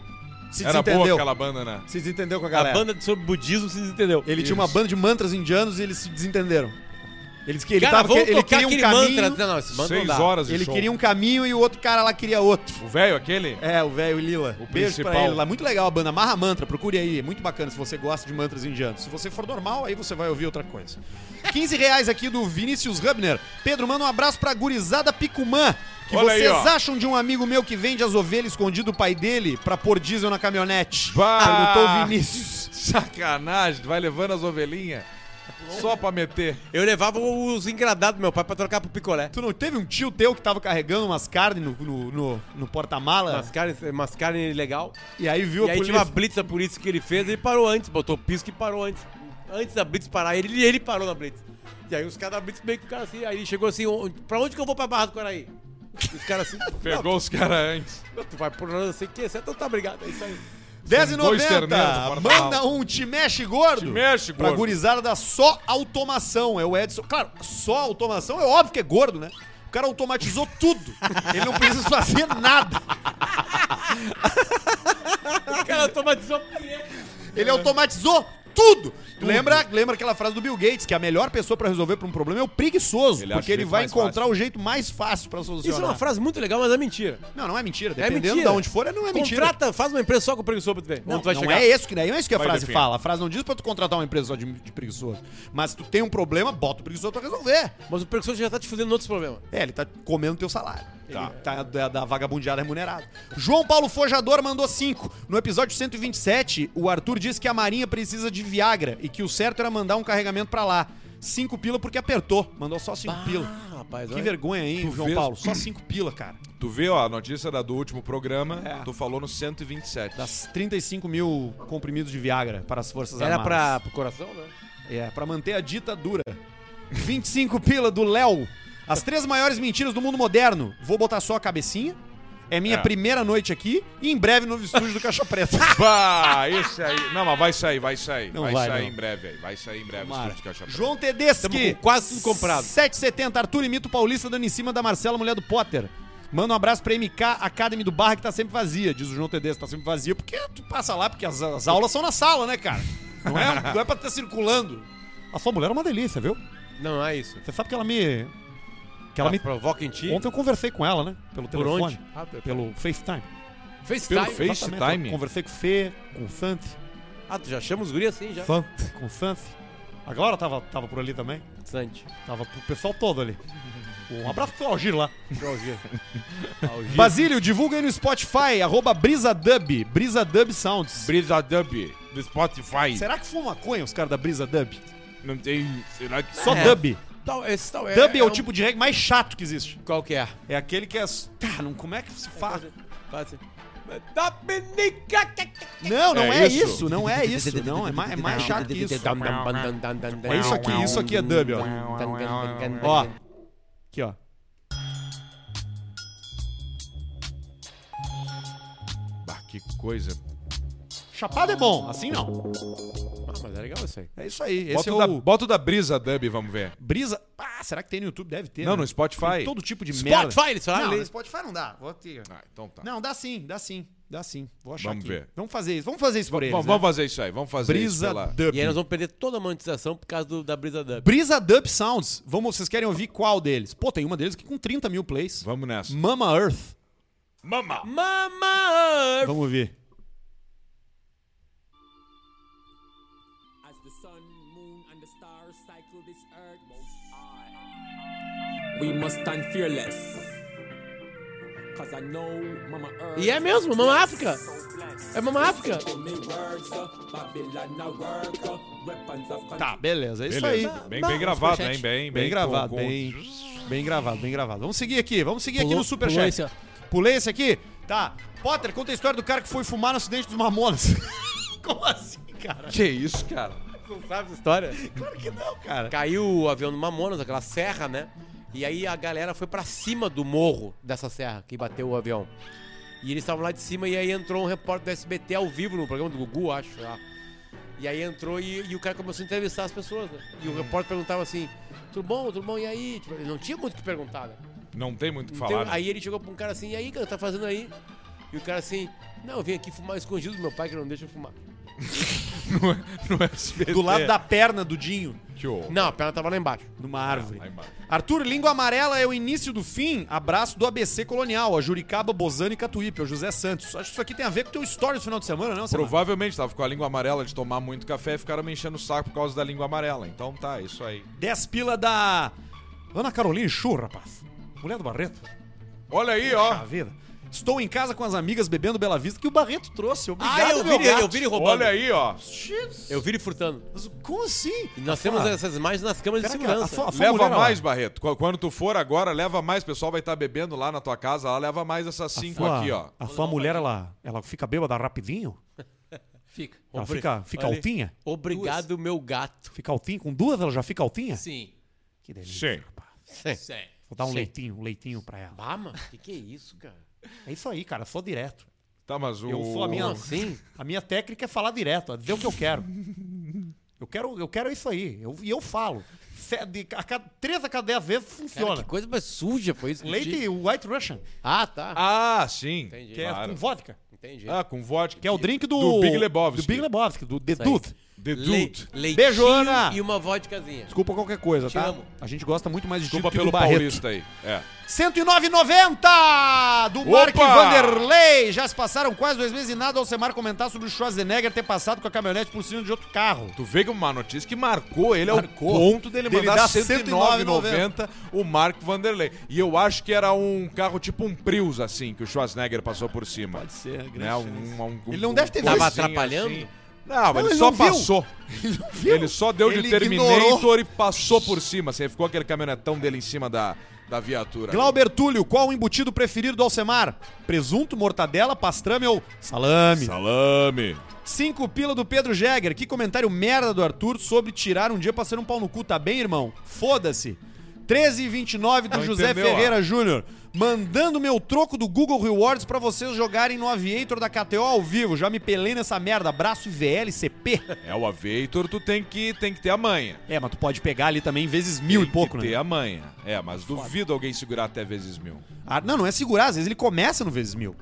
Speaker 1: Se
Speaker 2: Era boa
Speaker 1: desentendeu.
Speaker 2: aquela banda, né?
Speaker 1: Se desentendeu com a
Speaker 3: A
Speaker 1: galera.
Speaker 3: banda sobre budismo, vocês entenderam.
Speaker 1: Ele tinha uma
Speaker 2: Isso.
Speaker 1: banda de mantras indianos e eles se desentenderam. Eles que ele
Speaker 3: Cara,
Speaker 1: tava,
Speaker 3: vamos
Speaker 1: ele
Speaker 3: tocar
Speaker 1: queria um
Speaker 3: aquele
Speaker 1: caminho,
Speaker 3: mantra. Não, não, esse mantra
Speaker 2: Seis
Speaker 3: não dá.
Speaker 2: horas de
Speaker 1: ele
Speaker 2: show.
Speaker 1: queria um caminho e o outro cara lá queria outro.
Speaker 2: O velho aquele?
Speaker 1: É, o velho Lila.
Speaker 2: O
Speaker 1: Beijo pra
Speaker 2: principal.
Speaker 1: ele lá. Muito legal a banda Marra Mantra. Procure aí. É muito bacana se você gosta de mantras indianos. Se você for normal, aí você vai ouvir outra coisa. 15 reais aqui do Vinícius Hubner. Pedro, manda um abraço pra gurizada Picumã. Que
Speaker 2: Olha aí,
Speaker 1: vocês
Speaker 2: ó.
Speaker 1: acham de um amigo meu que vende as ovelhas escondido o pai dele pra pôr diesel na caminhonete? Ah.
Speaker 2: Bah!
Speaker 1: Perguntou o Vinícius.
Speaker 2: Sacanagem, vai levando as ovelhinhas só pra meter.
Speaker 3: Eu levava os engradados do meu pai pra trocar pro picolé.
Speaker 1: Tu não teve um tio teu que tava carregando umas carnes no, no, no- no porta-mala?
Speaker 3: Mascarne, mascarne legal.
Speaker 1: E aí viu
Speaker 3: E
Speaker 1: a
Speaker 3: aí
Speaker 1: polícia?
Speaker 3: tinha uma blitz da polícia que ele fez, ele parou antes, botou pisca e parou antes. Antes da blitz parar, ele, ele parou na blitz. E aí os caras da blitz meio que ficaram assim, aí ele chegou assim, "Ô, pra onde que eu vou pra Barra do Quaraí? E Os caras assim,
Speaker 2: Pegou os caras antes.
Speaker 3: "Não, tu vai por lá, não sei o que, você então tá obrigado, é isso aí.
Speaker 2: dois terneiros no
Speaker 1: 10,90.
Speaker 2: porta-mala.
Speaker 1: Manda um te mexe gordo.
Speaker 2: tá Te mexe,
Speaker 1: Pra
Speaker 2: gordo.
Speaker 1: gurizada da só automação. É o Edson. Claro, só automação é óbvio que é gordo, né? O cara automatizou tudo. Ele não precisa fazer nada.
Speaker 3: O cara automatizou o pinheiro.
Speaker 1: Ele automatizou tudo. Lembra, lembra aquela frase do Bill Gates, que a melhor pessoa pra resolver pra um problema é o preguiçoso,
Speaker 2: Ele acha
Speaker 1: porque
Speaker 2: o
Speaker 1: ele
Speaker 2: jeito
Speaker 1: vai
Speaker 2: mais
Speaker 1: encontrar o jeito mais fácil pra solucionar.
Speaker 3: Isso é uma frase muito legal, mas é mentira.
Speaker 1: Não, não é mentira.
Speaker 3: É
Speaker 1: Dependendo
Speaker 3: mentira.
Speaker 1: de onde for, não é mentira.
Speaker 3: Contrata, faz uma empresa só com preguiçoso pra tu ver.
Speaker 1: Não,
Speaker 3: Onde tu vai
Speaker 1: não
Speaker 3: chegar.
Speaker 1: é isso que não é isso que a
Speaker 2: Vai
Speaker 1: frase
Speaker 2: definir.
Speaker 1: fala. A frase não diz pra tu contratar uma empresa só de, de preguiçoso. Mas tu tem um problema, bota o preguiçoso pra resolver.
Speaker 3: Mas o preguiçoso já tá te fudendo em outros problemas.
Speaker 1: É, ele tá comendo teu salário. Tá. tá da, da vagabundeada remunerada. João Paulo Fojador mandou 5. No episódio 127, o Arthur disse que a Marinha precisa de Viagra e que o certo era mandar um carregamento pra lá. 5 pila porque apertou. Mandou só 5 pila.
Speaker 3: Ah, rapaz,
Speaker 1: Que
Speaker 3: olha.
Speaker 1: vergonha, hein,
Speaker 2: Tu
Speaker 1: João
Speaker 2: vês-
Speaker 1: Paulo? Só 5 pila, cara.
Speaker 2: Tu vê, ó, a notícia da do último programa,
Speaker 1: É.
Speaker 2: tu falou no 127.
Speaker 1: Das 35 mil comprimidos de Viagra para as Forças
Speaker 3: Era
Speaker 1: Armadas.
Speaker 3: pra, pro coração, né?
Speaker 1: É, pra manter a ditadura. 25 pila do Léo. As três maiores mentiras do mundo moderno. Vou botar só a cabecinha. É minha
Speaker 2: É.
Speaker 1: primeira noite aqui. E em breve novo estúdio do Caixa Preta.
Speaker 2: Pá, esse aí. Não, mas vai sair, vai sair.
Speaker 1: Não
Speaker 2: vai,
Speaker 1: vai,
Speaker 2: sair
Speaker 1: não.
Speaker 2: em breve aí. Vai sair em breve.
Speaker 1: Tomara.
Speaker 2: Estúdio Caixa Preta.
Speaker 1: João Tedeschi.
Speaker 3: Tamo com quase tudo comprado.
Speaker 1: 770. Arthur Imito Paulista dando em cima da Marcela, mulher do Potter. Manda um abraço pra MK Academy do Barra, que tá sempre vazia, diz o João Tedeschi. Tá sempre vazia porque tu passa lá, porque as, as aulas são na sala, né, cara? Não é, não é pra estar circulando. A sua mulher é uma delícia, viu?
Speaker 3: Não, é isso.
Speaker 1: Você sabe que ela me. Que
Speaker 3: Ela me provoca em ti.
Speaker 1: Ontem eu conversei com ela, né? Pelo
Speaker 3: Por
Speaker 1: telefone.
Speaker 3: onde? Ah, pelo
Speaker 1: Pelo FaceTime.
Speaker 3: FaceTime.
Speaker 2: pelo Face- FaceTime?
Speaker 1: Exatamente. Eu Conversei com o Fê, com o Santi.
Speaker 3: Ah, tu já chama os guri assim já.
Speaker 1: Santi. Com o Santi. A Glória tava, tava por ali também.
Speaker 3: Sante.
Speaker 1: Tava o pessoal todo ali. Um abraço pro Algir lá.
Speaker 3: Mas
Speaker 1: Basílio, divulga aí no Spotify, arroba BrisaDub, BrisaDub Sounds.
Speaker 2: Brisa Dub do Spotify.
Speaker 1: Será que foi maconha os caras da BrisaDub?
Speaker 2: Não tem. Será que.
Speaker 1: Só
Speaker 3: É.
Speaker 1: dub.
Speaker 3: tal, esse tal é.
Speaker 1: dub é, o
Speaker 3: um-
Speaker 1: tipo de reggae mais chato que existe.
Speaker 3: Qual que é?
Speaker 1: É aquele que é... Tá, não, como é que se faz?
Speaker 3: Faz assim. Dominica!
Speaker 1: Não, não é,
Speaker 2: É
Speaker 1: isso.
Speaker 2: isso.
Speaker 1: não é isso. Não, é mais, é mais chato que isso.
Speaker 3: É
Speaker 1: isso aqui, isso aqui é dub, ó. Ó. Aqui, ó.
Speaker 2: Bah, que coisa.
Speaker 1: Chapado é bom, assim não.
Speaker 3: Mas é legal isso aí.
Speaker 1: É isso aí. Esse
Speaker 2: Bota
Speaker 1: é
Speaker 2: o, da,
Speaker 1: o
Speaker 2: bota o da Brisa Dub, vamos ver.
Speaker 1: Brisa. Ah, será que tem no YouTube? Deve ter.
Speaker 2: Não,
Speaker 1: né?
Speaker 2: no Spotify.
Speaker 1: Tem todo tipo de merda.
Speaker 3: Spotify, eles
Speaker 1: Não,
Speaker 3: falaram.
Speaker 1: no Spotify não dá. Vou te-
Speaker 2: Ah, então tá.
Speaker 1: Não, dá sim, dá sim. Dá sim. Vou achar
Speaker 2: Vamos
Speaker 1: aqui.
Speaker 2: ver.
Speaker 1: Vamos fazer isso. Vamos fazer isso por
Speaker 2: Vamos,
Speaker 1: eles.
Speaker 2: vamos
Speaker 1: né?
Speaker 2: fazer isso aí, vamos fazer isso
Speaker 1: Brisa
Speaker 2: pela...
Speaker 1: Dub.
Speaker 3: E aí nós vamos perder toda a monetização por causa do- da brisa dub.
Speaker 1: Brisa Dub Sounds. Vamos, vocês querem ouvir qual deles? Pô, tem uma deles que com 30 mil plays.
Speaker 2: Vamos nessa.
Speaker 1: Mama Earth.
Speaker 2: Mama!
Speaker 3: Mama!
Speaker 1: Vamos ouvir.
Speaker 7: As the sun, moon, and the stars cycle this earth, most high. We must stand fearless. Cause I know Mama Earth.
Speaker 3: E é mesmo, Mama África. É Mama África.
Speaker 7: uh,
Speaker 1: Tá, beleza. É isso
Speaker 2: Beleza.
Speaker 1: aí.
Speaker 2: Bem,
Speaker 3: Bah,
Speaker 2: bem gravado,
Speaker 3: pochete.
Speaker 2: hein? Bem,
Speaker 1: Bem
Speaker 2: bem, com-
Speaker 1: gravado,
Speaker 2: com-
Speaker 1: bem, bem gravado, bem gravado. Vamos seguir aqui, vamos seguir aqui
Speaker 3: Pulou-
Speaker 1: no
Speaker 3: pulou
Speaker 1: Superchat.
Speaker 3: esse, ó.
Speaker 1: Pulei esse aqui? Tá. Potter, conta a história do cara que foi fumar no acidente dos mamonas. Como assim, cara?
Speaker 2: Que isso, cara?
Speaker 3: Não sabe essa história?
Speaker 1: Claro que não, cara.
Speaker 3: Caiu o avião do Mamonas, aquela serra, né? E aí a galera foi pra cima do morro dessa serra que bateu o avião. E eles estavam lá de cima e aí entrou um repórter da SBT ao vivo no programa do Gugu, acho. Lá. E aí entrou e, e o cara começou a entrevistar as pessoas, né? E o
Speaker 2: Uhum.
Speaker 3: repórter perguntava assim, tudo bom, tudo bom, e aí? Tipo, ele não tinha muito o que perguntar, né?
Speaker 2: Não tem muito o que
Speaker 3: Então,
Speaker 2: falar. né?
Speaker 3: aí ele chegou pra um cara assim, e aí, cara, tá fazendo aí? E o cara assim, não, eu vim aqui fumar escondido do meu pai que não deixa eu fumar.
Speaker 2: No, no SBT.
Speaker 1: Do lado da né? perna do Dinho,
Speaker 2: É. Que horror.
Speaker 3: Não, a perna tava lá embaixo.
Speaker 1: numa árvore.
Speaker 2: Lá embaixo.
Speaker 1: Arthur, língua amarela é o início do fim. Abraço do ABC Colonial, a Juricaba, Bozano e Catuípe, o José Santos. Acho que isso aqui tem a ver com o teu story do final de semana, não? Samara?
Speaker 2: Provavelmente tava com a língua amarela de tomar muito café e ficaram me enchendo o saco por causa da língua amarela. Então tá, isso aí.
Speaker 1: 10 pila da Ana Carolina Chu, rapaz. Mulher do Barreto.
Speaker 2: Olha aí,
Speaker 1: Puxa
Speaker 2: ó.
Speaker 1: vida. Estou em casa com as amigas bebendo Bela Vista que o Barreto trouxe. Obrigado,
Speaker 3: ah, eu vi,
Speaker 1: meu
Speaker 3: ele- eu,
Speaker 1: gato.
Speaker 3: vi ele roubando.
Speaker 2: Olha aí, ó.
Speaker 3: Eu vi ele furtando.
Speaker 1: Mas como assim?
Speaker 3: E nós temos
Speaker 1: Ah,
Speaker 3: essas imagens nas câmeras de
Speaker 1: pera que a- a
Speaker 3: segurança.
Speaker 1: fo- a fo-
Speaker 2: Leva
Speaker 1: mulher, ó.
Speaker 2: mais, Barreto. Qu- Quando tu for agora, leva mais. O pessoal vai estar bebendo lá na tua casa. Lá, leva mais essas
Speaker 1: a
Speaker 2: cinco
Speaker 1: sua-
Speaker 2: aqui, ó.
Speaker 1: A sua mulher, ela, ela fica bêbada rapidinho?
Speaker 7: Fica.
Speaker 1: Ela
Speaker 3: Obri-
Speaker 1: fica, fica
Speaker 3: Olha aí.
Speaker 1: altinha?
Speaker 3: Obrigado, meu gato.
Speaker 1: Fica altinha? Com duas ela já fica altinha?
Speaker 7: Sim.
Speaker 1: Que delícia.
Speaker 2: Sim.
Speaker 7: Sim.
Speaker 1: Vou dar um
Speaker 3: Sim.
Speaker 1: leitinho, um leitinho pra ela.
Speaker 3: Ah, mano, que que é isso, cara?
Speaker 1: É isso aí, cara. Sou direto.
Speaker 2: Tá, mas o.
Speaker 1: Eu sou a minha.
Speaker 3: Como assim?
Speaker 1: A minha técnica é falar direto, ó, dizer o que eu quero. Eu quero, eu quero isso aí. Eu, e eu falo. Se- de- a cada, três a cada dez vezes
Speaker 3: Cara,
Speaker 1: funciona.
Speaker 3: que coisa mais suja foi isso. que eu tive.
Speaker 1: Leite White Russian,
Speaker 3: Ah, tá.
Speaker 2: Ah, sim.
Speaker 3: Entendi.
Speaker 1: que é
Speaker 2: Claro.
Speaker 1: com vodka.
Speaker 3: Entendi.
Speaker 2: Ah, com vodka.
Speaker 1: Que é o drink do.
Speaker 2: Do Big Lebowski.
Speaker 1: Do Big Lebowski, do The
Speaker 3: aí.
Speaker 1: Dude.
Speaker 2: The
Speaker 3: Le,
Speaker 2: Dude.
Speaker 3: leitinho
Speaker 1: Beijo, Ana.
Speaker 3: e uma vodkazinha.
Speaker 1: Desculpa qualquer coisa,
Speaker 3: Te
Speaker 1: tá?
Speaker 3: amo.
Speaker 1: A gente gosta muito mais de
Speaker 2: Desculpa
Speaker 1: Tito que
Speaker 2: pelo
Speaker 1: do Barreto.
Speaker 2: paulista aí. É.
Speaker 1: 109,90 do Mark
Speaker 2: Opa!
Speaker 1: Vanderlei. Já se passaram quase dois meses e nada ao Semar comentar sobre o Schwarzenegger ter passado com a caminhonete por cima de outro carro.
Speaker 2: Tu vê que é uma notícia que marcou ele
Speaker 1: Marcou.
Speaker 2: ao ponto dele
Speaker 1: Dele
Speaker 2: mandar
Speaker 1: dar
Speaker 2: 109,90 o Mark Vanderlei. E eu acho que era um carro tipo um Prius, assim, que o Schwarzenegger passou por cima. Pode
Speaker 1: ser, grande
Speaker 2: né?
Speaker 1: chance.
Speaker 2: um, um- um-
Speaker 1: Ele não deve ter
Speaker 2: coisinha
Speaker 3: Tava atrapalhando?
Speaker 2: Não, ele,
Speaker 1: ele
Speaker 2: só
Speaker 1: não viu.
Speaker 2: passou. Ele só deu de
Speaker 1: Ele
Speaker 2: Terminator
Speaker 1: ignorou.
Speaker 2: e passou por cima. Assim, ficou aquele caminhonetão dele em cima da, da viatura.
Speaker 1: Glauber Túlio, qual o embutido preferido do Alcemar? Presunto, mortadela, pastrame ou salame?
Speaker 2: Salame.
Speaker 1: Cinco pila do Pedro Jäger. Que comentário merda do Arthur sobre tirar um dia pra ser um pau no cu, tá bem, irmão? Foda-se. 13 e 29 do
Speaker 2: Não
Speaker 1: José
Speaker 2: entendeu,
Speaker 1: Ferreira Júnior. Mandando meu troco do Google Rewards pra vocês jogarem no Aviator da KTO ao vivo. Já me pelei nessa merda. Abraço VLCP.
Speaker 2: É o Aveitor, tu tem que, tem que ter a manha.
Speaker 1: É, mas tu pode pegar ali também vezes mil
Speaker 2: Tem
Speaker 1: e pouco,
Speaker 2: que ter
Speaker 1: né?
Speaker 2: a manha. É, mas duvido alguém segurar até vezes mil.
Speaker 1: Ah, não, não é segurar. Às vezes ele começa no vezes mil.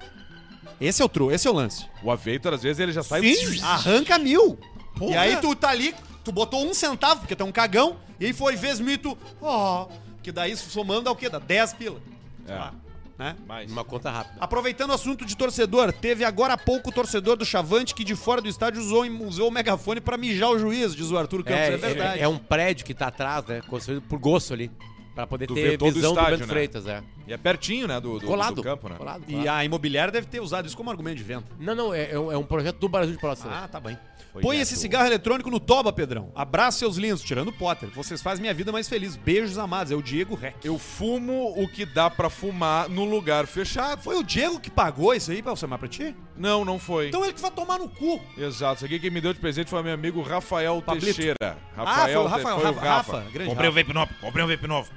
Speaker 1: Esse é o tru, esse é o lance.
Speaker 2: O Aveitor, às vezes, ele já sai... Ah,
Speaker 1: Sim, arranca mil.
Speaker 2: Porra.
Speaker 1: E aí tu tá ali, tu botou um centavo, porque tu é um cagão, e aí foi vezes mil e tu. Ó, que daí isso somando dá o quê? Dá 10 pila. Sei
Speaker 2: É.
Speaker 1: lá, né?
Speaker 2: Mas...
Speaker 3: Uma conta rápida.
Speaker 1: Aproveitando o assunto de torcedor, teve agora há pouco o torcedor do Chavante que de fora do estádio usou, usou o megafone pra mijar o juiz, diz o Arthur Campos. É, verdade.
Speaker 3: É, um prédio que tá atrás, né? Construído por gosto ali. Pra poder
Speaker 2: Tu vê
Speaker 3: ter
Speaker 2: todo o
Speaker 3: visão do
Speaker 2: estádio,
Speaker 3: Bento
Speaker 2: né?
Speaker 3: Freitas, é.
Speaker 2: E é pertinho, né, do, do,
Speaker 3: Colado.
Speaker 2: do campo, né?
Speaker 3: Colado, colado.
Speaker 1: E a imobiliária deve ter usado isso como argumento de venda.
Speaker 3: Não, não, é, é um é um projeto do Brasil de Próximo.
Speaker 1: Ah, tá bem.
Speaker 2: Pois
Speaker 1: Põe
Speaker 2: é,
Speaker 1: esse
Speaker 2: tu-
Speaker 1: cigarro eletrônico no toba, Pedrão. Abraça seus lindos, tirando o Potter. Vocês fazem minha vida mais feliz. Beijos amados. É o Diego Reck.
Speaker 2: Eu fumo o que dá pra fumar no lugar fechado.
Speaker 1: Ah, Foi o Diego que pagou isso aí pra você chamar pra ti?
Speaker 2: Não, não foi.
Speaker 1: Então ele que vai tomar no cu.
Speaker 2: Exato, isso aqui quem me deu de presente foi meu amigo Rafael
Speaker 1: Pablito. Ah,
Speaker 2: Teixeira.
Speaker 1: foi o
Speaker 2: Te-
Speaker 1: Rafael,
Speaker 2: foi o
Speaker 1: Rafa, Rafa, grande Comprei um
Speaker 2: Rafa.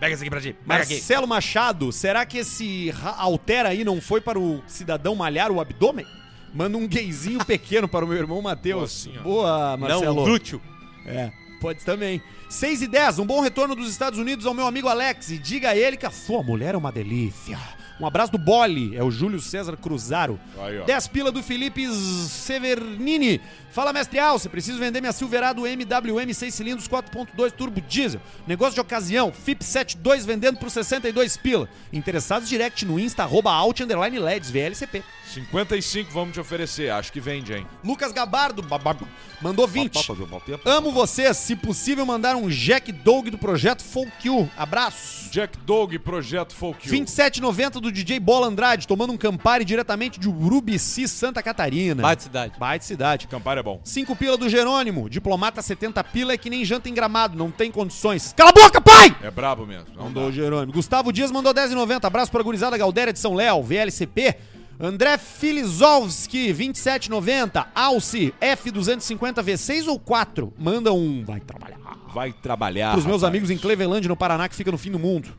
Speaker 1: Marcelo Machado, será que esse ra- altera aí não foi para o cidadão malhar o abdômen? Manda um gayzinho pequeno para o meu irmão Matheus.
Speaker 2: Boa, sim, ó.
Speaker 1: Boa, Marcelo.
Speaker 3: Não, glúteo.
Speaker 1: É, pode também. 6 e 10, um bom retorno dos Estados Unidos ao meu amigo Alex. E diga a ele que a sua mulher é uma delícia. Um abraço do Bole, é o Júlio César Cruzaro.
Speaker 2: Aí, ó.
Speaker 1: 10 pila do Felipe Severnini. Fala, mestre Alce, preciso vender minha Silverado MWM 6 cilindros 4.2 turbo diesel. Negócio de ocasião, FIP 72 vendendo por 62 pila. Interessados direct no Insta, arroba alt, underline LEDs, VLCP.
Speaker 2: 55 vamos te oferecer, acho que vende, hein?
Speaker 1: Lucas Gabardo ba- ba- mandou 20. Amo vocês. Se possível, mandar um Jack Dog do projeto Folk U. Abraço.
Speaker 2: Jack Dog, Projeto Folk.
Speaker 1: 27,90 do DJ Bola Andrade, tomando um Campari diretamente de Urubici, Santa Catarina.
Speaker 3: Baita cidade.
Speaker 1: Baita cidade.
Speaker 2: Campar é bom.
Speaker 1: 5 pila do Jerônimo. Diplomata 70 pila é que nem janta em gramado, não tem condições. Cala a boca, pai!
Speaker 2: É brabo mesmo. Não
Speaker 1: Mandou
Speaker 2: dá.
Speaker 1: o Jerônimo. Gustavo Dias mandou 10,90. Abraço pra gurizada Galdéria de São Léo, VLCP. André Filizovski, 27,90. Alce, F250 V6 ou 4? Manda um. Vai trabalhar.
Speaker 2: Vai trabalhar.
Speaker 1: Pros meus
Speaker 2: Ah, rapaz.
Speaker 1: amigos em Cleveland, no Paraná, que fica no fim do mundo.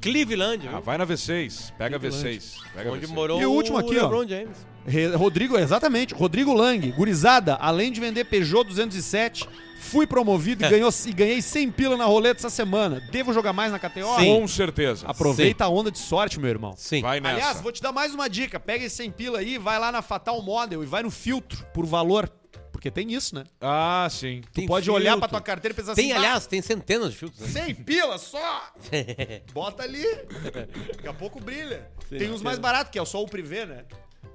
Speaker 3: Cleveland,
Speaker 2: Ah,
Speaker 3: viu?
Speaker 2: vai na V6. Pega a V6. Pega a
Speaker 3: onde
Speaker 2: V6.
Speaker 3: morou
Speaker 1: E o último aqui, ó.
Speaker 3: LeBron James.
Speaker 1: Re- Rodrigo, exatamente. Rodrigo Lang, gurizada, além de vender Peugeot 207, fui promovido e, ganhou, e ganhei 100 pila na roleta essa semana. Devo jogar mais na KTO?
Speaker 2: Com certeza.
Speaker 1: Aproveita a onda de sorte, meu irmão.
Speaker 3: Sim.
Speaker 2: Vai nessa.
Speaker 1: Aliás, vou te dar mais uma dica. Pega esse 100 pila aí, vai lá na Fatal Model e vai no filtro por valor. Porque tem isso, né?
Speaker 2: Ah, sim.
Speaker 1: Tu
Speaker 3: Tem
Speaker 1: pode olhar pra
Speaker 3: filtro.
Speaker 1: tua carteira e pensar
Speaker 3: Tem,
Speaker 1: assim...
Speaker 3: aliás, tem centenas de filtros. né?
Speaker 1: "Ah, 100 pila só! Bota ali. Daqui a pouco brilha. tem uns mais baratos, que é só o privê, né?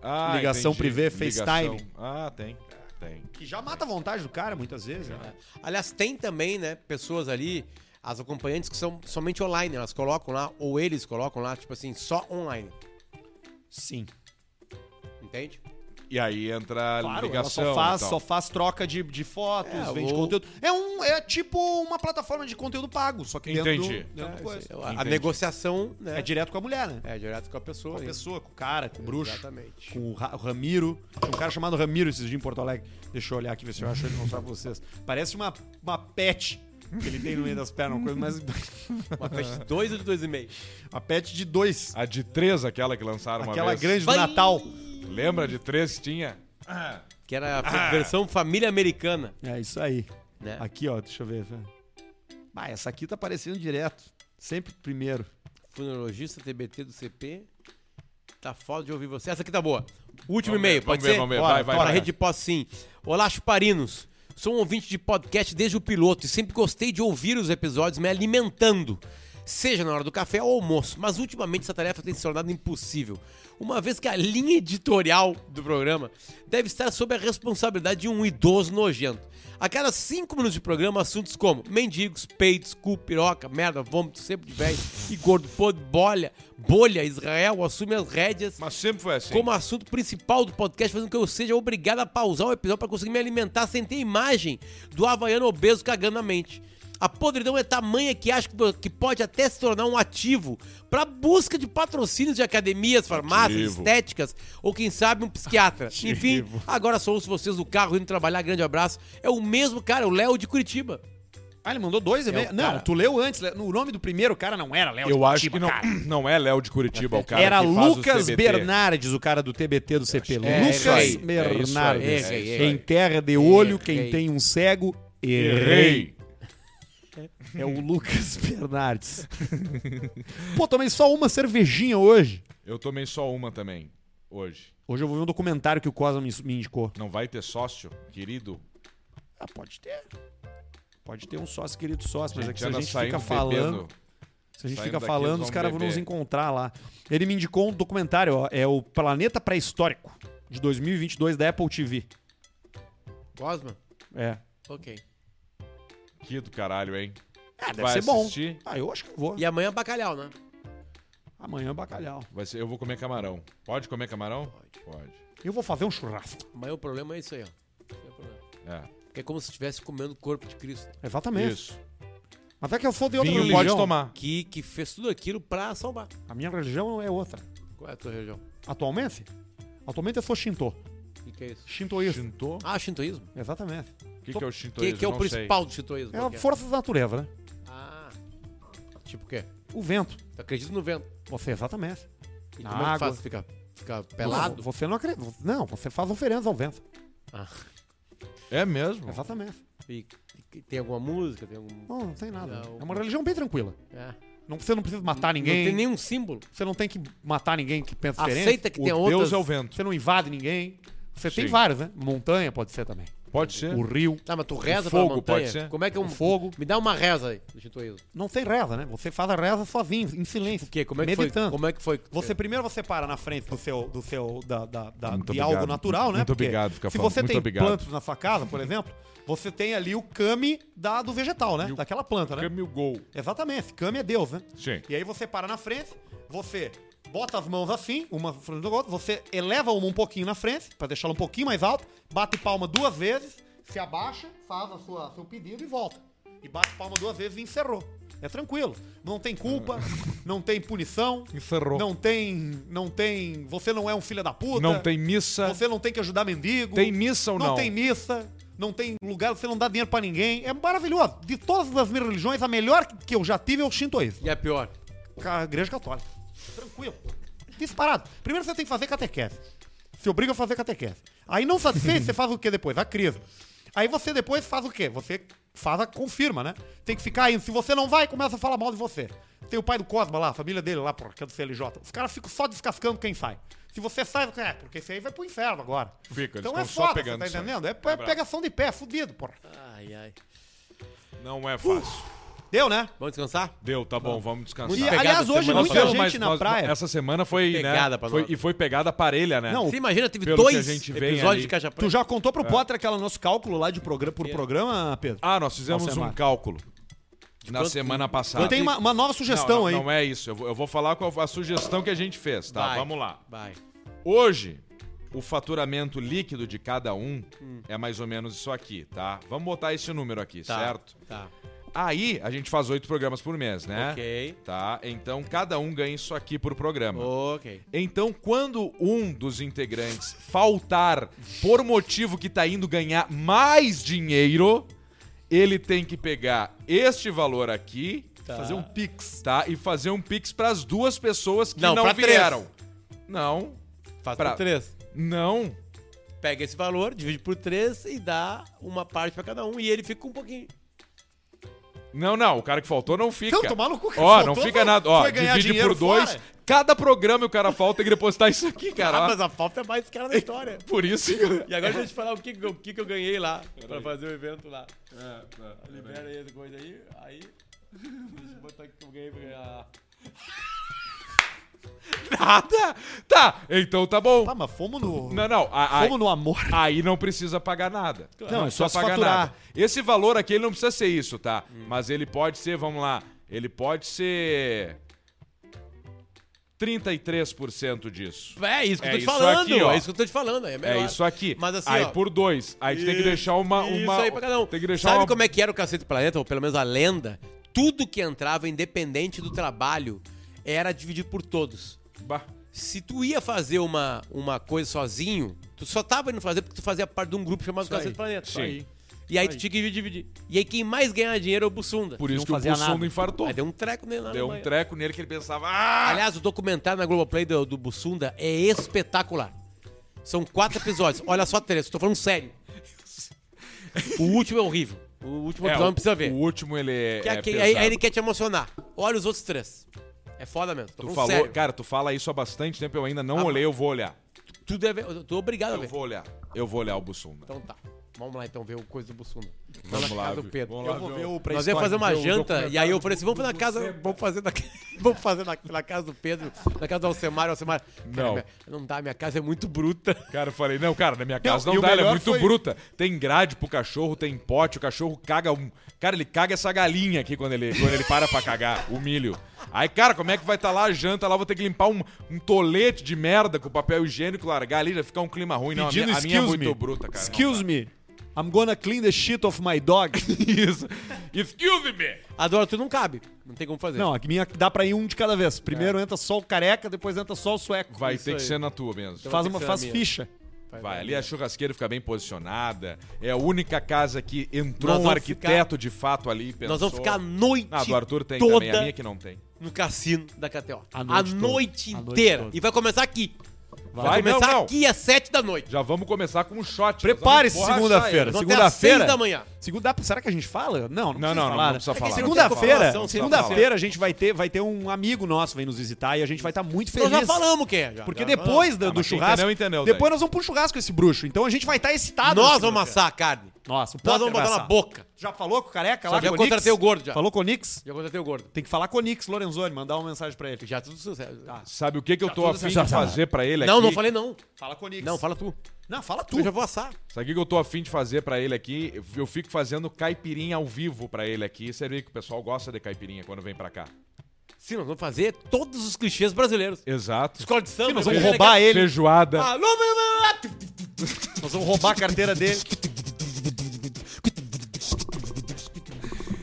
Speaker 2: Ah,
Speaker 1: Ligação privê,
Speaker 2: Ligação.
Speaker 1: FaceTime.
Speaker 2: Ah, tem. Tem.
Speaker 1: Que já mata a vontade do cara, muitas vezes. Né?
Speaker 3: Aliás, tem também, né, pessoas ali, as acompanhantes que são somente online, elas colocam lá, ou eles colocam lá, tipo assim, só online.
Speaker 1: Sim.
Speaker 3: Entende?
Speaker 2: E aí entra a
Speaker 1: Claro,
Speaker 2: ligação. então.
Speaker 1: ela só faz,
Speaker 2: e tal.
Speaker 1: só faz troca de, de fotos,
Speaker 3: É,
Speaker 1: vende
Speaker 3: ou-
Speaker 1: conteúdo. É, um, é tipo uma plataforma de conteúdo pago, só que dentro,
Speaker 2: Entendi.
Speaker 3: É,
Speaker 1: dentro do coisa.
Speaker 3: Então, A- A negociação, né?
Speaker 1: É direto com a mulher, né?
Speaker 3: É direto com a pessoa.
Speaker 1: Com a
Speaker 3: né?
Speaker 1: pessoa, com o cara, com o bruxo,
Speaker 3: Exatamente.
Speaker 1: com o, Ra- o Ramiro. Tinha um cara chamado Ramiro esses dias em Porto Alegre. Deixa eu olhar aqui, ver se eu acho ele não sabe vocês. Parece uma, uma pet que ele tem no meio das pernas, uma coisa, mas
Speaker 3: Uma festa de dois ou de dois e meio.
Speaker 1: uma pet de dois.
Speaker 2: A de 3, aquela que lançaram
Speaker 1: Aquela
Speaker 2: Ah, uma vez.
Speaker 1: grande do
Speaker 3: Vai.
Speaker 1: Natal.
Speaker 2: Lembra de 3 que tinha?
Speaker 3: Que era
Speaker 2: Ah.
Speaker 3: a versão família americana,
Speaker 1: É isso aí.
Speaker 3: né?
Speaker 1: Aqui, ó, deixa eu ver. Ah, essa aqui tá aparecendo direto. Sempre primeiro.
Speaker 3: Funerologista TBT do CP. Tá foda de ouvir você. Essa aqui tá boa. Último e-mail,
Speaker 2: ver,
Speaker 3: pode
Speaker 2: vamos ver,
Speaker 3: ser?
Speaker 2: vamos ver.
Speaker 3: Bora,
Speaker 2: Vai, vai,
Speaker 3: bora,
Speaker 2: vai.
Speaker 3: rede de posse sim. Olá, tipo assim, chuparinos. Sou um ouvinte de podcast desde o piloto e sempre gostei de ouvir os episódios me alimentando. Seja na hora do café ou almoço, mas ultimamente essa tarefa tem se tornado impossível, uma vez que a linha editorial do programa deve estar sob a responsabilidade de um idoso nojento. A cada cinco minutos de programa, assuntos como mendigos, peitos, cu, piroca, merda, vômito, sempre de velho e gordo podre, bolha, bolha, Israel assume as rédeas
Speaker 2: Mas sempre foi assim.
Speaker 3: como assunto principal do podcast, fazendo com que eu seja obrigado a pausar o episódio para conseguir me alimentar sem ter imagem do havaiano obeso cagando na mente. A podridão é tamanha que acho que vo- que pode até se tornar um ativo para busca de patrocínios de academias, farmácias,
Speaker 2: Ativo.
Speaker 3: estéticas ou quem sabe um psiquiatra. Enfim, agora só ouço vocês no carro indo trabalhar. Grande abraço. É o mesmo cara, o Léo de Curitiba.
Speaker 1: Ah, ele mandou dois e-mails.
Speaker 3: o
Speaker 1: Não,
Speaker 3: cara.
Speaker 1: tu leu antes. Le- O nome do primeiro cara não era Léo de
Speaker 2: Eu acho
Speaker 1: Curitiba,
Speaker 2: que não,
Speaker 1: cara.
Speaker 2: não é Léo de Curitiba o cara
Speaker 1: Era
Speaker 2: que faz o
Speaker 1: Lucas
Speaker 2: CBT.
Speaker 1: Bernardes, o cara do TBT do CP.
Speaker 3: que é
Speaker 1: Lucas
Speaker 3: isso aí, é isso
Speaker 1: Bernardes.
Speaker 3: isso aí, é
Speaker 1: quem
Speaker 3: isso aí.
Speaker 1: terra de olho, quem
Speaker 3: Errei.
Speaker 1: tem um cego, errei.
Speaker 2: Errei.
Speaker 1: É o Lucas Bernardes. Pô, tomei só uma cervejinha hoje.
Speaker 2: Eu tomei só uma também, hoje.
Speaker 1: Hoje eu vou ver um documentário que o Cosma me, me indicou.
Speaker 2: Não vai ter sócio, querido?
Speaker 1: Ah, pode ter. Pode ter um sócio, querido sócio, mas é que se a
Speaker 2: Ana
Speaker 1: gente
Speaker 2: saindo
Speaker 1: fica falando.
Speaker 2: bebendo.
Speaker 1: Se a gente
Speaker 2: Saindo
Speaker 1: fica
Speaker 2: daqui,
Speaker 1: falando,
Speaker 2: vamos
Speaker 1: os caras vão
Speaker 2: beber.
Speaker 1: nos encontrar lá. Ele me indicou um documentário, ó, é o Planeta Pré-Histórico, de 2022, da Apple TV.
Speaker 3: Cosma?
Speaker 1: É.
Speaker 3: Ok.
Speaker 2: Que do caralho, hein?
Speaker 1: Ah, deve
Speaker 2: Vai
Speaker 1: ser bom.
Speaker 2: assistir?
Speaker 1: Ah, eu acho que eu vou.
Speaker 3: E amanhã é bacalhau, né?
Speaker 1: Amanhã é bacalhau.
Speaker 2: Vai ser- eu vou comer camarão. Pode comer camarão? Pode. Pode.
Speaker 1: Eu vou fazer um churrasco.
Speaker 3: Amanhã o problema é isso aí, ó. Esse é o problema.
Speaker 2: É,
Speaker 3: Que é como se estivesse comendo o corpo de Cristo.
Speaker 1: Exatamente.
Speaker 2: isso.
Speaker 1: Até que eu sou de outra
Speaker 2: Vinho
Speaker 1: religião.
Speaker 2: pode tomar.
Speaker 3: que, que fez tudo aquilo pra salvar.
Speaker 1: A minha religião é outra.
Speaker 3: Qual é a tua religião?
Speaker 1: Atualmente? Atualmente eu sou Shinto.
Speaker 3: O que, que é isso?
Speaker 1: Shintoísta.
Speaker 2: Shinto?
Speaker 3: Ah, shintoísmo?
Speaker 1: Exatamente.
Speaker 2: O que, que é o
Speaker 3: O
Speaker 2: Shinto?
Speaker 3: que, que é o principal do shintoísmo?
Speaker 1: É
Speaker 3: Qual
Speaker 1: a
Speaker 3: que é?
Speaker 1: força da natureza, né?
Speaker 3: Ah. Tipo o quê?
Speaker 1: O vento.
Speaker 3: Tu acredita no vento.
Speaker 1: Você, exatamente.
Speaker 3: E
Speaker 1: Na
Speaker 3: como é que
Speaker 1: água.
Speaker 3: faz? Fica, fica pelado?
Speaker 1: Você não acredita. Não, você faz oferendas ao vento.
Speaker 2: É mesmo?
Speaker 1: Exatamente.
Speaker 3: E, e tem alguma música? Tem algum...
Speaker 1: Não, não tem nada.
Speaker 3: Não.
Speaker 1: É uma religião bem tranquila.
Speaker 3: É.
Speaker 1: Não, você não precisa matar
Speaker 3: Não
Speaker 1: ninguém.
Speaker 3: tem nenhum símbolo.
Speaker 1: Você não tem que matar ninguém que pensa diferente.
Speaker 3: Aceita que
Speaker 2: O
Speaker 3: tem
Speaker 2: Deus
Speaker 3: outras...
Speaker 2: é o vento.
Speaker 1: Você não invade ninguém. Você tem
Speaker 2: Sim.
Speaker 1: vários, né? Montanha pode ser também.
Speaker 2: Pode ser?
Speaker 1: O rio.
Speaker 3: Tá, mas tu reza
Speaker 2: fogo,
Speaker 3: pela montanha?
Speaker 2: pode ser?
Speaker 3: Como é que é um...
Speaker 1: O fogo.
Speaker 3: Me dá uma reza aí do shintoísmo.
Speaker 1: Não tem reza, né? Você faz a reza sozinho, em silêncio.
Speaker 3: O quê? Como é que
Speaker 1: meditando.
Speaker 3: foi? Como é que foi?
Speaker 1: Você primeiro você para na frente do seu do seu da, da- da- de
Speaker 2: Muito
Speaker 1: algo
Speaker 2: obrigado.
Speaker 1: natural, né?
Speaker 2: Muito
Speaker 1: Porque
Speaker 2: obrigado, fica
Speaker 1: Se
Speaker 2: falando.
Speaker 1: você
Speaker 2: Muito
Speaker 1: tem
Speaker 2: obrigado.
Speaker 1: plantas na sua casa, por exemplo, você tem ali o kami da do vegetal, né? Daquela planta, né?
Speaker 2: Câmbio gol.
Speaker 1: Exatamente. Kami é Deus, né?
Speaker 2: Sim.
Speaker 1: E aí você para na frente, você bota as mãos assim, uma frente do outro, você eleva uma um pouquinho na frente, pra deixá-la um pouquinho mais alto, bate palma duas vezes, se abaixa, faz a sua seu pedido e volta. E bate palma duas vezes e encerrou. É tranquilo. Não tem culpa, não tem punição,
Speaker 2: Encerrou.
Speaker 1: não tem, não tem, você não é um filho da puta.
Speaker 2: Não tem missa.
Speaker 1: Você não tem que ajudar mendigo.
Speaker 2: Tem missa ou não?
Speaker 1: Não tem missa, não tem lugar, você não dá dinheiro pra ninguém. É maravilhoso. De todas as minhas religiões, a melhor que eu já tive é o shintoísmo.
Speaker 3: E a pior?
Speaker 1: A igreja católica. Tranquilo. Disparado. Primeiro você tem que fazer catequese. Se obriga a fazer catequese. Aí não satisfeito, você faz o que depois? A crise. Aí você depois faz o quê? Você faz a confirma, né? Tem que ficar indo. Se você não vai, começa a falar mal de você. Tem o pai do Cosma lá, a família dele lá, porra, que é do CLJ. Os caras ficam só descascando quem sai. Se você sai, é, porque esse aí vai pro inferno agora.
Speaker 2: Fica, eles
Speaker 1: então é
Speaker 2: ficam só
Speaker 1: foda,
Speaker 2: pegando
Speaker 1: você tá
Speaker 2: sangue.
Speaker 1: entendendo? É, é pegação de pé, fudido, porra.
Speaker 3: Ai, ai.
Speaker 2: Não é fácil.
Speaker 1: Deu, né?
Speaker 3: Vamos descansar?
Speaker 2: Deu, tá bom, vamos descansar.
Speaker 1: E,
Speaker 3: pegada
Speaker 1: aliás,
Speaker 3: essa
Speaker 1: hoje
Speaker 3: semana
Speaker 1: muita
Speaker 2: Nós-
Speaker 1: gente
Speaker 2: mas
Speaker 1: na
Speaker 2: nós-
Speaker 1: praia.
Speaker 2: Essa semana foi,
Speaker 3: Pegada
Speaker 2: né?
Speaker 3: pra
Speaker 2: foi-
Speaker 3: nós.
Speaker 2: e foi pegada parelha, né?
Speaker 1: Não,
Speaker 3: Você imagina, teve
Speaker 2: Pelo que
Speaker 3: dois
Speaker 2: a gente vem
Speaker 3: episódios
Speaker 2: ali.
Speaker 3: de Caixa Preta.
Speaker 1: Tu já contou pro Potter aquele nosso cálculo lá de programa, por programa, Pedro?
Speaker 2: É. Ah, nós fizemos
Speaker 1: Nossa, é
Speaker 2: um
Speaker 1: má.
Speaker 2: cálculo na
Speaker 3: quanto-
Speaker 2: semana passada.
Speaker 1: Tem uma, uma nova
Speaker 2: Não,
Speaker 1: sugestão
Speaker 2: não,
Speaker 1: aí.
Speaker 2: Não é isso. Eu vou, eu vou falar qual a sugestão que a gente fez, tá?
Speaker 3: Vai.
Speaker 2: Vamos lá.
Speaker 3: Vai.
Speaker 2: Hoje, o faturamento líquido de cada um é mais ou menos isso aqui, tá? Vamos botar esse número aqui,
Speaker 3: Tá.
Speaker 2: certo?
Speaker 3: Tá.
Speaker 2: Aí, a gente faz oito programas por mês, né?
Speaker 3: Ok.
Speaker 2: Tá? Então, cada um ganha isso aqui por programa.
Speaker 3: Ok.
Speaker 2: Então, quando um dos integrantes faltar por motivo que tá indo ganhar mais dinheiro, ele tem que pegar este valor aqui, fazer um pix, tá? E fazer um pix pras duas pessoas que não,
Speaker 3: Não, pra três.
Speaker 2: vieram. Não,
Speaker 3: Faz
Speaker 2: Pra-
Speaker 3: por três.
Speaker 2: não.
Speaker 3: Pega esse valor, divide por três e dá uma parte pra cada um. E ele fica com um pouquinho.
Speaker 2: Não, não, o cara que faltou não fica.
Speaker 1: Então, tomar no cu, cara,
Speaker 2: Ó,
Speaker 1: faltou,
Speaker 2: não fica
Speaker 1: foi-
Speaker 2: nada. Ó,
Speaker 1: foi ganhar
Speaker 2: divide
Speaker 1: dinheiro
Speaker 2: por dois.
Speaker 1: fora.
Speaker 2: Cada programa o cara falta tem que depositar isso aqui,
Speaker 3: Ah,
Speaker 2: cara. ó.
Speaker 3: mas a falta é mais cara da história.
Speaker 2: Por isso.
Speaker 3: E agora deixa eu te falar o que, que eu- o que, que eu ganhei lá pra fazer o evento lá.
Speaker 2: É,
Speaker 3: Libera aí essa coisa aí, aí. Deixa eu botar o que eu ganhei pra ganhar.
Speaker 2: Nada. Tá, então tá bom.
Speaker 1: Ah, mas fomos no.
Speaker 2: Não, não. a- a-
Speaker 1: Fomos no amor.
Speaker 2: Aí não precisa pagar nada.
Speaker 1: Não, é só
Speaker 2: precisa
Speaker 1: se faturar.
Speaker 2: Esse valor aqui ele não precisa ser isso, tá? Mas ele pode ser, vamos lá, ele pode ser 33% disso.
Speaker 3: É isso que eu
Speaker 2: É
Speaker 3: tô te
Speaker 2: isso
Speaker 3: falando,
Speaker 2: aqui, ó.
Speaker 3: é isso que eu tô te falando. É,
Speaker 2: É
Speaker 3: melhor.
Speaker 2: isso aqui.
Speaker 3: Mas assim,
Speaker 2: aí
Speaker 3: ó,
Speaker 2: por dois. Aí tu tem que deixar uma
Speaker 3: Isso
Speaker 2: uma
Speaker 3: aí pra cada um.
Speaker 2: Tem que deixar
Speaker 3: Sabe
Speaker 2: uma
Speaker 3: como é que era o Cacete do Planeta, ou pelo menos a lenda? Tudo que entrava, independente do trabalho, era dividido por todos.
Speaker 2: Bah.
Speaker 3: Se tu ia fazer uma, uma coisa sozinho, tu só tava indo fazer porque tu fazia parte de um grupo chamado Cacete do Planeta.
Speaker 2: Tá Sim.
Speaker 3: Aí. E aí tu tinha que dividir. E aí quem mais ganhava dinheiro é o Bussunda.
Speaker 2: Por isso
Speaker 3: Não
Speaker 2: que o
Speaker 3: fazia
Speaker 2: Bussunda
Speaker 3: nada.
Speaker 2: infartou.
Speaker 3: Aí deu um treco nele lá
Speaker 2: Deu
Speaker 3: na
Speaker 2: um
Speaker 3: manhã.
Speaker 2: treco nele que ele pensava, ah,
Speaker 3: Aliás, o documentário na Globoplay do, do Bussunda é espetacular. São quatro episódios. Olha só três, tô falando sério. O último é horrível. O último
Speaker 2: É,
Speaker 3: episódio não precisa ver.
Speaker 2: O último ele é,
Speaker 3: Que é
Speaker 2: é
Speaker 3: que- aí, aí
Speaker 2: pesado.
Speaker 3: ele quer te emocionar. Olha os outros três. É foda mesmo. Tô
Speaker 2: Tu
Speaker 3: falando
Speaker 2: falou,
Speaker 3: sério.
Speaker 2: cara, tu fala isso há bastante tempo, eu ainda não
Speaker 3: Ah,
Speaker 2: olhei, eu vou olhar.
Speaker 3: Tu deve. Eu tô obrigado a
Speaker 2: Eu
Speaker 3: é ver.
Speaker 2: vou olhar. Eu vou olhar o Bussunda.
Speaker 3: Então tá. Vamos lá então ver o coisa do Bussunda.
Speaker 2: Vamos
Speaker 3: na
Speaker 2: lá,
Speaker 1: um,
Speaker 3: casa do
Speaker 2: viu?
Speaker 3: Pedro.
Speaker 2: Vamos lá
Speaker 3: Eu vou-
Speaker 2: ver
Speaker 1: ver o
Speaker 3: Nós ia fazer uma
Speaker 2: ver o
Speaker 3: janta
Speaker 2: documentário
Speaker 3: e aí eu falei assim: vamos fazer na casa. Vamos fazer na, vamos fazer na, na casa do Pedro, na casa do Alcemar, Alcemar.
Speaker 2: Não.
Speaker 3: Cara, minha- não dá, minha casa é muito bruta.
Speaker 2: Cara, eu falei, não, cara, na minha casa
Speaker 1: Não,
Speaker 2: não,
Speaker 1: e o
Speaker 2: dá, ela é
Speaker 1: melhor
Speaker 2: muito
Speaker 1: foi-
Speaker 2: bruta. Tem grade pro cachorro, tem pote, o cachorro caga um. Cara, ele caga essa galinha aqui quando ele, quando ele para pra cagar, o milho. Aí, cara, como é que vai estar lá a janta lá? Vou ter que limpar um, um tolete de merda com papel higiênico, largar ali, já ficar um clima ruim. Não, a minha,
Speaker 1: Pedindo
Speaker 2: a minha é
Speaker 1: excuse
Speaker 2: muito
Speaker 1: me.
Speaker 2: bruta, cara. não
Speaker 1: Excuse me. I'm gonna clean the shit off my dog. Isso.
Speaker 2: dá. Excuse me!
Speaker 3: Adoro, tu não cabe. Não tem como fazer.
Speaker 1: Não, a minha dá pra ir um de cada vez. Primeiro entra só o careca, depois entra só o sueco.
Speaker 2: É. Vai
Speaker 3: Isso
Speaker 2: ter que
Speaker 3: aí.
Speaker 2: ser na tua mesmo.
Speaker 1: faz
Speaker 3: ter que
Speaker 1: uma
Speaker 3: ser a
Speaker 1: faz
Speaker 3: minha.
Speaker 1: ficha.
Speaker 2: Vai, ali a churrasqueira fica bem posicionada. É a única casa que
Speaker 3: Nós
Speaker 2: entrou um
Speaker 3: vamos
Speaker 2: arquiteto de fato ali e pensou.
Speaker 3: Nós vamos ficar a noite
Speaker 2: Ah, do Arthur tem
Speaker 3: toda
Speaker 2: também, a minha que não tem.
Speaker 3: no cassino da KTO. A
Speaker 1: A noite
Speaker 3: noite,
Speaker 1: toda. A noite
Speaker 3: inteira.
Speaker 1: toda.
Speaker 3: e vai começar aqui. Vai,
Speaker 2: Vai, não,
Speaker 3: começar
Speaker 2: não.
Speaker 3: aqui às 7 da noite.
Speaker 2: Já vamos começar com um shot.
Speaker 1: Prepare-se
Speaker 2: Nós vamos
Speaker 1: segunda-feira.
Speaker 2: borrachar
Speaker 3: Nós vamos até às
Speaker 1: Segunda-feira.
Speaker 3: seis da manhã.
Speaker 1: Segunda, dá pra- será que a gente fala? Não, não,
Speaker 2: Não,
Speaker 1: precisa
Speaker 2: não, não,
Speaker 1: falar.
Speaker 2: não
Speaker 1: né?
Speaker 2: precisa
Speaker 1: É que
Speaker 2: falar.
Speaker 1: Segunda-feira,
Speaker 3: Não tem
Speaker 1: segunda-feira a gente vai ter, vai ter um amigo nosso vem nos visitar e a gente vai estar muito
Speaker 3: Nós
Speaker 1: feliz.
Speaker 3: já falamos quem é. já.
Speaker 1: Porque
Speaker 3: Já
Speaker 1: depois do,
Speaker 2: Ah,
Speaker 1: do
Speaker 2: mas quem
Speaker 1: churrasco,
Speaker 2: entendeu, entendeu daí.
Speaker 1: depois nós vamos pro churrasco esse bruxo. Então a gente vai estar excitado. na
Speaker 3: falamos. Nós vamos
Speaker 2: é.
Speaker 1: segunda-feira.
Speaker 3: assar a carne.
Speaker 1: Nossa, o
Speaker 3: Nós
Speaker 1: Potter
Speaker 3: vamos
Speaker 1: vai
Speaker 3: botar na
Speaker 1: assar.
Speaker 3: boca.
Speaker 1: Já falou com o careca
Speaker 3: Só
Speaker 1: lá?
Speaker 3: já
Speaker 1: com o Nix?
Speaker 3: contratei o gordo, já.
Speaker 1: Falou com o Nix?
Speaker 3: Já contratei o gordo.
Speaker 1: Tem que falar com o Nix Lorenzoni, mandar uma mensagem pra ele.
Speaker 3: Já tudo sucesso.
Speaker 2: Sabe o que, que eu tô
Speaker 1: tudo
Speaker 2: afim de
Speaker 1: sensacional.
Speaker 2: fazer pra ele
Speaker 3: Tá Não,
Speaker 2: aqui?
Speaker 3: não falei não.
Speaker 1: Fala com o Nix.
Speaker 3: Não, fala tu.
Speaker 1: Não, fala tu.
Speaker 3: Eu já vou assar.
Speaker 2: Sabe o que, que eu tô afim de fazer pra ele aqui? Eu- Eu fico fazendo caipirinha ao vivo pra ele aqui. Você vê que o pessoal gosta de caipirinha quando vem pra cá.
Speaker 3: Sim, nós vamos fazer todos os clichês brasileiros.
Speaker 2: Exato.
Speaker 3: Escola de samba.
Speaker 1: Sim, nós
Speaker 3: né?
Speaker 1: vamos roubar ele.
Speaker 2: Feijoada.
Speaker 3: Alô, meu- meu- meu-
Speaker 1: Nós vamos roubar a carteira dele.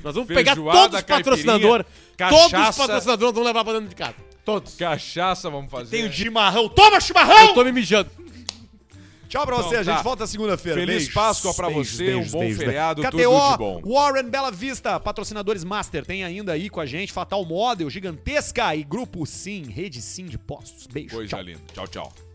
Speaker 3: Nós vamos
Speaker 2: Feijoada,
Speaker 3: pegar todos os
Speaker 2: caipirinha,
Speaker 3: patrocinadores.
Speaker 2: cachaça.
Speaker 3: Todos os patrocinadores nós vamos levar pra dentro de casa. Todos.
Speaker 2: Cachaça vamos fazer.
Speaker 1: Tem o chimarrão. Toma,
Speaker 3: Eu
Speaker 1: chimarrão!
Speaker 3: tô me mijando.
Speaker 1: Tchau pra você,
Speaker 2: Então
Speaker 1: a
Speaker 2: tá.
Speaker 1: gente volta segunda-feira.
Speaker 2: Feliz
Speaker 1: Beijos,
Speaker 2: Páscoa pra
Speaker 1: beijos,
Speaker 2: você,
Speaker 1: beijos,
Speaker 2: um bom
Speaker 1: beijos, né?
Speaker 2: feriado,
Speaker 1: beijos.
Speaker 2: tudo de
Speaker 1: KTO,
Speaker 2: bom.
Speaker 1: Warren Bela Vista, patrocinadores Master, tem ainda aí com a gente, Fatal Model, Gigantesca e Grupo Sim, Rede Sim de Postos. Beijo,
Speaker 2: Coisa
Speaker 1: tchau.
Speaker 2: linda. Tchau, tchau.